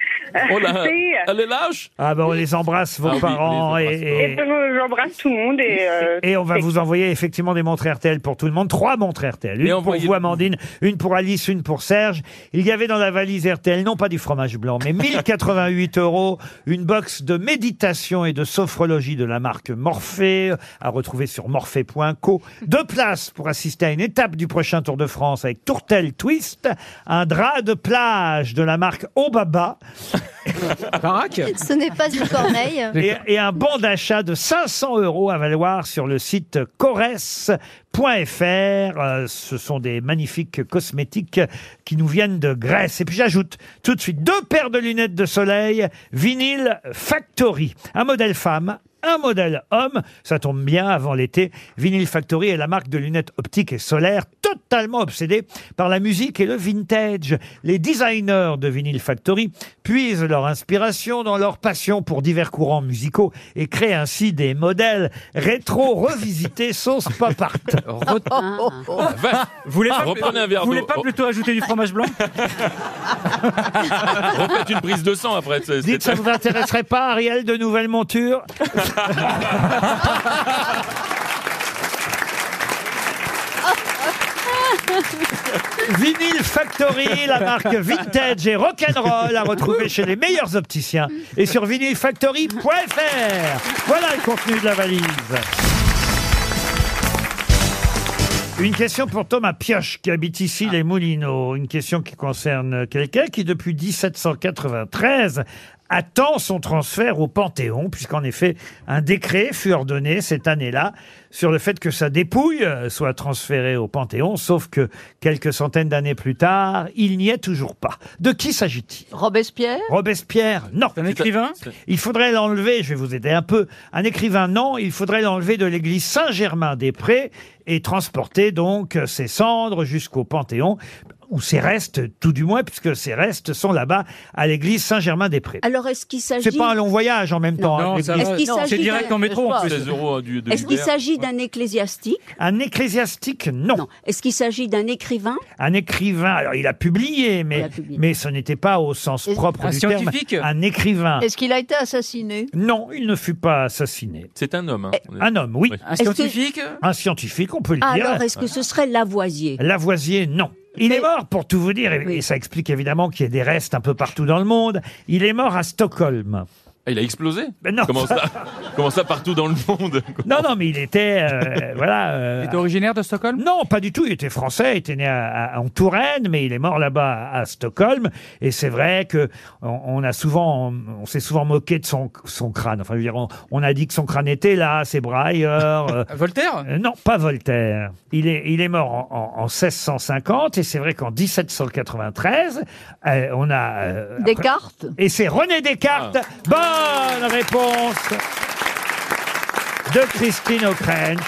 Oh là,
<laughs> Si.
elle est lâche
Ah ben on les embrasse, vos
Ah oui,
parents.
les
et,
embrasse.
et-
Et donc, euh, j'embrasse tout le monde et. euh,
et on va
c'est-
vous envoyer effectivement des montres RTL pour tout le monde. Trois montres RTL. Une pour vous, Amandine, une pour Alice, une pour Serge. Il y avait dans la valise RTL, non pas du fromage blanc, mais 1088 euros, une box de méditation et de sophrologie de la marque Morphée, à retrouver sur morphée.co. Deux places pour assister à une étape du prochain Tour de France avec Tourtel Twist, un drap de plage de la marque Obaba.
Ce n'est pas une
<laughs>
corneille.
Et, et un bon d'achat de 500 euros à valoir sur le site cores.fr. Euh, ce sont des magnifiques cosmétiques qui nous viennent de Grèce. Et puis j'ajoute tout de suite deux paires de lunettes de soleil vinyle Factory. Un modèle femme, un modèle homme. Ça tombe bien avant l'été. Vinyl Factory est la marque de lunettes optiques et solaires totalement obsédée par la musique et le vintage. Les designers de Vinyl Factory puisent leur inspiration dans leur passion pour divers courants musicaux et créent ainsi des modèles rétro revisités <laughs> sauce pop art.
Ah,
Oh,
Vous
Ah,
voulez pas- Reprenez un verre vous voulez d'eau. pas
plutôt ajouter du fromage blanc
<laughs> Refaites une prise de sang après. c'est-
Dites, ça
c'est-
vous intéresserait pas, Ariel, de nouvelles <laughs> montures Vinyl Factory, la marque vintage et rock'n'roll à retrouver chez les meilleurs opticiens et sur vinylfactory.fr. Voilà le contenu de la valise. Une question pour Thomas Pioche qui habite ici les Moulineaux. Une question qui concerne quelqu'un qui depuis 1793 attend son transfert au Panthéon, puisqu'en effet, un décret fut ordonné cette année-là sur le fait que sa dépouille euh, soit transférée au Panthéon, sauf que quelques centaines d'années plus tard, il n'y est toujours pas. De qui s'agit-il
Robespierre
Robespierre, non. Un écrivain Il faudrait l'enlever, je vais vous aider un peu. Un écrivain, non. Il faudrait l'enlever de l'église Saint-Germain-des-Prés et transporter donc ses cendres jusqu'au Panthéon, ou ses restes, tout du moins, puisque ses restes sont là-bas à l'église Saint-Germain-des-Prés.
Alors, est-ce qu'il s'agit.
C'est pas un long voyage en même temps. hein, l'église.
Est-ce qu'il s'agit d'un-
en 16 euros
euh,
hein, du de
Est-ce qu'il
Uber.
s'agit d'un ecclésiastique
Un ecclésiastique, non.
Est-ce qu'il s'agit d'un écrivain
Un écrivain, alors il a publié, mais, mais ce n'était pas au sens propre
un
du
scientifique
terme. Un écrivain.
Est-ce qu'il a été assassiné
Non, il ne fut pas assassiné. Eh,
C'est un homme. hein, on est-
Un homme, oui.
Un
Est-ce que- scientifique
Un scientifique, on peut le
Ah,
dire. Euh,
Alors, est-ce que ce serait Lavoisier
Lavoisier, non. Il est mort, pour tout vous dire, et, et ça explique évidemment qu'il y ait des restes un peu partout dans le monde. Il est mort à Stockholm.
Ah, il a explosé
non.
Comment ça, comment ça partout dans le monde
Non, non, mais il était. euh, <laughs> voilà. il était
originaire de Stockholm
Non, pas du tout. Il était français. Il était né à- à- en Touraine, mais il est mort là-bas à, à Stockholm. Et c'est vrai que on, on a souvent, on, on s'est souvent moqué de son, son crâne. Enfin, je veux dire, on, on a dit que son crâne était là, ses bras ailleurs.
Voltaire
Euh, Non, pas Voltaire. Il est, il est mort en, en- en 1650. Et c'est vrai qu'en 1793, euh, on a. euh, après-
Descartes
et c'est René Descartes. Bonne réponse de Christine O'Krent.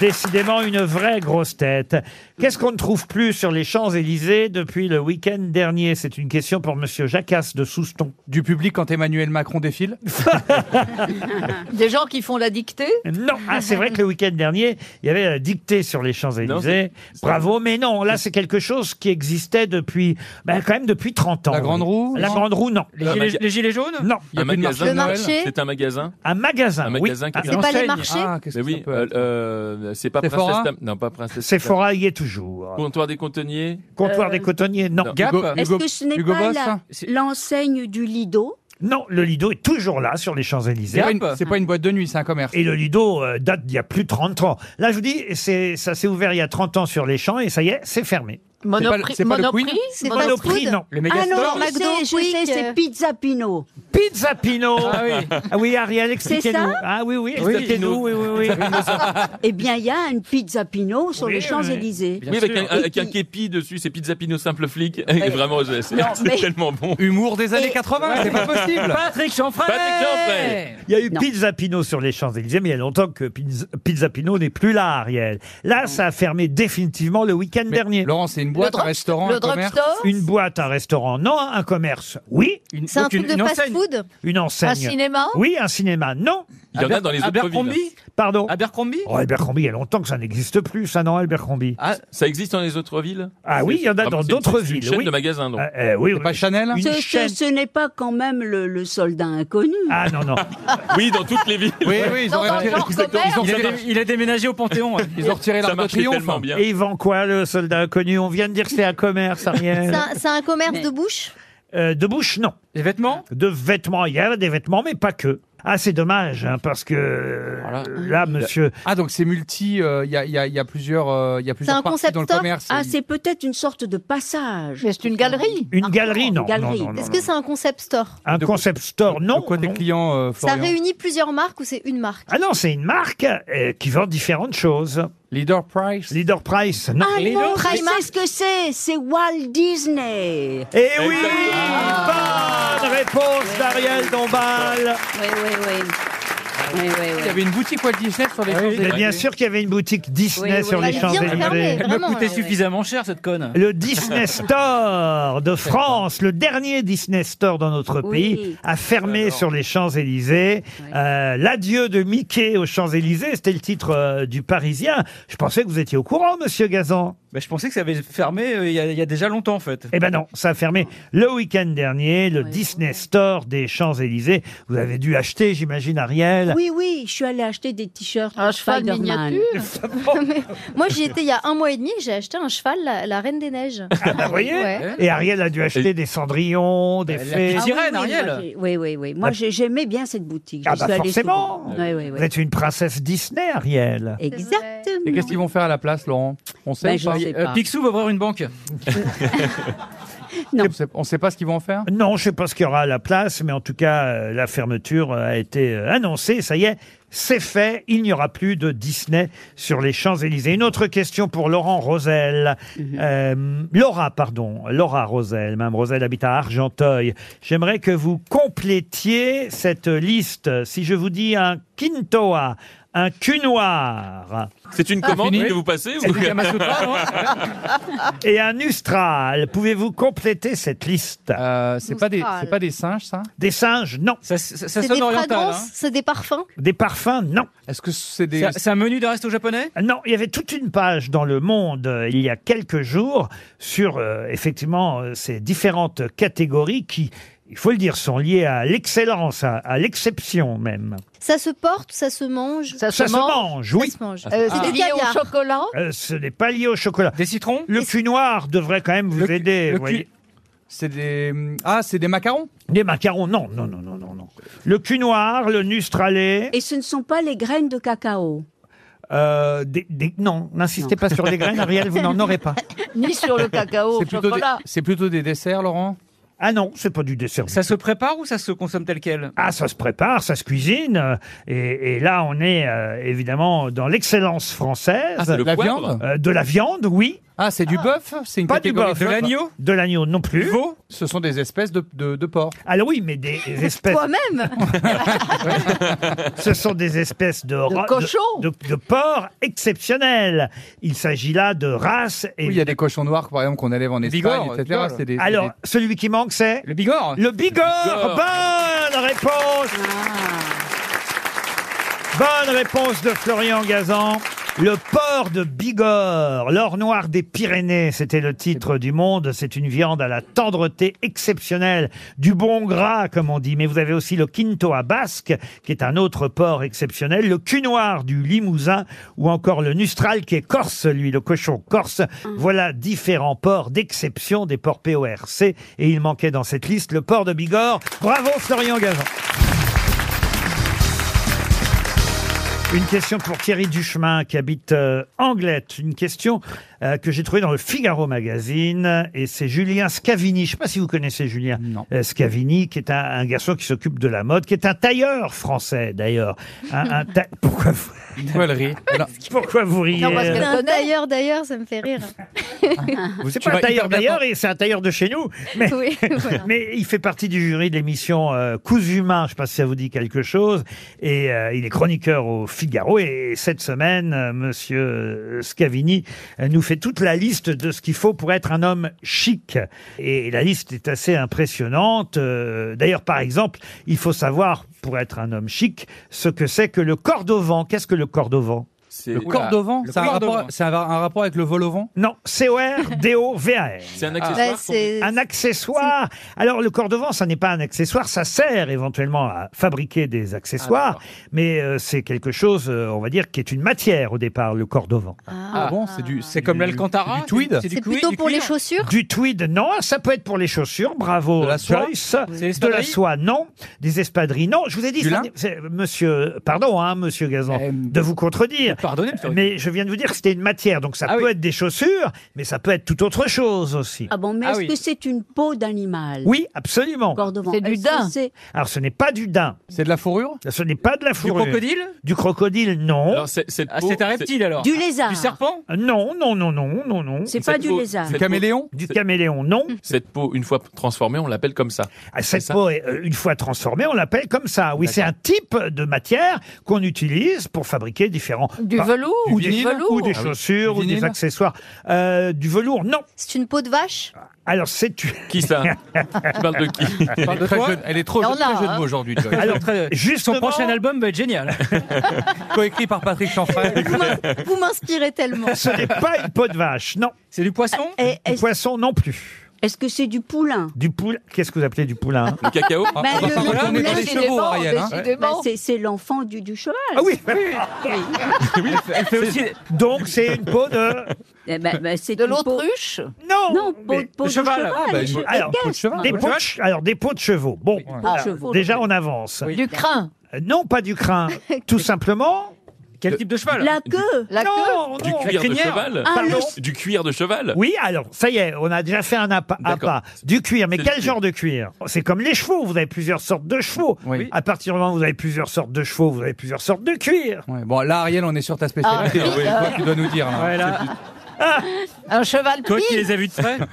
Décidément une vraie grosse tête. Qu'est-ce qu'on ne trouve plus sur les Champs-Élysées depuis le week-end dernier C'est une question pour Monsieur Jacasse de Souston.
Du public quand Emmanuel Macron défile
Des gens qui font la dictée
<laughs> Non, ah, c'est vrai que le week-end dernier, il y avait la dictée sur les Champs-Élysées. Bravo, mais non, là c'est quelque chose qui existait depuis, ben, quand même depuis 30 ans.
La grande roue
La
Non.
grande roue, non.
Les gilets, les gilets jaunes
Non.
Un magasin
Le marché
C'est un magasin
Un magasin.
Un
oui.
magasin qui
Ah,
existe.
C'est pas les
enseigne.
marchés
Mais oui, euh, euh, c'est pas
Sephora
Princesse Tam- Non, pas Princesse
Sephora y est
Tam-
toujours.
Comptoir des cantonniers
Comptoir
Euh,
des cotonniers, non.
Non.
Est-ce que ce n'est pas la- l'enseigne du Lido
Non, le Lido est toujours là sur les
C'est
Champs-Élysées.
pas, une- c'est pas une boîte de nuit, c'est un commerce.
Et le Lido euh, date d'il y a plus de 30 ans. Là, je vous dis, c'est, ça s'est ouvert il y a 30 ans sur les champs et ça y est, c'est fermé.
Monoprix- C'est pas le- c'est pas le Monoprix Queen
C'est pas
Monoprix,
Food
non.
Ah non, je
McDo,
sais, je
Quick,
sais,
euh.
c'est Pizza Pino.
<laughs> Pizza Pino
Ah oui.
Ah oui, Ariel,
C'est
expliquez-nous.
ça
Ah oui, oui,
Oui.
expliquez-nous, oui, oui, oui.
<laughs>
<laughs> Eh bien, il y a une Pizza Pino sur
Oui,
les
oui.
Champs-Élysés.
Oui, avec un,
Et
avec
qui-
un képi dessus, c'est Pizza Pino simple flic. <laughs> Et vraiment, c'est c'est
Non, mais-
tellement bon.
Humour des années 80, c'est pas possible.
Patrick Chanfray
Patrick Chanfray.
Il y a eu
Non.
Pizza Pino sur les Champs-Élysées, mais il y a longtemps que Pizza, Pizza Pino n'est plus là, Ariel. Là, ça a fermé définitivement le week-end dernier.
Laurent, c'est une une boîte, un restaurant, un commerce
Une boîte, un restaurant, non, un commerce, oui.
C'est un
donc
truc
une-
de
une
fast-food
Une enseigne.
Un cinéma
Oui, un cinéma, non.
Il y en a dans les autres Abercrombie villes.
Pardon Abercrombie Oh, Abercrombie, il y a longtemps que ça n'existe plus, ça, non, Abercrombie
Ah, ça existe dans les autres villes
Ah oui, il y en a
C'est-
dans
c'est-
d'autres
c'est
villes,
Une chaîne
oui.
de magasins, donc.
euh, oui, C'est oui, pas oui. Chanel
Ce, ce- ce n'est pas quand même le, le soldat inconnu.
Ah non, non.
Oui, dans toutes les villes.
Oui, oui, ils ont retiré- Exactement, ils ont
il, a,
retiré-
dé- il a déménagé au Panthéon.
Ils ont retiré l'arc de triomphe. hein.
Et ils vendent quoi, le soldat inconnu On vient de dire que c'est un commerce,
C'est
Ariel.
un- c'est un, commerce de bouche
Euh, de bouche, non. Des vêtements De vêtements, il y a des vêtements, mais pas que. Ah, c'est dommage, hein, parce que euh, là, monsieur...
Ah, donc c'est multi, euh, il y, a, il y a- il y a plusieurs, euh, il y a plusieurs parties dans le commerce.
Ah, c'est peut-être une sorte de passage. Ah,
Mais c'est une galerie
Une galerie, non.
galerie.
non, non, non,
Est-ce
non.
que c'est un concept store
Un concept store, non.
Quoi tes clients, euh,
Ça
Florian
réunit plusieurs marques ou c'est une marque
Ah non, c'est une marque euh, qui vend différentes choses.
Leader Price
Leader Price, non.
Ah non, je sais ce que c'est, c'est Walt Disney.
Eh oui Bonne réponse d'Ariel Dombal
Ah.
Oui, oui, oui. Oui, oui, oui.
Il y avait une boutique Walt Disney sur
Ah
les
Mais
bah
Champs-Élysées.
Bien sûr qu'il y avait une boutique Disney
Oui, oui,
sur
elle
les
est bien
Champs-Élysées.
fermée,
Elle m'a coûté suffisamment cher, cette conne.
Le Disney Store de France, le dernier Disney Store dans notre
Oui.
pays, a fermé sur les Champs-Élysées. Euh, L'adieu de Mickey aux Champs-Élysées, c'était le titre euh, du Parisien. Je pensais que vous étiez au courant, monsieur Gazan.
Bah, je pensais que ça avait fermé euh, il y, a- il y a déjà longtemps, en fait.
Eh ben non, ça a fermé le week-end dernier, le Disney Store des Champs-Élysées. Vous avez dû acheter, j'imagine, Ariel.
Oui, oui, je suis allée acheter des t-shirts
Un cheval
Spider-Man.
<laughs>
miniature Mais Moi j'y étais il y a un mois et demi, j'ai acheté un cheval, la, la Reine des Neiges.
Ah bah, vous voyez
Ouais.
Et Ariel a dû acheter des cendrillons,
Bah,
des fées.
Ah oui, oui, moi, j'ai- Oui, oui, oui. Moi,
La-
j'ai- j'aimais bien cette boutique.
Ah
J'y
bah
suis allée
forcément
souvent. Oui, oui, oui.
Vous êtes une princesse Disney, Ariel.
Exactement.
Et qu'est-ce qu'ils vont faire à la place, Laurent On sait
Ben,
ou
je
pas, Euh,
sais pas.
Euh, Picsou va ouvrir une banque.
<laughs>
On sait- On sait pas ce qu'ils vont en faire
Non, je sais pas ce qu'il y aura à la place, mais en tout cas, euh, la fermeture euh, a été euh, annoncée. Ça y est, c'est fait. Il n'y aura plus de Disney sur les Champs-Élysées. Une autre question pour Laurent Rosel. Euh, Laura, pardon. Laura Rosel. Mme Rosel habite à Argenteuil. J'aimerais que vous complétiez cette liste. Si je vous dis un quintoa, un cul noir.
C'est une commande
Ah, Fini
que vous passez
C'est
ou...
du Kamasutra,
<laughs> hein?
<laughs>
<laughs> et un Ustral. Pouvez-vous compléter cette liste
Euh, C'est pas des, c'est pas des singes, ça
Des singes, non.
C'est des
hein.
fragrances, c'est des parfums.
Des parfums, non. Euh,
Est-ce que hein. c'est des...
C'est c'est un menu de resto japonais
Non, il y avait toute une page dans Le Monde euh, il y a quelques jours sur euh, effectivement euh, ces différentes catégories qui, il faut le dire, sont liées à l'excellence, à, à l'exception même.
Ça se porte, ça se mange.
Ça se mange, oui.
Euh,
Ah.
c'est des caviar.
chocolat
Euh, ce n'est pas lié au chocolat.
Des citrons
Le cul noir devrait quand même vous aider. vous voyez.
C'est des... Ah, c'est des macarons
Des macarons, non, non, non, non, non, non. Le cul noir, le nustralé.
Et ce ne sont pas les graines de cacao.
Euh, des- des- non, n'insistez
Non.
pas sur les graines, Ariel, vous n'en aurez pas.
Ni <laughs> sur le cacao au
C'est plutôt, des...
chocolat.
c'est plutôt des desserts, Laurent
Ah non, c'est pas du dessert.
Ça se prépare ou ça se consomme tel quel
Ah, ça se prépare, ça se cuisine. euh, Et, et là, on est euh, évidemment dans l'excellence française.
Ah, c'est le La poivre viande
Euh, De la viande, oui.
Ah, c'est du bœuf C'est une
Pas du
catégorie
bœuf. De l'agneau non plus.
Veau
Ce sont des espèces de, de, de porc.
Alors oui, mais des des espèces.
Toi-même
<laughs> Ce sont des espèces de, ra-
cochons.
de, de, de porcs exceptionnels. Il s'agit là de races.
Oui,
Et...
il y a des cochons noirs, par exemple, qu'on élève en Espagne,
Bigorre,
etc.
Bigorre.
C'est des- c'est
Alors, celui qui manque, c'est
Le Bigorre
le Bigorre.
Bigorre.
Bonne réponse. Bonne réponse de Florian Gazan. Le porc de Bigorre, l'or noir des Pyrénées, c'était le titre du monde. C'est une viande à la tendreté exceptionnelle, du bon gras, comme on dit. Mais vous avez aussi le quinto à basque, qui est un autre porc exceptionnel, le cul noir du Limousin, ou encore le nustral qui est corse, lui, le cochon corse. Voilà différents porcs d'exception des porcs PORC. Et il manquait dans cette liste le porc de Bigorre. Bravo Florian Gazan. Une question pour Thierry Duchemin qui habite euh, Anglette. Une question euh, que j'ai trouvée dans le Figaro Magazine et c'est Julien Scavini. Je sais pas si vous connaissez Julien euh, Scavini, qui est un, un garçon qui s'occupe de la mode, qui est un tailleur français d'ailleurs. Un- un
<laughs>
ta- Pourquoi, vous...
des- Pourquoi elle rit Alors,
<laughs> Pourquoi vous riez
Non, parce que
euh,
d'un tailleur d'ailleurs, ça me
<laughs>
fait rire.
C'est pas
tu
un
vas
tailleur
hyper bien
d'ailleurs, et c'est un tailleur de chez nous. Mais,
Oui, <laughs> voilà.
mais il fait partie du jury de l'émission euh, Cousu Main, je ne sais pas si ça vous dit quelque chose. Et euh, il est chroniqueur au Figaro. Et cette semaine, euh, Monsieur euh, Scavini euh, nous fait toute la liste de ce qu'il faut pour être un homme chic. Et la liste est assez impressionnante. Euh, D'ailleurs, par exemple, il faut savoir, pour être un homme chic, ce que c'est que le cordovan. Qu'est-ce que le cordovan
Le cordovan, c'est un, rapport- c'est un- un rapport avec le vol au vent Ah.
Non, C-O-R-D-O-V-A-R.
C'est un
accessoire
Bah,
Ouais, Ah. Un accessoire. Alors le cordovan, ça n'est pas un accessoire, ça sert éventuellement à fabriquer des accessoires, mais euh, c'est quelque chose, euh, on va dire, qui est une matière au départ, le cordovan.
Ah bon, c'est du.
C'est comme l'Alcantara
du tweed
C'est du
C'est
cuir-
plutôt
du
pour les
cuir
chaussures
Du tweed, non. Ça peut être pour les chaussures. Bravo,
soie
Joyce.
C'est les
De la
espadrilles
soie, non. Des espadrilles, non. Je vous ai dit,
Du
ça
lin Eh,
n'est- c'est- monsieur, pardon, hein, monsieur Gazan, de vous contredire.
Pardonnez,
Mais je viens de vous dire que c'était une matière, donc
Ah
ça peut être des chaussures, mais ça peut être tout autre chose aussi.
Ah bon, mais est-ce que c'est une peau d'animal
Oui, absolument.
Cordovan. C'est du Est-ce que daim. c'est-
Alors, ce n'est pas du daim.
C'est de la fourrure
Ce n'est pas de la fourrure.
crocodile
Du crocodile, non.
Ah,
peau, c'est un reptile, c'est- alors Du lézard Du serpent
Ah, Non, non, non, non, non, non.
C'est pas Cette du peau- lézard. cette peau-
Du caméléon, non.
Cette peau, une fois transformée, on l'appelle comme ça.
Ah, Cette peau, est, euh, une fois transformée, on l'appelle comme ça. Oui, c'est un type de matière qu'on utilise pour fabriquer différents...
Du
par-
velours,
ou
du
des,
velours.
Ou des
Ah oui.
chaussures, ou
Du
des
vinyle.
accessoires. Euh, du velours, non.
C'est une peau de vache
Alors, c'est...
Qui ça
<laughs> Tu
parles de qui
Ah,
Elle est, très jeu, elle est trop
Il y en
très
a,
jeu
hein.
de mots aujourd'hui, Joy.
Alors, justement-
euh, Son prochain album va être génial.
<laughs> Coécrit par Patrick
<laughs>
Chanfray.
Vous m'inspirez tellement.
Ce n'est pas une peau de vache, non.
C'est du poisson
Ah,
Du poisson non plus.
Est-ce que c'est du poulain
Du poule... Qu'est-ce que vous appelez du poulain
Le cacao
Bah, le- le poulain, c'est les morts,
Bah,
Bah, c'est- C'est l'enfant du, du cheval.
Ah oui,
Elle fait aussi.
Donc c'est une peau de.
Eh ben, de
l'autruche
Non
Non, peau,
Mais-
peau de cheval.
Ah, bah,
mais je-
ben, Alors,
qu'est-ce
des peaux de che- alors, des peaux de chevaux. Bon,
de
Alors,
chevaux.
déjà on avance.
Du crin.
Euh, Non, pas du crin. Tout simplement.
Quel type de cheval
La queue
La
non,
Du
non.
cuir de cheval
Ah,
Pardon
le-
Du cuir de cheval
Oui, alors, ça y est, on a déjà fait un appa- appât.
D'accord.
Du cuir, mais
C'est
quel
le
genre de cuir C'est comme les chevaux, vous avez plusieurs sortes de chevaux. À partir du moment où vous avez plusieurs sortes de chevaux, vous avez plusieurs sortes de cuir.
Ouais, bon, là, Ariel, on est sur ta spécialité.
Ah, oui.
Ouais, toi, tu dois nous dire. là.
Un Ah. cheval
Toi qui
pie.
les as vus de <laughs> près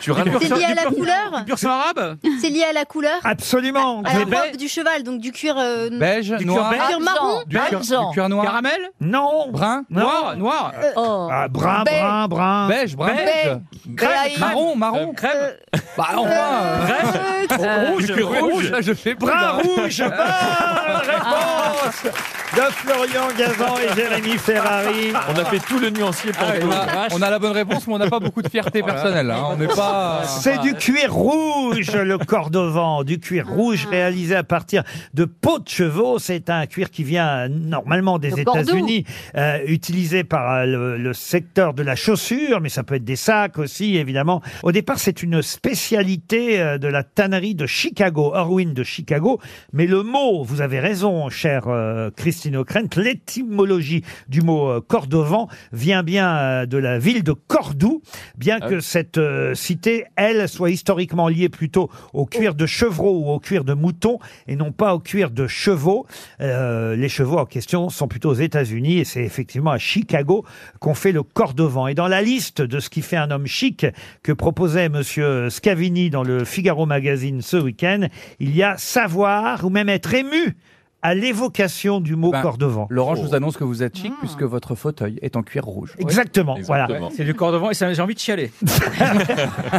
Tu
C'est lié à la couleur
Pur sang arabe
C'est lié à la couleur
Ah, Absolument.
À Ah, la
Vous avez-
robe du cheval, donc du cuir... euh,
Mm. Beige,
du
noir,
cuir Ah, marron
du cuir- du cuir noir,
Caramel
Non.
brun,
Noir Noir
Oh.
Ah, brun,
Beige.
brun, brun.
beige, brun,
Beige.
beige,
Crème.
marron, marron,
Crème
bah enfin, euh,
Rouge,
du cuir
rouge.
Euh, rouge, là, je fais plus,
Brun,
là.
rouge. Bonne réponse de Florian Gazan et
<laughs>
Jérémy Ferrari.
On a fait tout le nuancier pour
On a, Ah, on a la bonne réponse, mais on n'a pas beaucoup de fierté personnelle. hein. On n'est pas.
C'est du cuir rouge, le cordovan, du cuir
Ah.
rouge réalisé à partir de peaux de chevaux. C'est un cuir qui vient euh, normalement des
De Bordeaux.
États-Unis, euh, utilisé par euh, le, le secteur de la chaussure, mais ça peut être des sacs aussi, évidemment. Au départ, c'est une spécialité euh, de la tannerie de Chicago, Orwin de Chicago. Mais le mot, vous avez raison, cher euh, Christine O'Krent, l'étymologie du mot euh, cordovan vient bien euh, de la ville de Cordoue, bien que cette euh, cité, elle, soit historiquement liée plutôt au cuir de chevreau ou au cuir de mouton et non pas au cuir de chevaux. Euh, les chevaux en question sont plutôt aux États-Unis et c'est effectivement à Chicago qu'on fait le cordovan. Et dans la liste de ce qui fait un homme chic que proposait monsieur Scavini dans le Figaro Magazine ce week-end, il y a savoir ou même être ému à l'évocation du mot cordovan.
Ben, Laurent, je vous annonce que vous êtes chic puisque votre fauteuil est en cuir rouge.
Exactement, voilà.
Exactement.
C'est du devant et ça- j'ai envie de chialer.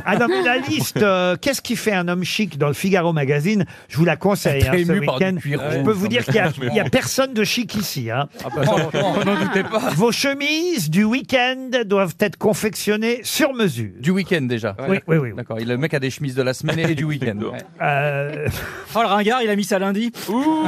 Ah non, mais la liste, euh, qu'est-ce qui fait un homme chic dans le Figaro Magazine Je vous la conseille
T'es
hein, ce
ému par du
week-end.
cuir
Je
rouge.
peux vous
Non,
dire
mais-
qu'il
mais
n'y a,
bon.
personne de chic ici. hein.
Ah bah, franchement, on n'en
Ah.
doutait pas.
Vos chemises du week-end doivent être confectionnées sur mesure.
Du week-end déjà.
Oui, oui, oui.
D'accord. il- Le mec a des chemises de la semaine et du week-end.
Euh,
Oh, le ringard, il a mis ça lundi.
Ouh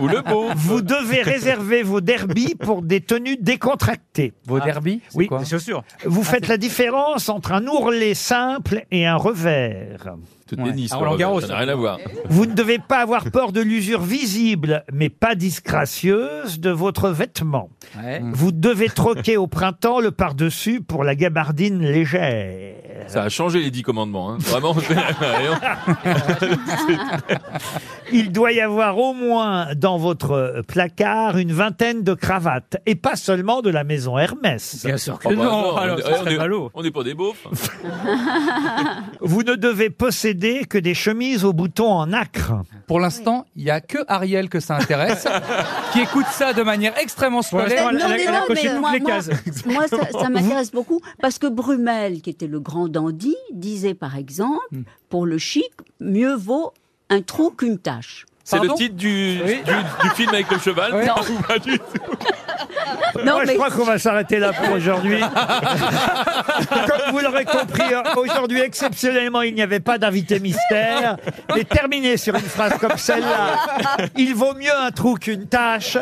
Ou le beau
vous devez réserver vos derbies pour des tenues décontractées.
Vos derbies c'est
Oui.
quoi
Les chaussures.
Vous faites la différence entre un ourlet simple et un revers.
Te dénisse,
Ah, Roland Garros,
ça n'a rien à voir.
Vous ne devez pas avoir peur de l'usure visible, mais pas disgracieuse, de votre vêtement.
Ouais.
Vous devez troquer au printemps le par-dessus pour la gabardine
<laughs>
légère.
Ça a changé les dix commandements. hein. Vraiment. <laughs>
Il doit y avoir au moins dans votre placard une vingtaine de cravates, et pas seulement de la maison Hermès.
Bien sûr que
Oh, bah,
non,
attends,
alors,
on est-
ça
on est-
serait ballot.
On n'est pas des beaufs.
Vous ne devez posséder CD que des chemises aux boutons en nacre.
Pour l'instant, il n'y a que Ariel que ça
<laughs>
intéresse, qui écoute ça de manière extrêmement
<laughs>
scolaire.
Non, mais non, mais moi, moi- moi, ça,
<laughs>
ça m'intéresse beaucoup parce que Brumel, qui était le grand dandy, disait par exemple,
Hmm.
pour le chic, mieux vaut un trou qu'une tache.
C'est le titre du, du- du film avec le cheval
Oui.
Non,
Non.
pas du tout.
Moi, je crois qu'on va s'arrêter là pour aujourd'hui. Comme vous l'aurez compris, hein, aujourd'hui, exceptionnellement, il n'y avait pas d'invité mystère. Mais terminer sur une phrase comme celle-là, il vaut mieux un trou qu'une tâche.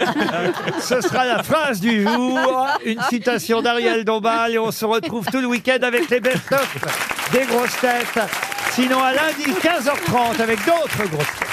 Ce sera la phrase du jour. Une citation d'Ariel Dombal et on se retrouve tout le week-end avec les best-of des grosses têtes. Sinon, à lundi, 15h30 avec d'autres grosses têtes.